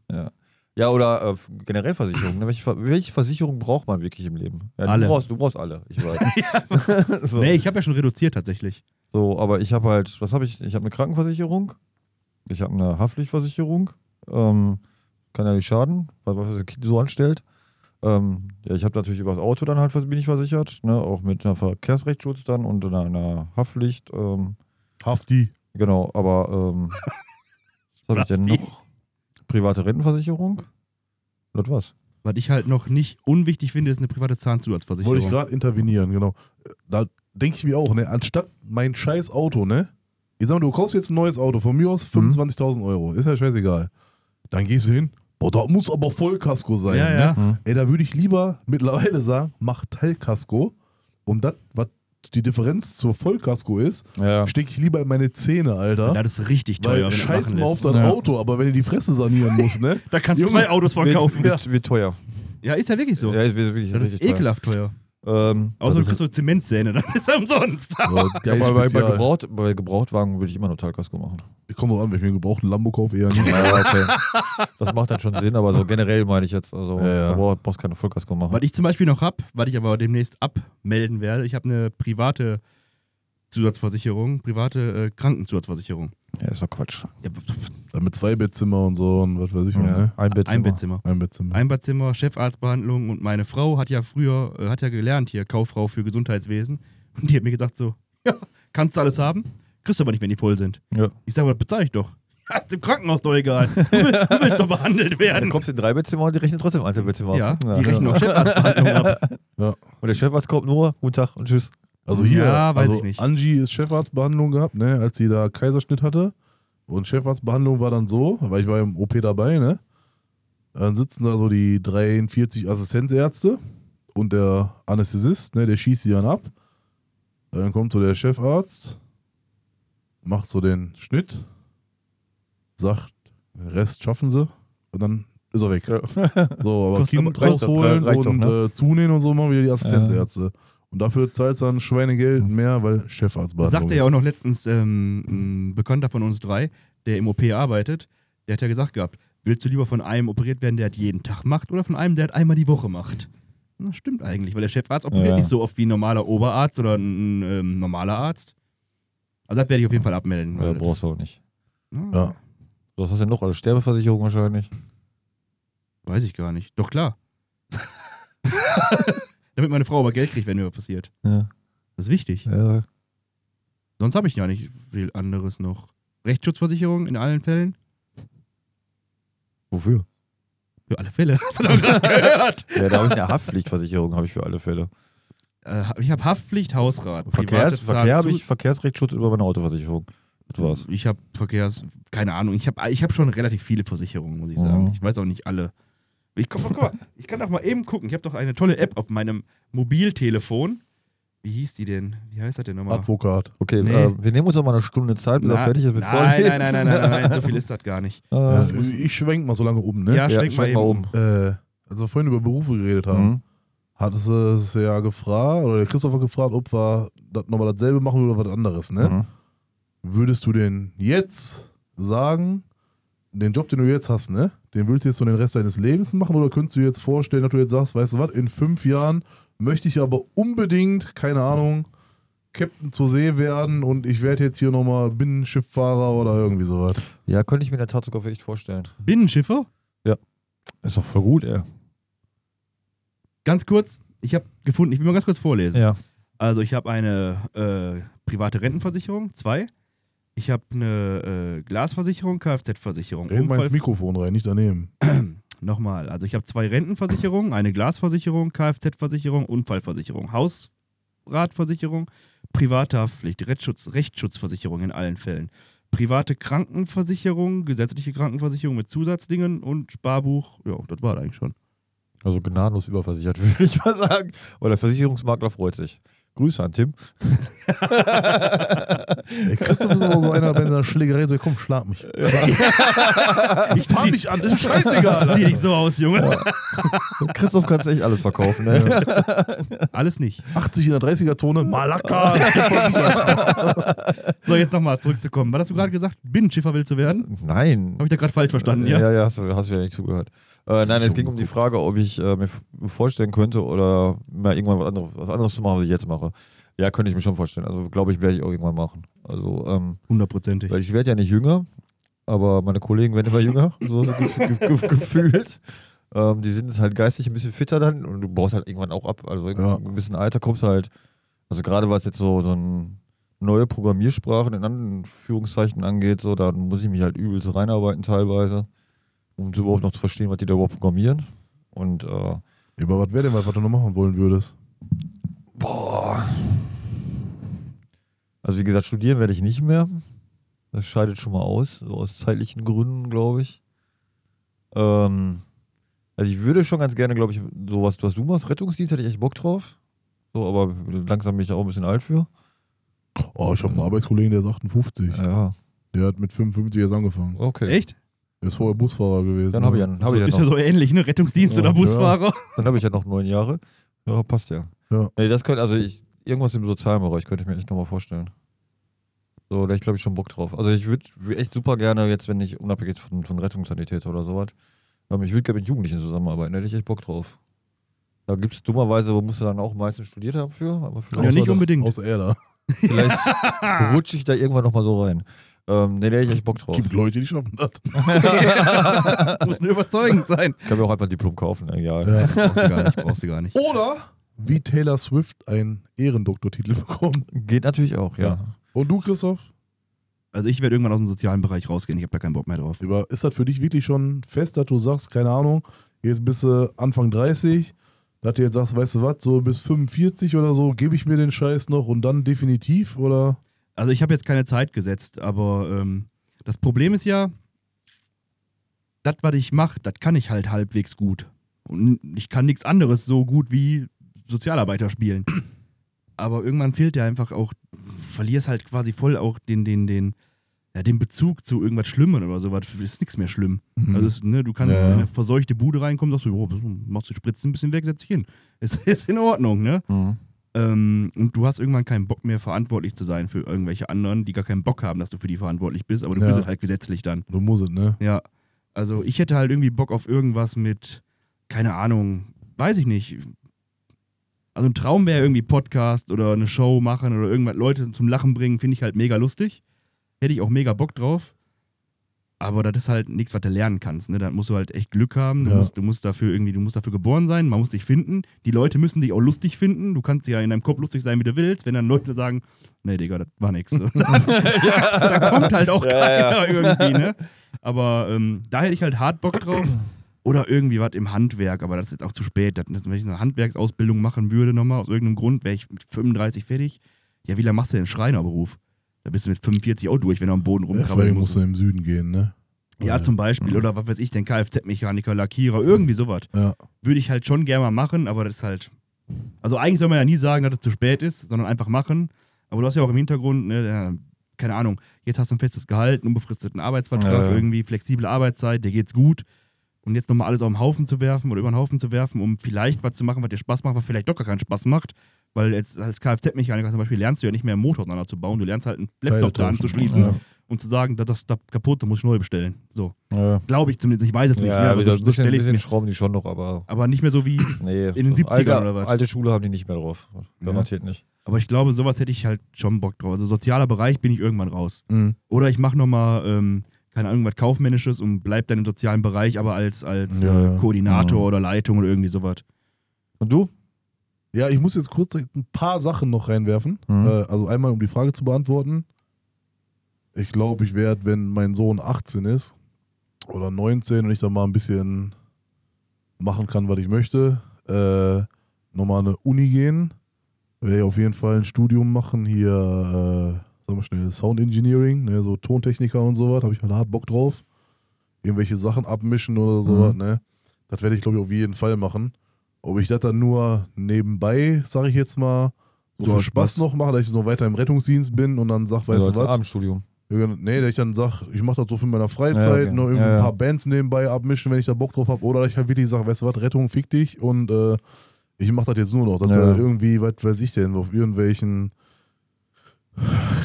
Speaker 2: Ja, oder äh, generell Versicherung. ne? Welche, Ver- welche Versicherung braucht man wirklich im Leben? Ja,
Speaker 3: Alle.
Speaker 2: Du brauchst, du brauchst alle, ich weiß. so.
Speaker 3: Nee, ich habe ja schon reduziert tatsächlich.
Speaker 2: so, aber ich habe halt, was habe ich? Ich habe eine Krankenversicherung, ich habe eine Haftpflichtversicherung, ähm, kann ja nicht schaden, weil was ein Kind so anstellt. Ähm, ja, ich habe natürlich über das Auto dann halt vers- bin ich versichert, ne? auch mit einer Verkehrsrechtsschutz dann und einer, einer Haftpflicht. Ähm,
Speaker 1: Hafti.
Speaker 2: Genau, aber ähm, was habe ich denn
Speaker 3: Plastik.
Speaker 2: noch? Private Rentenversicherung? Das war's.
Speaker 3: Was ich halt noch nicht unwichtig finde, ist eine private Zahnzusatzversicherung.
Speaker 1: Wollte ich gerade intervenieren, genau. Da denke ich mir auch, ne, anstatt mein scheiß Auto, ne? Ich sag mal, du kaufst jetzt ein neues Auto, von mir aus
Speaker 3: Mhm.
Speaker 1: 25.000 Euro, ist ja scheißegal. Dann gehst du hin, boah, da muss aber Vollkasko sein,
Speaker 3: Ja,
Speaker 1: ne?
Speaker 3: ja.
Speaker 2: Hm.
Speaker 1: Ey, da würde ich lieber mittlerweile sagen, mach Teilkasko und das, was die Differenz zur Vollkasko ist,
Speaker 2: Ja.
Speaker 1: stecke ich lieber in meine Zähne, Alter.
Speaker 3: Ja, das ist richtig teuer.
Speaker 1: Weil
Speaker 3: wenn du
Speaker 1: scheiß
Speaker 3: machen
Speaker 1: mal auf
Speaker 3: lässt.
Speaker 1: dein
Speaker 2: Ja.
Speaker 1: Auto, aber wenn du die Fresse sanieren musst, ne?
Speaker 3: Da kannst du
Speaker 1: Junge,
Speaker 3: zwei Autos von
Speaker 2: Wird,
Speaker 3: kaufen.
Speaker 2: wird, wird teuer.
Speaker 3: Ja, ist ja wirklich so.
Speaker 2: Ja, wird wirklich
Speaker 3: das ist
Speaker 2: richtig teuer.
Speaker 3: ekelhaft teuer.
Speaker 2: Ähm,
Speaker 3: Außer du
Speaker 1: ist-
Speaker 3: kriegst so Zementzähne, dann ist er umsonst.
Speaker 2: aber
Speaker 1: geil
Speaker 2: bei, bei, bei,
Speaker 1: spezial.
Speaker 2: Gebraucht, bei Gebrauchtwagen würde ich immer nur Teilkasko machen.
Speaker 1: Ich komme drauf an, wenn ich mir einen gebrauchten Lambo kaufe, eher nicht.
Speaker 2: Ja, okay. Das macht dann schon Sinn, aber so generell meine ich jetzt, also
Speaker 1: Ja, ja.
Speaker 2: Gebraucht, brauchst keine Vollkasko machen.
Speaker 3: Was ich zum Beispiel noch habe, was ich aber demnächst abmelden werde, ich habe eine private Zusatzversicherung, private äh, Krankenzusatzversicherung.
Speaker 2: Ja, ist doch Quatsch.
Speaker 3: Ja,
Speaker 1: Dann mit zwei Bettzimmer und so und was weiß ich noch, ne?
Speaker 2: Ein Bett.
Speaker 3: ein Bettzimmer.
Speaker 1: Ein Bettzimmer.
Speaker 3: Einbadzimmer, Chefarztbehandlung und meine Frau hat ja früher, äh, hat ja gelernt hier, Kauffrau für Gesundheitswesen. Und die hat mir gesagt so, ja, kannst du alles haben, kriegst du aber nicht, wenn die voll sind.
Speaker 2: Ja.
Speaker 3: Ich sage, das bezahle ich doch. Ja, ist im Krankenhaus doch egal. Du willst, du willst doch behandelt
Speaker 2: Dann
Speaker 3: werden.
Speaker 2: kommst du in drei Bettzimmer und die rechnen trotzdem Einzelbettzimmer ab.
Speaker 3: Ja, die rechnen auch Chefarztbehandlung ab.
Speaker 2: Und der Chefarzt kommt nur, guten Tag und tschüss.
Speaker 1: Also hier,
Speaker 3: Ja, weiß
Speaker 1: also
Speaker 3: ich nicht.
Speaker 1: Angie ist Chefarztbehandlung gehabt, ne, als sie da Kaiserschnitt hatte. Und Chefarztbehandlung war dann so, weil ich war im OP dabei, ne? Dann sitzen da so die 43 Assistenzärzte und der Anästhesist, ne, der schießt sie dann ab. Dann kommt so der Chefarzt, macht so den Schnitt, sagt, den Rest schaffen sie und dann ist er weg. So, aber
Speaker 3: Kostet aber-
Speaker 1: Kind
Speaker 2: reicht doch,
Speaker 1: rausholen
Speaker 2: reicht doch,
Speaker 1: und äh, zunähen und so machen wieder die Assistenzärzte. Und dafür zahlt dann Schweinegeld mehr, weil Chefarztbehandlung
Speaker 3: Sagte ja
Speaker 1: ist.
Speaker 3: auch noch letztens ähm, ein Bekannter von uns drei, der im OP arbeitet, der hat ja gesagt gehabt, willst du lieber von einem operiert werden, der das jeden Tag macht oder von einem, der das einmal die Woche macht? Na, stimmt eigentlich, weil der Chefarzt operiert
Speaker 2: Ja.
Speaker 3: nicht so oft wie ein normaler Oberarzt oder ein ähm, normaler Arzt. Also das werde ich auf jeden Fall abmelden.
Speaker 2: Ja,
Speaker 3: weil
Speaker 2: brauchst du auch nicht.
Speaker 3: das, Ah,
Speaker 1: Ja.
Speaker 2: So, Was hast du denn noch? Alle Sterbeversicherung wahrscheinlich.
Speaker 3: Weiß ich gar nicht. Doch klar. Damit meine Frau aber Geld kriegt, wenn mir was passiert.
Speaker 2: Ja.
Speaker 3: Das ist wichtig.
Speaker 2: ja.
Speaker 3: Sonst habe ich ja nicht viel anderes noch. Rechtsschutzversicherung in allen Fällen.
Speaker 2: Wofür?
Speaker 3: Für alle Fälle. Hast du doch gerade gehört.
Speaker 2: Ja, da habe ich eine Haftpflichtversicherung, habe ich für alle Fälle.
Speaker 3: Äh, ich habe Haftpflicht, Hausrat.
Speaker 2: Verkehrs,
Speaker 3: private
Speaker 2: Verkehr habe
Speaker 3: Zahnzu-
Speaker 2: ich Verkehrsrechtsschutz über meine Autoversicherung. Das war's.
Speaker 3: Ich habe Verkehrs, keine Ahnung. Ich habe ich hab schon relativ viele Versicherungen, muss ich sagen.
Speaker 2: Mhm.
Speaker 3: Ich weiß auch nicht alle. Ich, komm, guck mal, ich kann doch mal eben gucken. Ich habe doch eine tolle App auf meinem Mobiltelefon. Wie hieß die denn? Wie heißt das denn nochmal?
Speaker 1: Advokat.
Speaker 2: Okay,
Speaker 3: Nee.
Speaker 2: äh, wir nehmen uns noch mal eine Stunde Zeit, bis er
Speaker 3: Na-
Speaker 2: fertig ist mit
Speaker 3: nein,
Speaker 2: Vorlesen. Äh,
Speaker 3: nein, nein, nein, nein, nein, nein, so viel ist das gar nicht.
Speaker 1: Ja,
Speaker 2: nein.
Speaker 1: ich ich schwenk mal so lange um,
Speaker 3: Ja,
Speaker 1: ne?
Speaker 2: Äh,
Speaker 3: schwenk mal eben.
Speaker 2: um.
Speaker 1: Äh, als wir vorhin über Berufe geredet haben,
Speaker 2: Mhm.
Speaker 1: hattest du es ja gefragt, oder der Christopher gefragt, ob wir das nochmal dasselbe machen oder was anderes, ne?
Speaker 2: Mhm.
Speaker 1: Würdest du denn jetzt sagen, den Job, den du jetzt hast, ne, den willst du jetzt so den Rest deines Lebens machen oder könntest du dir jetzt vorstellen, dass du jetzt sagst, weißt du was, in fünf Jahren möchte ich aber unbedingt, keine Ahnung, Captain zur See werden und ich werde jetzt hier nochmal Binnenschiffffahrer oder irgendwie sowas.
Speaker 2: Ja, könnte ich mir in der Tat sogar echt vorstellen.
Speaker 3: Binnenschiffer?
Speaker 2: Ist doch voll gut, ey.
Speaker 3: Ganz kurz, ich habe gefunden, ich will mal ganz kurz vorlesen.
Speaker 2: Ja.
Speaker 3: Also ich habe eine äh, private Rentenversicherung, zwei. Ich habe eine äh, Glasversicherung, Kfz-Versicherung.
Speaker 1: Red mal
Speaker 3: Unfall-
Speaker 1: ins Mikrofon rein, nicht daneben.
Speaker 3: Nochmal, also ich habe zwei Rentenversicherungen, eine Glasversicherung, Kfz-Versicherung, Unfallversicherung, Hausratversicherung, private Haftpflicht, Rechtsschutz, Rechtsschutzversicherung in allen Fällen, private Krankenversicherung, gesetzliche Krankenversicherung mit Zusatzdingen und Sparbuch. Ja, das war eigentlich schon.
Speaker 2: Also gnadenlos überversichert, würde ich mal sagen. Und der Versicherungsmakler freut sich. Grüße an Tim.
Speaker 1: Ey, Christoph ist aber so einer, wenn er Schlägerei so, komm, schlag mich. Ich fahr
Speaker 3: zieh-
Speaker 1: mich an, ist mir scheißegal.
Speaker 3: Sieh dich so aus, Junge.
Speaker 2: Christoph kannst echt alles verkaufen, ne? ey.
Speaker 3: Alles nicht.
Speaker 1: 80 in der 30er-Zone, Malaka. ich bin versichert.
Speaker 3: So, jetzt nochmal zurückzukommen. Was hast du gerade gesagt? Binnenschiffer willst du werden?
Speaker 2: Nein.
Speaker 3: Habe ich da gerade falsch verstanden, ja?
Speaker 2: Ja, ja, hast, du- hast du ja nicht zugehört. Äh, nein, es ging um die Frage, ob ich äh, mir f- vorstellen könnte oder mal irgendwann was anderes, was anderes zu machen, was ich jetzt mache. Ja, könnte ich mir schon vorstellen. Also glaube ich, werde ich auch irgendwann machen. Also, ähm,
Speaker 3: Hundertprozentig.
Speaker 2: weil ich werde ja nicht jünger, aber meine Kollegen werden immer jünger, so so gef gef gef gefühlt. Ähm, die sind halt geistig ein bisschen fitter dann und du baust halt irgendwann auch ab. Also
Speaker 1: Ja.
Speaker 2: ein bisschen Alter kommst du halt. Also gerade was jetzt so, so ein neue Programmiersprachen in Anführungszeichen angeht, so, da muss ich mich halt übelst reinarbeiten teilweise, um überhaupt noch zu verstehen, was die da überhaupt programmieren. Und äh,
Speaker 1: Über was wäre denn was, was du noch machen wollen würdest?
Speaker 2: Boah. Also wie gesagt, studieren werde ich nicht mehr. Das scheidet schon mal aus, so aus zeitlichen Gründen, glaube ich. Ähm, also ich würde schon ganz gerne, glaube ich, sowas, was du machst, Rettungsdienst, hätte ich echt Bock drauf. So, aber langsam bin ich auch ein bisschen alt für.
Speaker 1: Oh, ich habe einen Arbeitskollegen, der ist 58.
Speaker 2: Ja,
Speaker 1: Der hat mit 55 erst angefangen.
Speaker 2: okay.
Speaker 3: Echt?
Speaker 1: Der ist vorher Busfahrer gewesen. ne?
Speaker 2: Dann habe ich, ja, hab ich, ja
Speaker 3: Ist ja
Speaker 2: noch-
Speaker 3: so ähnlich, ne? Rettungsdienst
Speaker 1: Ja,
Speaker 3: oder
Speaker 1: ja.
Speaker 3: Busfahrer.
Speaker 2: dann hab ich ja noch neun Jahre. Ja, passt ja.
Speaker 1: Ja.
Speaker 2: Nee, das könnte, also ich, irgendwas im sozialen Bereich könnte ich mir echt nochmal vorstellen. So, da ich glaube ich schon Bock drauf. Also ich würde echt super gerne jetzt, wenn ich unabhängig jetzt von, von Rettungssanitäter oder sowas, ähm, ich würde gerne mit Jugendlichen zusammenarbeiten, da hätte ich echt Bock drauf. Da gibt es dummerweise, wo musst du dann auch meistens studiert haben für, aber
Speaker 3: Ja,
Speaker 2: vielleicht,
Speaker 3: nicht unbedingt.
Speaker 1: Aus Erda.
Speaker 2: vielleicht rutsche ich da irgendwann nochmal so rein. Ähm, nee, da hätte ich echt Bock drauf.
Speaker 1: Gibt Leute, die schaffen das.
Speaker 3: Muss nur überzeugend sein.
Speaker 2: Ich kann mir auch einfach ein Diplom kaufen, egal.
Speaker 3: Brauchst du gar nicht, brauchst du gar nicht.
Speaker 1: Oder wie Taylor Swift einen Ehrendoktortitel bekommt.
Speaker 2: Geht natürlich auch, ja.
Speaker 1: Und du, Christoph,
Speaker 3: Also ich werde irgendwann aus dem sozialen Bereich rausgehen, ich habe da keinen Bock mehr drauf.
Speaker 1: über, ist das für dich wirklich schon fest, dass du sagst, keine Ahnung, jetzt bist du Anfang 30, dass du jetzt sagst, weißt du was, so bis 45 oder so, gebe ich mir den Scheiß noch und dann definitiv oder?
Speaker 3: Also ich habe jetzt keine Zeit gesetzt, aber ähm, das Problem ist ja, das, was ich mache, das kann ich halt halbwegs gut. Und ich kann nichts anderes so gut wie Sozialarbeiter spielen. Aber irgendwann fehlt dir einfach auch, verlierst halt quasi voll auch den, den, den, ja, den Bezug zu irgendwas Schlimmem oder sowas. Ist nichts mehr schlimm. Also, es, ne, du kannst
Speaker 1: Mhm. Ja, ja.
Speaker 3: in eine verseuchte Bude reinkommen, sagst du, jo, machst du Spritzen ein bisschen weg, setz dich hin. Es ist in Ordnung, ne?
Speaker 2: Mhm.
Speaker 3: Ähm, und du hast irgendwann keinen Bock mehr, verantwortlich zu sein für irgendwelche anderen, die gar keinen Bock haben, dass du für die verantwortlich bist, aber du
Speaker 1: Ja.
Speaker 3: bist es halt gesetzlich dann.
Speaker 1: du musst es, ne?
Speaker 3: Ja. Also ich hätte halt irgendwie Bock auf irgendwas mit, keine Ahnung, weiß ich nicht. Also ein Traum wäre irgendwie Podcast oder eine Show machen oder irgendwas Leute zum Lachen bringen, finde ich halt mega lustig. Hätte ich auch mega Bock drauf. Aber das ist halt nichts, was du lernen kannst. Ne? Da musst du halt echt Glück haben. Du,
Speaker 1: Ja.
Speaker 3: musst, du musst dafür irgendwie, du musst dafür geboren sein, man muss dich finden. Die Leute müssen dich auch lustig finden. Du kannst ja in deinem Kopf lustig sein, wie du willst. Wenn dann Leute sagen, nee, Digga, das war nix. So. Da kommt halt auch
Speaker 2: Ja,
Speaker 3: keiner irgendwie, ne? Aber ähm, da hätte ich halt hart Bock drauf. Oder irgendwie was im Handwerk, aber das ist jetzt auch zu spät. Das, wenn ich eine Handwerksausbildung machen würde nochmal, aus irgendeinem Grund, wäre ich mit 35 fertig. Ja, wie lange machst du denn Schreinerberuf? Da bist du mit 45 auch durch, wenn du am Boden
Speaker 1: Ja, vor allem
Speaker 3: rumkrabbeln musst.
Speaker 1: musst du im Süden gehen, ne?
Speaker 3: Ja, zum Beispiel. Oder was weiß ich denn, Kfz-Mechaniker, Lackierer, irgendwie sowas.
Speaker 1: Ja.
Speaker 3: Würde ich halt schon gerne mal machen, aber das ist halt. Also eigentlich soll man ja nie sagen, dass es zu spät ist, sondern einfach machen. Aber du hast ja auch im Hintergrund, ne, der- keine Ahnung, jetzt hast du ein festes Gehalt, einen unbefristeten Arbeitsvertrag,
Speaker 2: Ja, ja.
Speaker 3: irgendwie flexible Arbeitszeit, dir geht's gut. Und jetzt nochmal alles auf den Haufen zu werfen oder über den Haufen zu werfen, um vielleicht was zu machen, was dir Spaß macht, was vielleicht doch gar keinen Spaß macht, Weil jetzt als Kfz-Mechaniker zum Beispiel lernst du ja nicht mehr einen Motor auseinander zu bauen, du lernst halt einen Laptop da
Speaker 1: tauschen.
Speaker 3: anzuschließen
Speaker 1: Ja.
Speaker 3: und zu sagen, das, das ist da kaputt, da muss ich neu bestellen. So.
Speaker 2: Ja,
Speaker 3: Glaube ich zumindest, ich weiß es nicht. ne,
Speaker 2: ja,
Speaker 3: aber, so,
Speaker 2: wieder ein
Speaker 3: so
Speaker 2: bisschen, ein
Speaker 3: stell ich's
Speaker 2: bisschen
Speaker 3: mir,
Speaker 2: schrauben die schon noch, aber
Speaker 3: aber nicht mehr so wie.
Speaker 2: nee.
Speaker 3: In den 70ern
Speaker 2: alte,
Speaker 3: oder was?
Speaker 2: Alte Schule haben die nicht mehr drauf. Garantiert nicht.
Speaker 3: Aber ich glaube, sowas hätte ich halt schon Bock drauf. Also sozialer Bereich bin ich irgendwann raus.
Speaker 1: Mhm.
Speaker 3: Oder ich mache nochmal, ähm, keine Ahnung, was Kaufmännisches und bleib dann im sozialen Bereich, aber als, als
Speaker 1: Ja,
Speaker 3: äh,
Speaker 1: ja.
Speaker 3: Koordinator
Speaker 2: Mhm.
Speaker 3: oder Leitung oder irgendwie sowas.
Speaker 2: Und du?
Speaker 1: Ja, ich muss jetzt kurz ein paar Sachen noch reinwerfen.
Speaker 2: Mhm.
Speaker 1: Äh, also einmal, um die Frage zu beantworten. Ich glaube, ich werde, wenn mein Sohn 18 ist oder 19 und ich dann mal ein bisschen machen kann, was ich möchte, äh, nochmal eine Uni gehen. Werde ich auf jeden Fall ein Studium machen hier, äh, sagen wir schnell, Sound Engineering, ne, so Tontechniker und sowas, habe ich halt hart Bock drauf. Irgendwelche Sachen abmischen
Speaker 2: Mhm.
Speaker 1: oder sowas, ne? Das werde ich, glaube ich, auf jeden Fall machen. Ob ich das dann nur nebenbei, sage ich jetzt mal, so
Speaker 2: So
Speaker 1: für
Speaker 2: als
Speaker 1: Spaß
Speaker 2: was?
Speaker 1: noch mache, dass ich noch weiter im Rettungsdienst bin und dann sag, weißt
Speaker 2: also
Speaker 1: du
Speaker 2: als
Speaker 1: was?
Speaker 2: Abendstudium.
Speaker 1: Ja, genau. Nee, dass ich dann sag, ich mache das so für meine Freizeit,
Speaker 2: Ja, okay.
Speaker 1: noch irgendwie
Speaker 2: Ja,
Speaker 1: ein
Speaker 2: ja.
Speaker 1: paar Bands nebenbei abmischen, wenn ich da Bock drauf habe. Oder dass ich halt wirklich sag, weißt du was, Rettung fick dich und äh, ich mache das jetzt nur noch. Dass
Speaker 2: Ja.
Speaker 1: äh, irgendwie, was weiß ich denn, auf irgendwelchen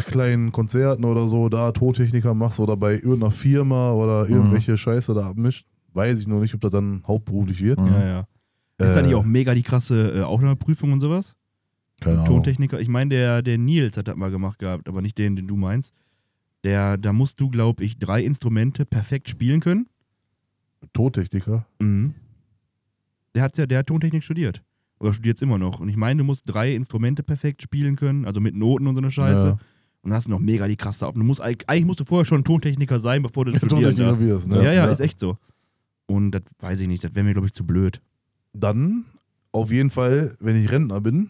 Speaker 1: kleinen Konzerten oder so, da Tontechniker machst oder bei irgendeiner Firma oder
Speaker 3: Mhm.
Speaker 1: irgendwelche Scheiße da abmischt. Weiß ich noch nicht, ob das dann hauptberuflich wird.
Speaker 2: Mhm.
Speaker 3: Ja, ja. Ist da
Speaker 1: Äh,
Speaker 3: nicht auch mega die krasse äh, Aufnahmeprüfung und sowas?
Speaker 1: Keine Ahnung.
Speaker 3: Tontechniker, ich meine, der, der Nils hat das mal gemacht gehabt, aber nicht den, den du meinst. Der, da musst du, glaube ich, drei Instrumente perfekt spielen können.
Speaker 1: Tontechniker?
Speaker 3: Mhm. Der hat ja, der hat Tontechnik studiert. Oder studiert es immer noch. Und ich meine, du musst drei Instrumente perfekt spielen können, also mit Noten und so eine Scheiße.
Speaker 1: Ja.
Speaker 3: Und dann hast du noch mega die krasse Aufnahme. Du musst, eigentlich eigentlich musst du vorher schon Tontechniker sein, bevor du das studierst.
Speaker 1: Tontechniker
Speaker 3: Ja.
Speaker 1: wirst, ne?
Speaker 3: Ja, ja, ist echt so. Und das weiß ich nicht, das wäre mir, glaube ich, zu blöd.
Speaker 1: dann auf jeden Fall, wenn ich Rentner bin,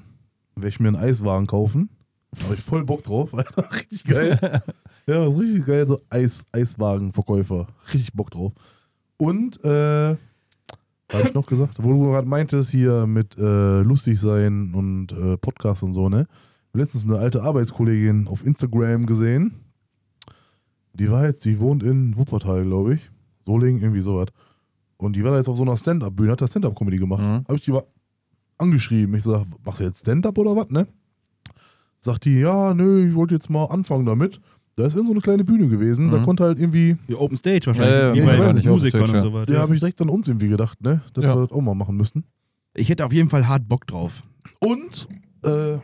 Speaker 1: werde ich mir einen Eiswagen kaufen. Da habe ich voll Bock drauf, Alter. Richtig geil. Ja, richtig geil. So Eis, Eiswagenverkäufer. Richtig Bock drauf. Und, äh, was habe ich noch gesagt? Wo du gerade meintest, hier mit äh, lustig sein und äh, Podcast und so, ne? Ich hab Letztens eine alte Arbeitskollegin auf Instagram gesehen. Die war jetzt, die wohnt in Wuppertal, glaube ich. Solingen, irgendwie sowas. Und die war da jetzt auf so einer Stand-Up-Bühne, hat da Stand-Up-Comedy gemacht.
Speaker 2: Mhm.
Speaker 1: Habe ich die mal angeschrieben. Ich sag, machst du jetzt Stand-Up oder was, ne? Sagt die, ja, nö, ich wollte jetzt mal anfangen damit. Da ist irgend so eine kleine Bühne gewesen, da
Speaker 2: Mhm.
Speaker 1: konnte halt irgendwie,
Speaker 3: Die Open Stage
Speaker 2: Ja,
Speaker 3: wahrscheinlich.
Speaker 1: ja,
Speaker 3: die bei
Speaker 1: ja,
Speaker 3: den
Speaker 2: ja.
Speaker 3: Musikern
Speaker 2: Open
Speaker 3: und
Speaker 2: Stage,
Speaker 3: sowas.
Speaker 1: da habe ich direkt an uns irgendwie gedacht, ne? Dass
Speaker 2: Ja.
Speaker 1: wir das auch mal machen müssten.
Speaker 3: Ich hätte auf jeden Fall hart Bock drauf.
Speaker 1: Und äh,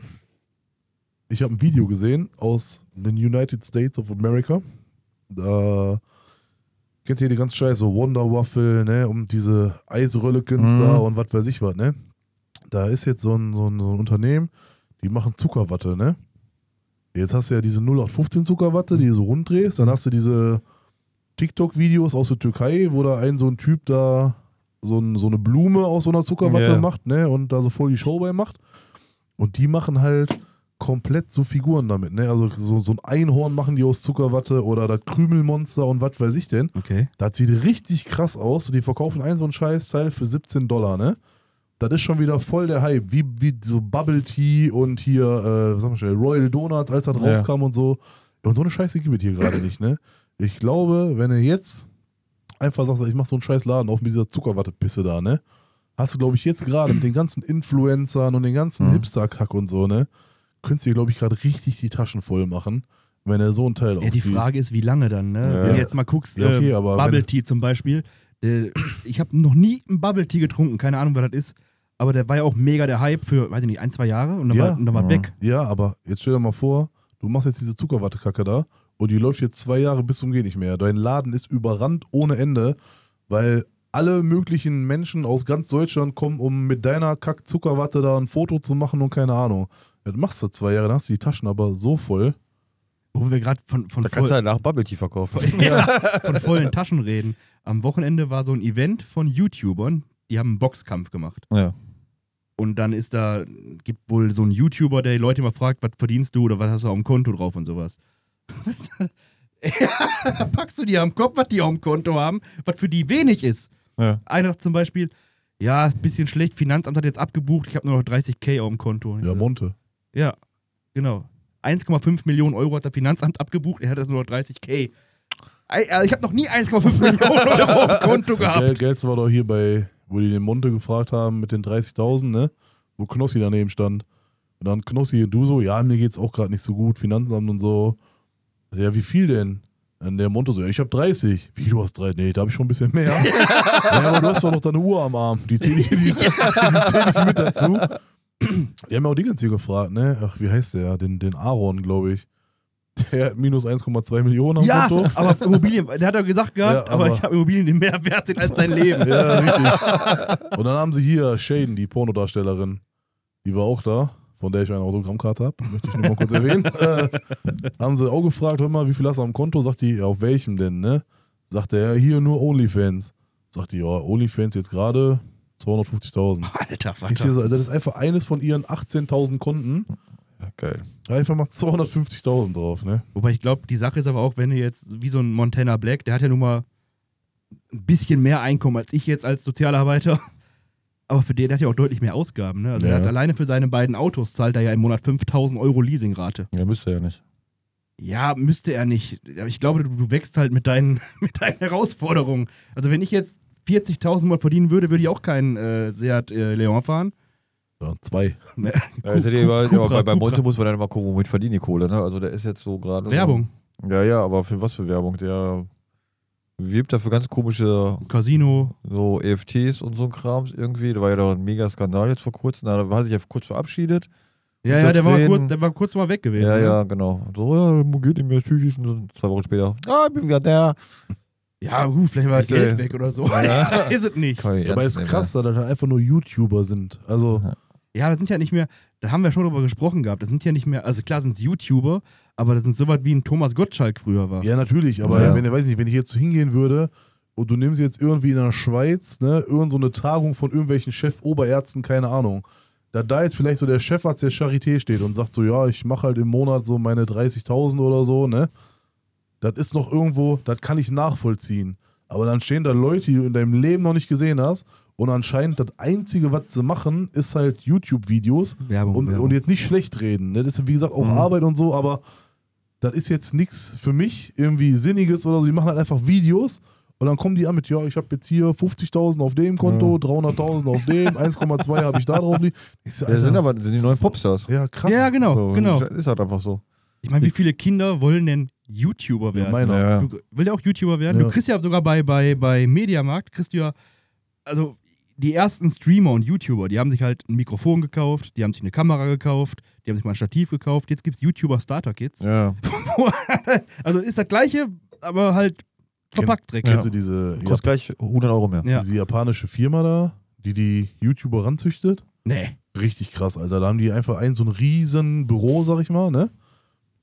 Speaker 1: ich habe ein Video gesehen aus den United States of America. Da kennt ihr die ganze Scheiße, Wonder Waffle, ne, um diese Eisröllekens
Speaker 2: Mhm.
Speaker 1: da und was weiß ich was, ne? Da ist jetzt so ein, so, ein, so ein Unternehmen, die machen Zuckerwatte, ne? Jetzt hast du ja diese 0815 Zuckerwatte, die du so runddrehst, dann hast du diese TikTok-Videos aus der Türkei, wo da ein so ein Typ da so, ein, so eine Blume aus so einer Zuckerwatte
Speaker 2: Ja.
Speaker 1: macht, ne? Und da so voll die Show bei macht. Und die machen halt komplett so Figuren damit, ne? Also so, so ein Einhorn machen die aus Zuckerwatte oder das Krümelmonster und was weiß ich denn.
Speaker 3: Okay.
Speaker 1: Das sieht richtig krass aus. Und die verkaufen einen so einen Scheißteil für 17 Dollar, ne? Das ist schon wieder voll der Hype. Wie, wie so Bubble Tea und hier, äh, was haben wir schnell, Royal Donuts, als das
Speaker 2: Ja.
Speaker 1: rauskam und so. Und so eine Scheiße gibt es hier gerade nicht, ne? Ich glaube, wenn du jetzt einfach sagst, ich mach so einen scheiß Laden auf mit dieser Zuckerwatte-Pisse da, ne? Hast du, glaube ich, jetzt gerade mit den ganzen Influencern und den ganzen
Speaker 2: Mhm.
Speaker 1: Hipster-Kack und so, ne? Könntest du dir, glaube ich, gerade richtig die Taschen voll machen, wenn er so einen Teil
Speaker 3: Ja, die
Speaker 1: aufzieht.
Speaker 3: Frage ist, wie lange dann, ne?
Speaker 2: Ja.
Speaker 3: Wenn du jetzt mal guckst,
Speaker 1: Ja, okay,
Speaker 3: äh,
Speaker 1: aber
Speaker 3: Bubble
Speaker 1: wenn-
Speaker 3: Tea zum Beispiel. Der, ich habe noch nie einen Bubble Tea getrunken, keine Ahnung, was das ist. Aber der war ja auch mega der Hype für, weiß ich nicht, ein, zwei Jahre und dann
Speaker 1: Ja.
Speaker 3: war, und dann war
Speaker 2: Mhm.
Speaker 3: weg.
Speaker 1: Ja, aber jetzt stell dir mal vor, du machst jetzt diese Zuckerwatte-Kacke da und die läuft jetzt zwei Jahre bis zum Geh nicht mehr. Dein Laden ist überrannt ohne Ende, weil alle möglichen Menschen aus ganz Deutschland kommen, um mit deiner Kack-Zuckerwatte da ein Foto zu machen und keine Ahnung. Das machst du zwei Jahre, dann hast du die Taschen aber so voll.
Speaker 3: Wo wir gerade von, von,
Speaker 2: Da kannst du
Speaker 3: voll,
Speaker 2: halt nach Bubble Tea verkaufen.
Speaker 3: ja, von vollen Taschen reden. Am Wochenende war so ein Event von YouTubern, die haben einen Boxkampf gemacht.
Speaker 2: Ja.
Speaker 3: Und dann ist da, gibt wohl so einen YouTuber, der die Leute immer fragt, was verdienst du oder was hast du auf dem Konto drauf und sowas. ja, packst du dir am Kopf, was die auf dem Konto haben, was für die wenig ist.
Speaker 2: Ja.
Speaker 3: Einer sagt zum Beispiel, ja, ist ein bisschen schlecht, Finanzamt hat jetzt abgebucht, ich habe nur noch 30k auf dem Konto. Und ich
Speaker 1: Ja,
Speaker 3: so,
Speaker 1: Monte.
Speaker 3: ja, genau. 1,5 Millionen Euro hat das Finanzamt abgebucht, er hat jetzt nur noch 30k. Ei- Also ich habe noch nie 1,5 Millionen Euro auf dem Konto gehabt.
Speaker 1: Gel Gels war doch hier bei, wo die den Monte gefragt haben mit den 30.000, ne? Wo Knossi daneben stand. Und dann Knossi, du so, ja, mir geht's auch gerade nicht so gut, Finanzamt und so. Also, ja, wie viel denn? Und der Monte so, ja, ich habe 30. Wie, du hast 30? Nee, da habe ich schon ein bisschen mehr. ja, aber du hast doch noch deine Uhr am Arm. Die zähle ich, die, die zähl ich mit dazu. Die haben ja auch Dingens hier gefragt, ne? Ach, wie heißt der? Den, den Aaron, glaube ich. Der hat minus 1,2 Millionen am
Speaker 3: Ja,
Speaker 1: Konto.
Speaker 3: aber Immobilien, der hat doch gesagt gehabt,
Speaker 1: Ja,
Speaker 3: aber,
Speaker 1: aber-
Speaker 3: ich habe Immobilien, die mehr wert sind als dein Leben.
Speaker 1: Ja, richtig. Und dann haben sie hier Shaden, die Pornodarstellerin. Die war auch da, von der ich eine Autogrammkarte habe. Möchte ich nur mal kurz erwähnen. Äh, haben sie auch gefragt, hör mal, wie viel hast du am Konto? Sagt die, ja, auf welchem denn, ne? Sagt er, ja, hier nur Onlyfans. Sagt die, ja, Onlyfans jetzt gerade 250.000.
Speaker 3: Alter,
Speaker 1: Ich sehe
Speaker 3: Vater.
Speaker 1: so, also das ist einfach eines von ihren 18.000 Konten.
Speaker 2: Ja, geil.
Speaker 1: Einfach mal 250.000 drauf, ne?
Speaker 3: Wobei ich glaube, die Sache ist aber auch, wenn du jetzt wie so ein Montana Black, der hat ja nun mal ein bisschen mehr Einkommen als ich jetzt als Sozialarbeiter. Aber für den der hat ja auch deutlich mehr Ausgaben. Ne? Also er
Speaker 1: Ja.
Speaker 3: hat alleine für seine beiden Autos zahlt er ja im Monat 5000 Euro Leasingrate.
Speaker 2: Ja, müsste ja nicht.
Speaker 3: Ja, müsste er nicht. Aber ich glaube, du, du wächst halt mit deinen, mit deinen Herausforderungen. Also wenn ich jetzt 40.000 mal verdienen würde, würde ich auch keinen äh, Seat äh, Leon fahren.
Speaker 1: Ja, zwei.
Speaker 2: Ja, jetzt
Speaker 3: Ku-
Speaker 2: hätte ich aber,
Speaker 3: Cupra,
Speaker 2: aber bei, bei Monte
Speaker 3: Cupra.
Speaker 2: muss man dann mal gucken, womit verdienen die Kohle, ne? Also der ist jetzt so gerade.
Speaker 3: Werbung.
Speaker 2: So, ja, ja, aber für was für Werbung? Der wirbt dafür ganz komische
Speaker 3: Casino.
Speaker 2: so EFTs und so ein Krams irgendwie. Da war ja doch ein mega Skandal jetzt vor kurzem. Da hat sich ja kurz verabschiedet.
Speaker 3: Ja,
Speaker 2: Mit
Speaker 3: ja, der war,
Speaker 2: Verträgen.
Speaker 3: kurz, der war kurz mal weg gewesen.
Speaker 2: ja,
Speaker 3: ne?
Speaker 2: ja, genau. So, ja, geht ihm ja psychisch und so zwei Wochen später. Ah, ich bin wieder da.
Speaker 3: Ja, gut, vielleicht war das
Speaker 2: Ich, äh,
Speaker 3: Geld weg oder so.
Speaker 2: Ja.
Speaker 3: ist es nicht.
Speaker 2: Kann ich
Speaker 1: Dabei
Speaker 2: ernst
Speaker 1: ist
Speaker 2: nehmen,
Speaker 1: krass, dass das halt einfach nur YouTuber sind. Also,
Speaker 3: Ja, das sind ja nicht mehr, da haben wir schon drüber gesprochen gehabt, das sind ja nicht mehr, also klar sind es YouTuber, aber das sind so was wie ein Thomas Gottschalk früher war.
Speaker 1: Ja, natürlich, aber
Speaker 2: Ja.
Speaker 1: wenn er weiß nicht, wenn ich jetzt so hingehen würde und du nimmst jetzt irgendwie in der Schweiz, ne, irgend so eine Tagung von irgendwelchen Chef-Oberärzten, keine Ahnung. Da da jetzt vielleicht so der Chefarzt der Charité steht und sagt so, ja, ich mache halt im Monat so meine 30.000 oder so, ne? Das ist noch irgendwo, das kann ich nachvollziehen. Aber dann stehen da Leute, die du in deinem Leben noch nicht gesehen hast und anscheinend das Einzige, was sie machen, ist halt YouTube-Videos
Speaker 3: Werbung.
Speaker 1: und,
Speaker 3: Werbung.
Speaker 1: und jetzt nicht schlecht reden. Ne? Das ist, wie gesagt, auch
Speaker 2: Mhm.
Speaker 1: Arbeit und so, aber das ist jetzt nichts für mich irgendwie Sinniges oder so. Die machen halt einfach Videos und dann kommen die an mit, ja, ich habe jetzt hier 50.000 auf dem Konto, 300.000 auf dem, 1,2 habe ich da drauf liegen. Ich sag,
Speaker 2: Ja, das sind
Speaker 1: Alter,
Speaker 2: aber das sind die neuen Popstars.
Speaker 1: ja, krass.
Speaker 3: ja, genau,
Speaker 2: So,
Speaker 3: genau.
Speaker 2: Ist halt einfach so.
Speaker 3: Ich meine, wie viele Kinder wollen denn YouTuber
Speaker 1: Ja,
Speaker 3: werden?
Speaker 1: meiner.
Speaker 2: Ja, ja.
Speaker 3: Du will ja auch YouTuber werden. Du
Speaker 1: Ja.
Speaker 3: kriegst ja sogar bei, bei, bei Mediamarkt, kriegst du ja, also die ersten Streamer und YouTuber, die haben sich halt ein Mikrofon gekauft, die haben sich eine Kamera gekauft, die haben sich mal ein Stativ gekauft. Jetzt gibt es YouTuber Starter Kits.
Speaker 2: Ja.
Speaker 3: Also ist das gleiche, aber halt verpackt direkt.
Speaker 1: Kennst du diese, ja,
Speaker 2: Kostet gleich 100 Euro mehr.
Speaker 3: Ja.
Speaker 1: diese japanische Firma da, die die YouTuber ranzüchtet?
Speaker 3: Nee.
Speaker 1: Richtig krass, Alter. Da haben die einfach ein so ein riesen Büro, sag ich mal, ne?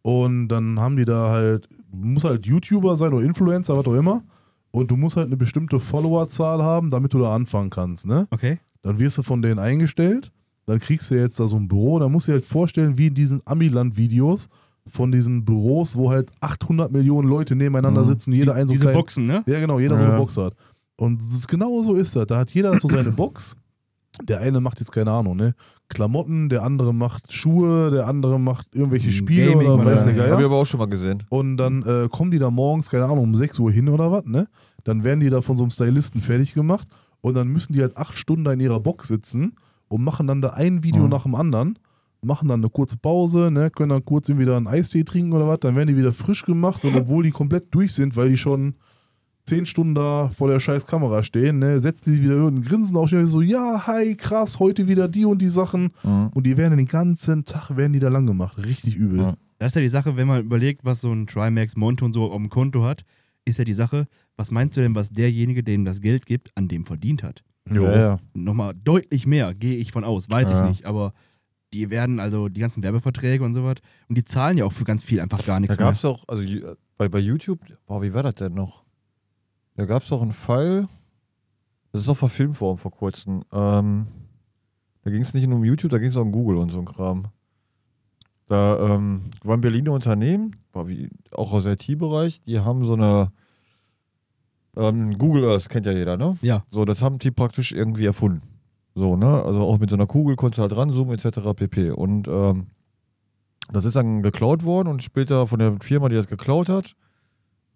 Speaker 1: Und dann haben die da halt, muss halt YouTuber sein oder Influencer, was auch immer. Und du musst halt eine bestimmte Followerzahl haben, damit du da anfangen kannst, ne?
Speaker 3: Okay.
Speaker 1: Dann wirst du von denen eingestellt, dann kriegst du jetzt da so ein Büro, dann musst du dir halt vorstellen, wie in diesen Amiland-Videos von diesen Büros, wo halt 800 Millionen Leute nebeneinander
Speaker 2: Mhm.
Speaker 1: sitzen, jeder ein so
Speaker 3: Diese
Speaker 1: kleinen-
Speaker 3: Boxen, ne?
Speaker 1: ja, genau, jeder so eine
Speaker 2: Ja.
Speaker 1: Box hat. Und das ist, genau so ist das. Da hat jeder so seine Box. Der eine macht jetzt keine Ahnung, ne? Klamotten, der andere macht Schuhe, der andere macht irgendwelche Spiele
Speaker 3: Gaming
Speaker 1: oder
Speaker 3: oder-
Speaker 1: weiß der
Speaker 3: Ja,
Speaker 1: Geier.
Speaker 2: Hab ich aber auch schon mal gesehen.
Speaker 1: Und dann äh, kommen die da morgens, keine Ahnung, um 6 Uhr hin oder was, ne? Dann werden die da von so einem Stylisten fertig gemacht und dann müssen die halt acht Stunden da in ihrer Box sitzen und machen dann da ein Video
Speaker 2: Mhm.
Speaker 1: nach dem anderen, machen dann eine kurze Pause, ne? Können dann kurz irgendwie wieder einen Eistee trinken oder was, dann werden die wieder frisch gemacht und obwohl die komplett durch sind, weil die schon zehn Stunden da vor der scheiß Kamera stehen, ne? Setzen die wieder irgendein Grinsen auf, schnell so, ja, hi, krass, heute wieder die und die Sachen.
Speaker 2: Mhm.
Speaker 1: Und die werden den ganzen Tag, werden die da lang gemacht. Richtig übel.
Speaker 2: Ja.
Speaker 3: Das ist ja die Sache, wenn man überlegt, was so ein Trimax Monte und so auf dem Konto hat, ist ja die Sache, was meinst du denn, was derjenige, dem das Geld gibt, an dem verdient hat?
Speaker 1: Jo.
Speaker 2: Ja, ja.
Speaker 3: Nochmal deutlich mehr, gehe ich von aus, weiß
Speaker 2: Ja.
Speaker 3: ich nicht, aber die werden also die ganzen Werbeverträge und sowas und die zahlen ja auch für ganz viel einfach gar
Speaker 2: Da
Speaker 3: nichts
Speaker 2: gab es auch, also ju- bei, bei YouTube, boah, wie war das denn noch? Da gab es doch einen Fall, das ist doch verfilmt worden vor kurzem. Ähm, da ging es nicht nur um YouTube, da ging es auch um Google und so ein Kram. Da ähm, waren Berliner Unternehmen, boah, wie, auch aus IT-Bereich, die haben so eine ähm, Google Earth, kennt ja jeder, ne?
Speaker 3: Ja.
Speaker 2: So, das haben die praktisch irgendwie erfunden. So, ne? Also auch mit so einer Kugel konntest du halt ranzoomen, etc. pp. Und ähm, das ist dann geklaut worden und später von der Firma, die das geklaut hat,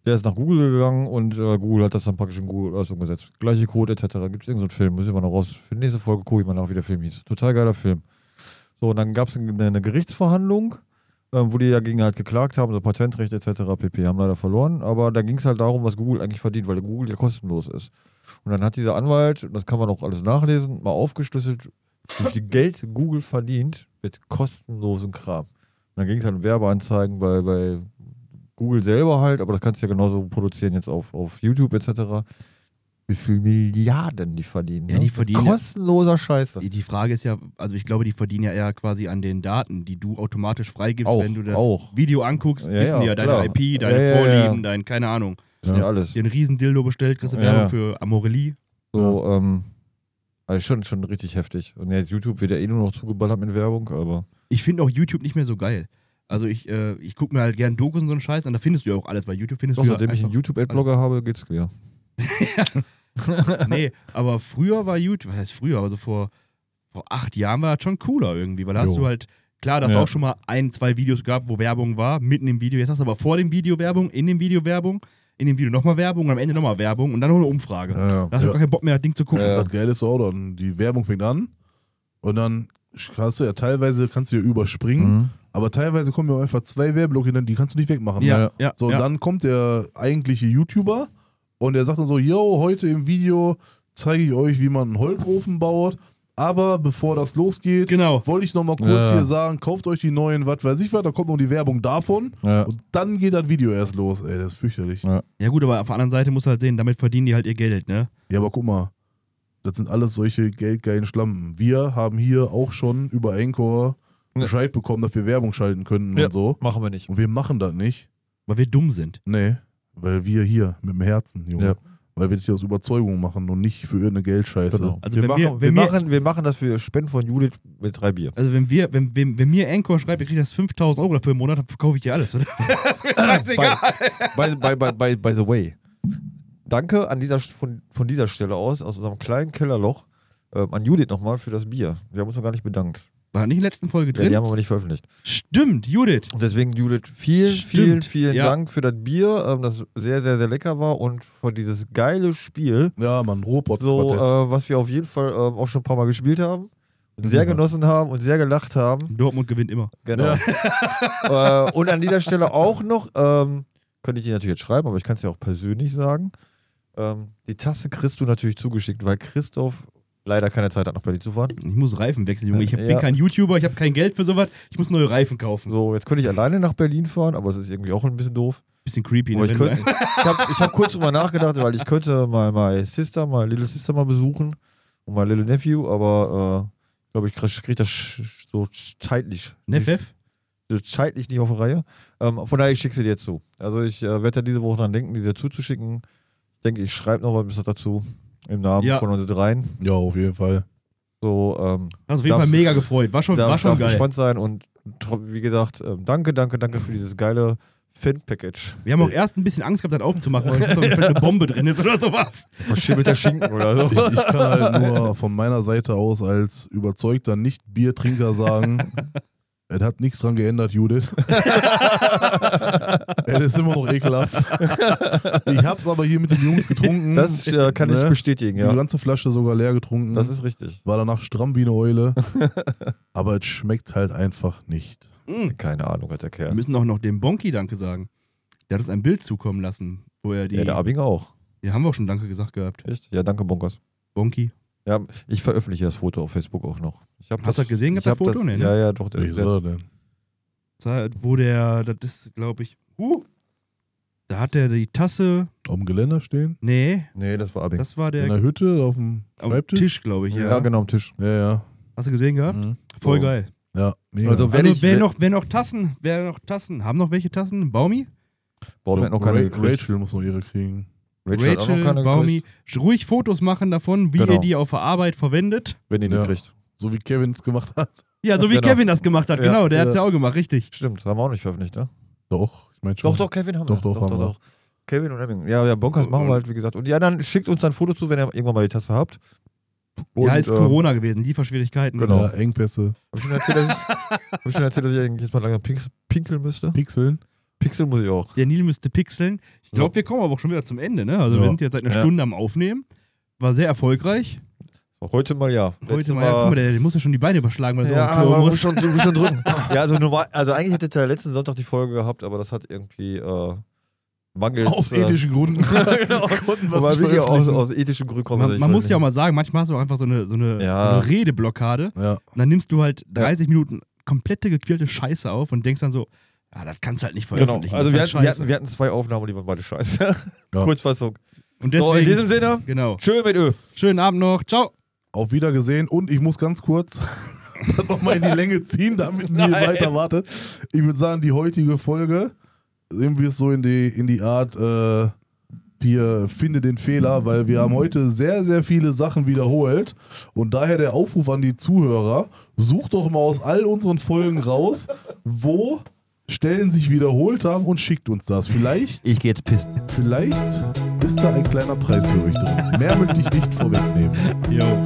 Speaker 2: der ist nach Google gegangen und äh, Google hat das dann praktisch in Google Earth umgesetzt. Gleiche Code etc. Gibt es irgendeinen Film, muss ich mal noch raus. Für die nächste Folge gucke ich mal nach, wie der Film hieß. Total geiler Film. So, und dann gab es eine, eine Gerichtsverhandlung, äh, wo die dagegen halt geklagt haben, so Patentrecht etc. pp. haben leider verloren, aber da ging es halt darum, was Google eigentlich verdient, weil Google ja kostenlos ist. Und dann hat dieser Anwalt, und das kann man auch alles nachlesen, mal aufgeschlüsselt, wie viel Geld Google verdient mit kostenlosem Kram. Und dann ging es halt um Werbeanzeigen bei, bei Google selber halt, aber das kannst du ja genauso produzieren jetzt auf, auf YouTube etc. Wie viel Milliarden die verdienen.
Speaker 3: Ja,
Speaker 2: ne?
Speaker 3: die
Speaker 2: Mit
Speaker 3: verdienen ja-
Speaker 2: Kostenloser Scheiße.
Speaker 3: Die- Die Frage ist ja, also ich glaube, die verdienen ja eher quasi an den Daten, die du automatisch freigibst,
Speaker 2: Auch,
Speaker 3: wenn du das
Speaker 2: auch.
Speaker 3: Video anguckst,
Speaker 2: Ja,
Speaker 3: wissen die
Speaker 2: ja,
Speaker 3: ja deine
Speaker 2: klar.
Speaker 3: IP, deine
Speaker 2: Ja, ja, ja.
Speaker 3: Vorlieben, dein, keine Ahnung.
Speaker 2: Ja,
Speaker 1: Ja.
Speaker 2: alles.
Speaker 3: Dir einen riesen Dildo bestellt, kriegst du
Speaker 2: Ja,
Speaker 3: Werbung
Speaker 2: ja.
Speaker 3: für Amorelli.
Speaker 2: So, ähm, also schon, schon richtig heftig. Und jetzt YouTube wird ja eh nur noch zugeballert mit Werbung, aber.
Speaker 3: Ich finde auch YouTube nicht mehr so geil. Also ich, äh, ich gucke mir halt gern Dokus und so einen Scheiß an, da findest du ja auch alles, weil YouTube findest
Speaker 2: Doch,
Speaker 3: du ja
Speaker 2: seitdem ich einen
Speaker 3: einfach-
Speaker 2: YouTube-Adblogger habe, geht's wieder.
Speaker 3: Nee, aber früher war YouTube, was heißt früher, aber so vor, vor acht Jahren war das schon cooler irgendwie, weil da hast
Speaker 1: Jo.
Speaker 3: du halt, klar, dass es
Speaker 2: Ja.
Speaker 3: auch schon mal ein, zwei Videos gab, wo Werbung war, mitten im Video. Jetzt hast du aber vor dem Video Werbung, in dem Video Werbung, in dem Video nochmal Werbung und am Ende nochmal Werbung und dann noch eine Umfrage.
Speaker 1: Ja,
Speaker 3: Da
Speaker 2: Also
Speaker 3: hast du
Speaker 1: ja.
Speaker 3: gar keinen Bock mehr, das Ding zu gucken.
Speaker 2: Ja.
Speaker 1: Das Geile ist auch dann, die Werbung fängt an und dann hast du ja teilweise, kannst du ja
Speaker 2: Mhm.
Speaker 1: überspringen, aber teilweise kommen ja einfach zwei Werbeblöcke, dann- die kannst du nicht wegmachen.
Speaker 3: Ja,
Speaker 1: ne?
Speaker 3: ja,
Speaker 1: so, und
Speaker 3: ja.
Speaker 1: dann kommt der eigentliche YouTuber und der sagt dann so, yo, heute im Video zeige ich euch, wie man einen Holzofen baut, aber bevor das losgeht,
Speaker 3: Genau.
Speaker 1: wollte ich nochmal kurz
Speaker 2: Ja.
Speaker 1: hier sagen, kauft euch die neuen, was weiß ich was, da kommt noch die Werbung davon
Speaker 2: Ja.
Speaker 1: und dann geht das Video erst los. Ey, das ist fürchterlich.
Speaker 2: Ja.
Speaker 3: Ja gut, aber auf der anderen Seite musst du halt sehen, damit verdienen die halt ihr Geld, ne?
Speaker 1: Ja, aber guck mal, das sind alles solche geldgeilen Schlampen. Wir haben hier auch schon über Anchor
Speaker 2: Ja.
Speaker 1: Bescheid bekommen, dass wir Werbung schalten könnten
Speaker 2: Ja.
Speaker 1: und so.
Speaker 2: Machen wir nicht.
Speaker 1: Und wir machen das nicht.
Speaker 3: Weil wir dumm sind.
Speaker 1: Nee, weil wir hier mit dem Herzen, Junge.
Speaker 2: Ja.
Speaker 1: Weil wir das hier aus Überzeugung machen und nicht für irgendeine Geldscheiße.
Speaker 2: Genau.
Speaker 3: Also
Speaker 2: wir,
Speaker 3: wenn
Speaker 2: machen,
Speaker 3: wir-
Speaker 2: wir,
Speaker 3: wenn wir-
Speaker 2: machen, wir machen das für Spenden von Judith mit drei Bier.
Speaker 3: Also wenn wir, wenn, wenn, wenn mir Anchor schreibt, ihr kriegt das 5000 Euro dafür im Monat, dann verkaufe ich dir alles, oder? das ist mir scheißegal.
Speaker 2: By, by, by, by, by the way, danke an dieser, von, von dieser Stelle aus, aus unserem kleinen Kellerloch, ähm, an Judith nochmal für das Bier. Wir haben uns noch gar nicht bedankt.
Speaker 3: War nicht in der letzten Folge
Speaker 2: Ja,
Speaker 3: drin?
Speaker 2: die haben wir nicht veröffentlicht.
Speaker 3: Stimmt, Judith.
Speaker 2: Und deswegen, Judith, vielen, vielen,
Speaker 3: Stimmt,
Speaker 2: vielen
Speaker 3: ja.
Speaker 2: Dank für das Bier, ähm, das sehr, sehr, sehr lecker war und für dieses geile Spiel,
Speaker 1: Ja, Mann, Robot.
Speaker 2: so, äh, was wir auf jeden Fall ähm, auch schon ein paar Mal gespielt haben und
Speaker 3: Genau.
Speaker 2: sehr
Speaker 1: Ja.
Speaker 2: genossen haben und sehr gelacht haben.
Speaker 3: Dortmund gewinnt immer.
Speaker 2: Genau. äh, und an dieser Stelle auch noch, ähm, könnte ich dir natürlich jetzt schreiben, aber ich kann es ja auch persönlich sagen. Ähm, die Tasse kriegst du natürlich zugeschickt, weil Christoph leider keine Zeit hat, nach Berlin zu fahren.
Speaker 3: Ich muss Reifen wechseln, Junge. Ich hab,
Speaker 2: Ja.
Speaker 3: bin kein YouTuber, ich habe kein Geld für sowas. Ich muss neue Reifen kaufen.
Speaker 2: So, jetzt könnte ich alleine nach Berlin fahren, aber es ist irgendwie auch ein bisschen doof.
Speaker 3: Bisschen creepy.
Speaker 2: Aber
Speaker 3: Ne?
Speaker 2: Oh, ich
Speaker 3: wenn du-
Speaker 2: könnte, ich habe ich hab kurz drüber nachgedacht, weil ich könnte mal meine Sister, meine Little Sister mal besuchen und mein Little Nephew, aber äh, glaube ich, kriege krieg das sch- sch- so zeitlich.
Speaker 3: ne,
Speaker 2: nicht-
Speaker 3: Feff?
Speaker 2: so zeitlich nicht auf die Reihe. Ähm, von daher, ich schicke sie dir jetzt zu. Also ich äh, werde da diese Woche dran denken, diese zuzuschicken. Ich denke, ich schreibe noch was dazu im Namen
Speaker 3: Ja.
Speaker 2: von uns dreien.
Speaker 1: ja, auf jeden Fall.
Speaker 2: So, ähm,
Speaker 3: Hast auf jeden
Speaker 2: Darf-
Speaker 3: Fall mega gefreut. War schon,
Speaker 2: darf,
Speaker 3: war schon
Speaker 2: darf
Speaker 3: geil.
Speaker 2: gespannt sein und tro- wie gesagt, ähm, danke, danke, danke für dieses geile Fan-Package.
Speaker 3: Wir haben auch erst ein bisschen Angst gehabt, das aufzumachen, weil so eine Bombe drin ist oder sowas.
Speaker 2: Verschimmelter Schinken oder
Speaker 1: Ich,
Speaker 2: so.
Speaker 1: ich kann halt nur von meiner Seite aus als überzeugter Nicht-Biertrinker sagen, es hat nichts dran geändert, Judith. es ist immer noch ekelhaft. Ich hab's aber hier mit den Jungs getrunken.
Speaker 2: Das äh, kann ich
Speaker 1: Ne?
Speaker 2: bestätigen,
Speaker 1: Die
Speaker 2: ja.
Speaker 1: ganze Flasche sogar leer getrunken.
Speaker 3: Hm.
Speaker 2: Das ist richtig.
Speaker 1: war danach stramm wie eine Eule. aber es schmeckt halt einfach nicht.
Speaker 3: Mhm.
Speaker 2: Keine Ahnung hat der
Speaker 3: Wir
Speaker 2: Kerl.
Speaker 3: müssen auch noch dem Bonki Danke sagen. Der hat uns ein Bild zukommen lassen, wo er die.
Speaker 2: Ja, der Abing auch.
Speaker 3: ja, haben wir auch schon Danke gesagt gehabt.
Speaker 2: Echt? Ja, danke, Bonkers.
Speaker 3: Bonki.
Speaker 2: Ja, ich veröffentliche das Foto auf Facebook auch noch. Ich hab
Speaker 3: Hast du das gesehen
Speaker 2: ich
Speaker 3: gehabt, das
Speaker 2: hab
Speaker 3: Foto? Nee, ne?
Speaker 2: Ja, ja, doch. Der,
Speaker 1: Wie
Speaker 2: der,
Speaker 1: soll er denn?
Speaker 3: Wo der, das ist, glaube ich. Huh, da hat er die Tasse.
Speaker 1: Auf dem Geländer stehen?
Speaker 3: Nee,
Speaker 2: nee, das war Abing.
Speaker 3: das war
Speaker 1: In
Speaker 3: der
Speaker 1: der Hütte? Auf dem
Speaker 3: am Tisch,
Speaker 1: Schreibtisch?
Speaker 3: glaube ich. Ja.
Speaker 2: ja, genau, Oh. am Tisch.
Speaker 1: Ja, ja.
Speaker 3: Hast du gesehen gehabt?
Speaker 1: Mhm.
Speaker 3: Voll
Speaker 2: So.
Speaker 3: geil.
Speaker 1: Ja, mega.
Speaker 2: Also,
Speaker 3: Wenn
Speaker 2: Wenn
Speaker 3: also,
Speaker 2: ich-
Speaker 3: wer,
Speaker 2: wenn-
Speaker 3: noch, wer noch Tassen, wer noch Tassen, haben noch welche Tassen? Baumi?
Speaker 2: Baumi hat noch keine
Speaker 1: Ra-
Speaker 2: gekriegt.
Speaker 1: Rachel muss noch ihre kriegen.
Speaker 2: Rachel, hat auch noch keine
Speaker 3: Baumi.
Speaker 2: gekriegt.
Speaker 3: Ruhig Fotos machen davon, wie
Speaker 2: Genau.
Speaker 3: ihr die auf der Arbeit verwendet.
Speaker 2: Wenn die
Speaker 1: Ja.
Speaker 2: nicht kriegt.
Speaker 1: So wie Kevin es gemacht hat.
Speaker 3: Ja, so wie
Speaker 2: Genau.
Speaker 3: Kevin das gemacht hat,
Speaker 2: Ja,
Speaker 3: genau, der
Speaker 1: ja.
Speaker 3: hat es ja auch gemacht, richtig.
Speaker 2: Stimmt, haben wir auch nicht veröffentlicht, ne?
Speaker 1: Doch, ich meine schon.
Speaker 2: Doch, doch, Kevin haben
Speaker 1: Doch,
Speaker 2: wir.
Speaker 1: doch, haben wir.
Speaker 2: Kevin und Ebbing. Ja, ja, Bonkers machen wir halt, wie gesagt. Und ja, dann schickt uns dann ein Foto zu, wenn ihr irgendwann mal die Tasse habt. Und,
Speaker 3: ja, ist
Speaker 2: ähm,
Speaker 3: Corona gewesen, Lieferschwierigkeiten.
Speaker 2: genau.
Speaker 1: Ja, Engpässe.
Speaker 2: Hab ich schon erzählt, dass ich, hab ich, schon erzählt, dass ich eigentlich jetzt mal langsam pinks- pinkeln müsste?
Speaker 1: Pixeln.
Speaker 2: Pixeln muss ich auch.
Speaker 3: Der Nil müsste pixeln. Ich glaube,
Speaker 2: Ja.
Speaker 3: wir kommen aber auch schon wieder zum Ende, ne? Also
Speaker 1: Ja.
Speaker 3: wir sind jetzt seit einer
Speaker 2: Ja.
Speaker 3: Stunde am Aufnehmen. War sehr erfolgreich.
Speaker 2: Heute mal ja. Letztes
Speaker 3: Heute mal, ja, guck mal, der, der muss ja schon die Beine überschlagen, weil er so auf
Speaker 2: ja,
Speaker 3: den Klo
Speaker 2: man muss
Speaker 3: muss.
Speaker 2: schon, muss schon drücken. ja, also, normal, also eigentlich hätte der letzten Sonntag die Folge gehabt, aber das hat irgendwie äh, mangels.
Speaker 1: Aus ethischen Gründen.
Speaker 2: äh, genau.
Speaker 1: Gründen,
Speaker 2: Aber
Speaker 1: was
Speaker 2: wirklich
Speaker 1: wir
Speaker 2: aus, aus ethischen Gründen kommen
Speaker 3: Man, man muss ja auch mal sagen, manchmal hast du auch einfach so eine, so eine,
Speaker 2: Ja.
Speaker 3: so eine Redeblockade.
Speaker 1: Ja,
Speaker 3: Und dann nimmst du halt 30 Minuten komplette gequälte Scheiße auf und denkst dann so, ja, das kannst du halt nicht
Speaker 2: Genau.
Speaker 3: veröffentlichen.
Speaker 2: Also, wir
Speaker 3: das ist
Speaker 2: hatten, wir,
Speaker 3: halt scheiße.
Speaker 2: hatten, wir hatten zwei Aufnahmen, die waren beide scheiße. Kurzfassung.
Speaker 3: und deswegen,
Speaker 2: So, in diesem Sinne,
Speaker 3: genau.
Speaker 2: tschö mit Ö.
Speaker 3: Schönen Abend noch. Ciao.
Speaker 1: auf Wiedergesehen und ich muss ganz kurz nochmal in die Länge ziehen, damit Neil
Speaker 2: Nein.
Speaker 1: weiter wartet. Ich würde sagen, die heutige Folge irgendwie ist so in die, in die Art, äh, hier finde den Fehler, weil wir haben heute sehr, sehr viele Sachen wiederholt und daher der Aufruf an die Zuhörer, sucht doch mal aus all unseren Folgen raus, wo Stellen sich wiederholt haben und schickt uns das. Vielleicht
Speaker 2: Ich gehe jetzt pissen.
Speaker 1: Vielleicht ist da ein kleiner Preis für euch drin. Mehr möchte ich nicht vorwegnehmen.
Speaker 3: Yo.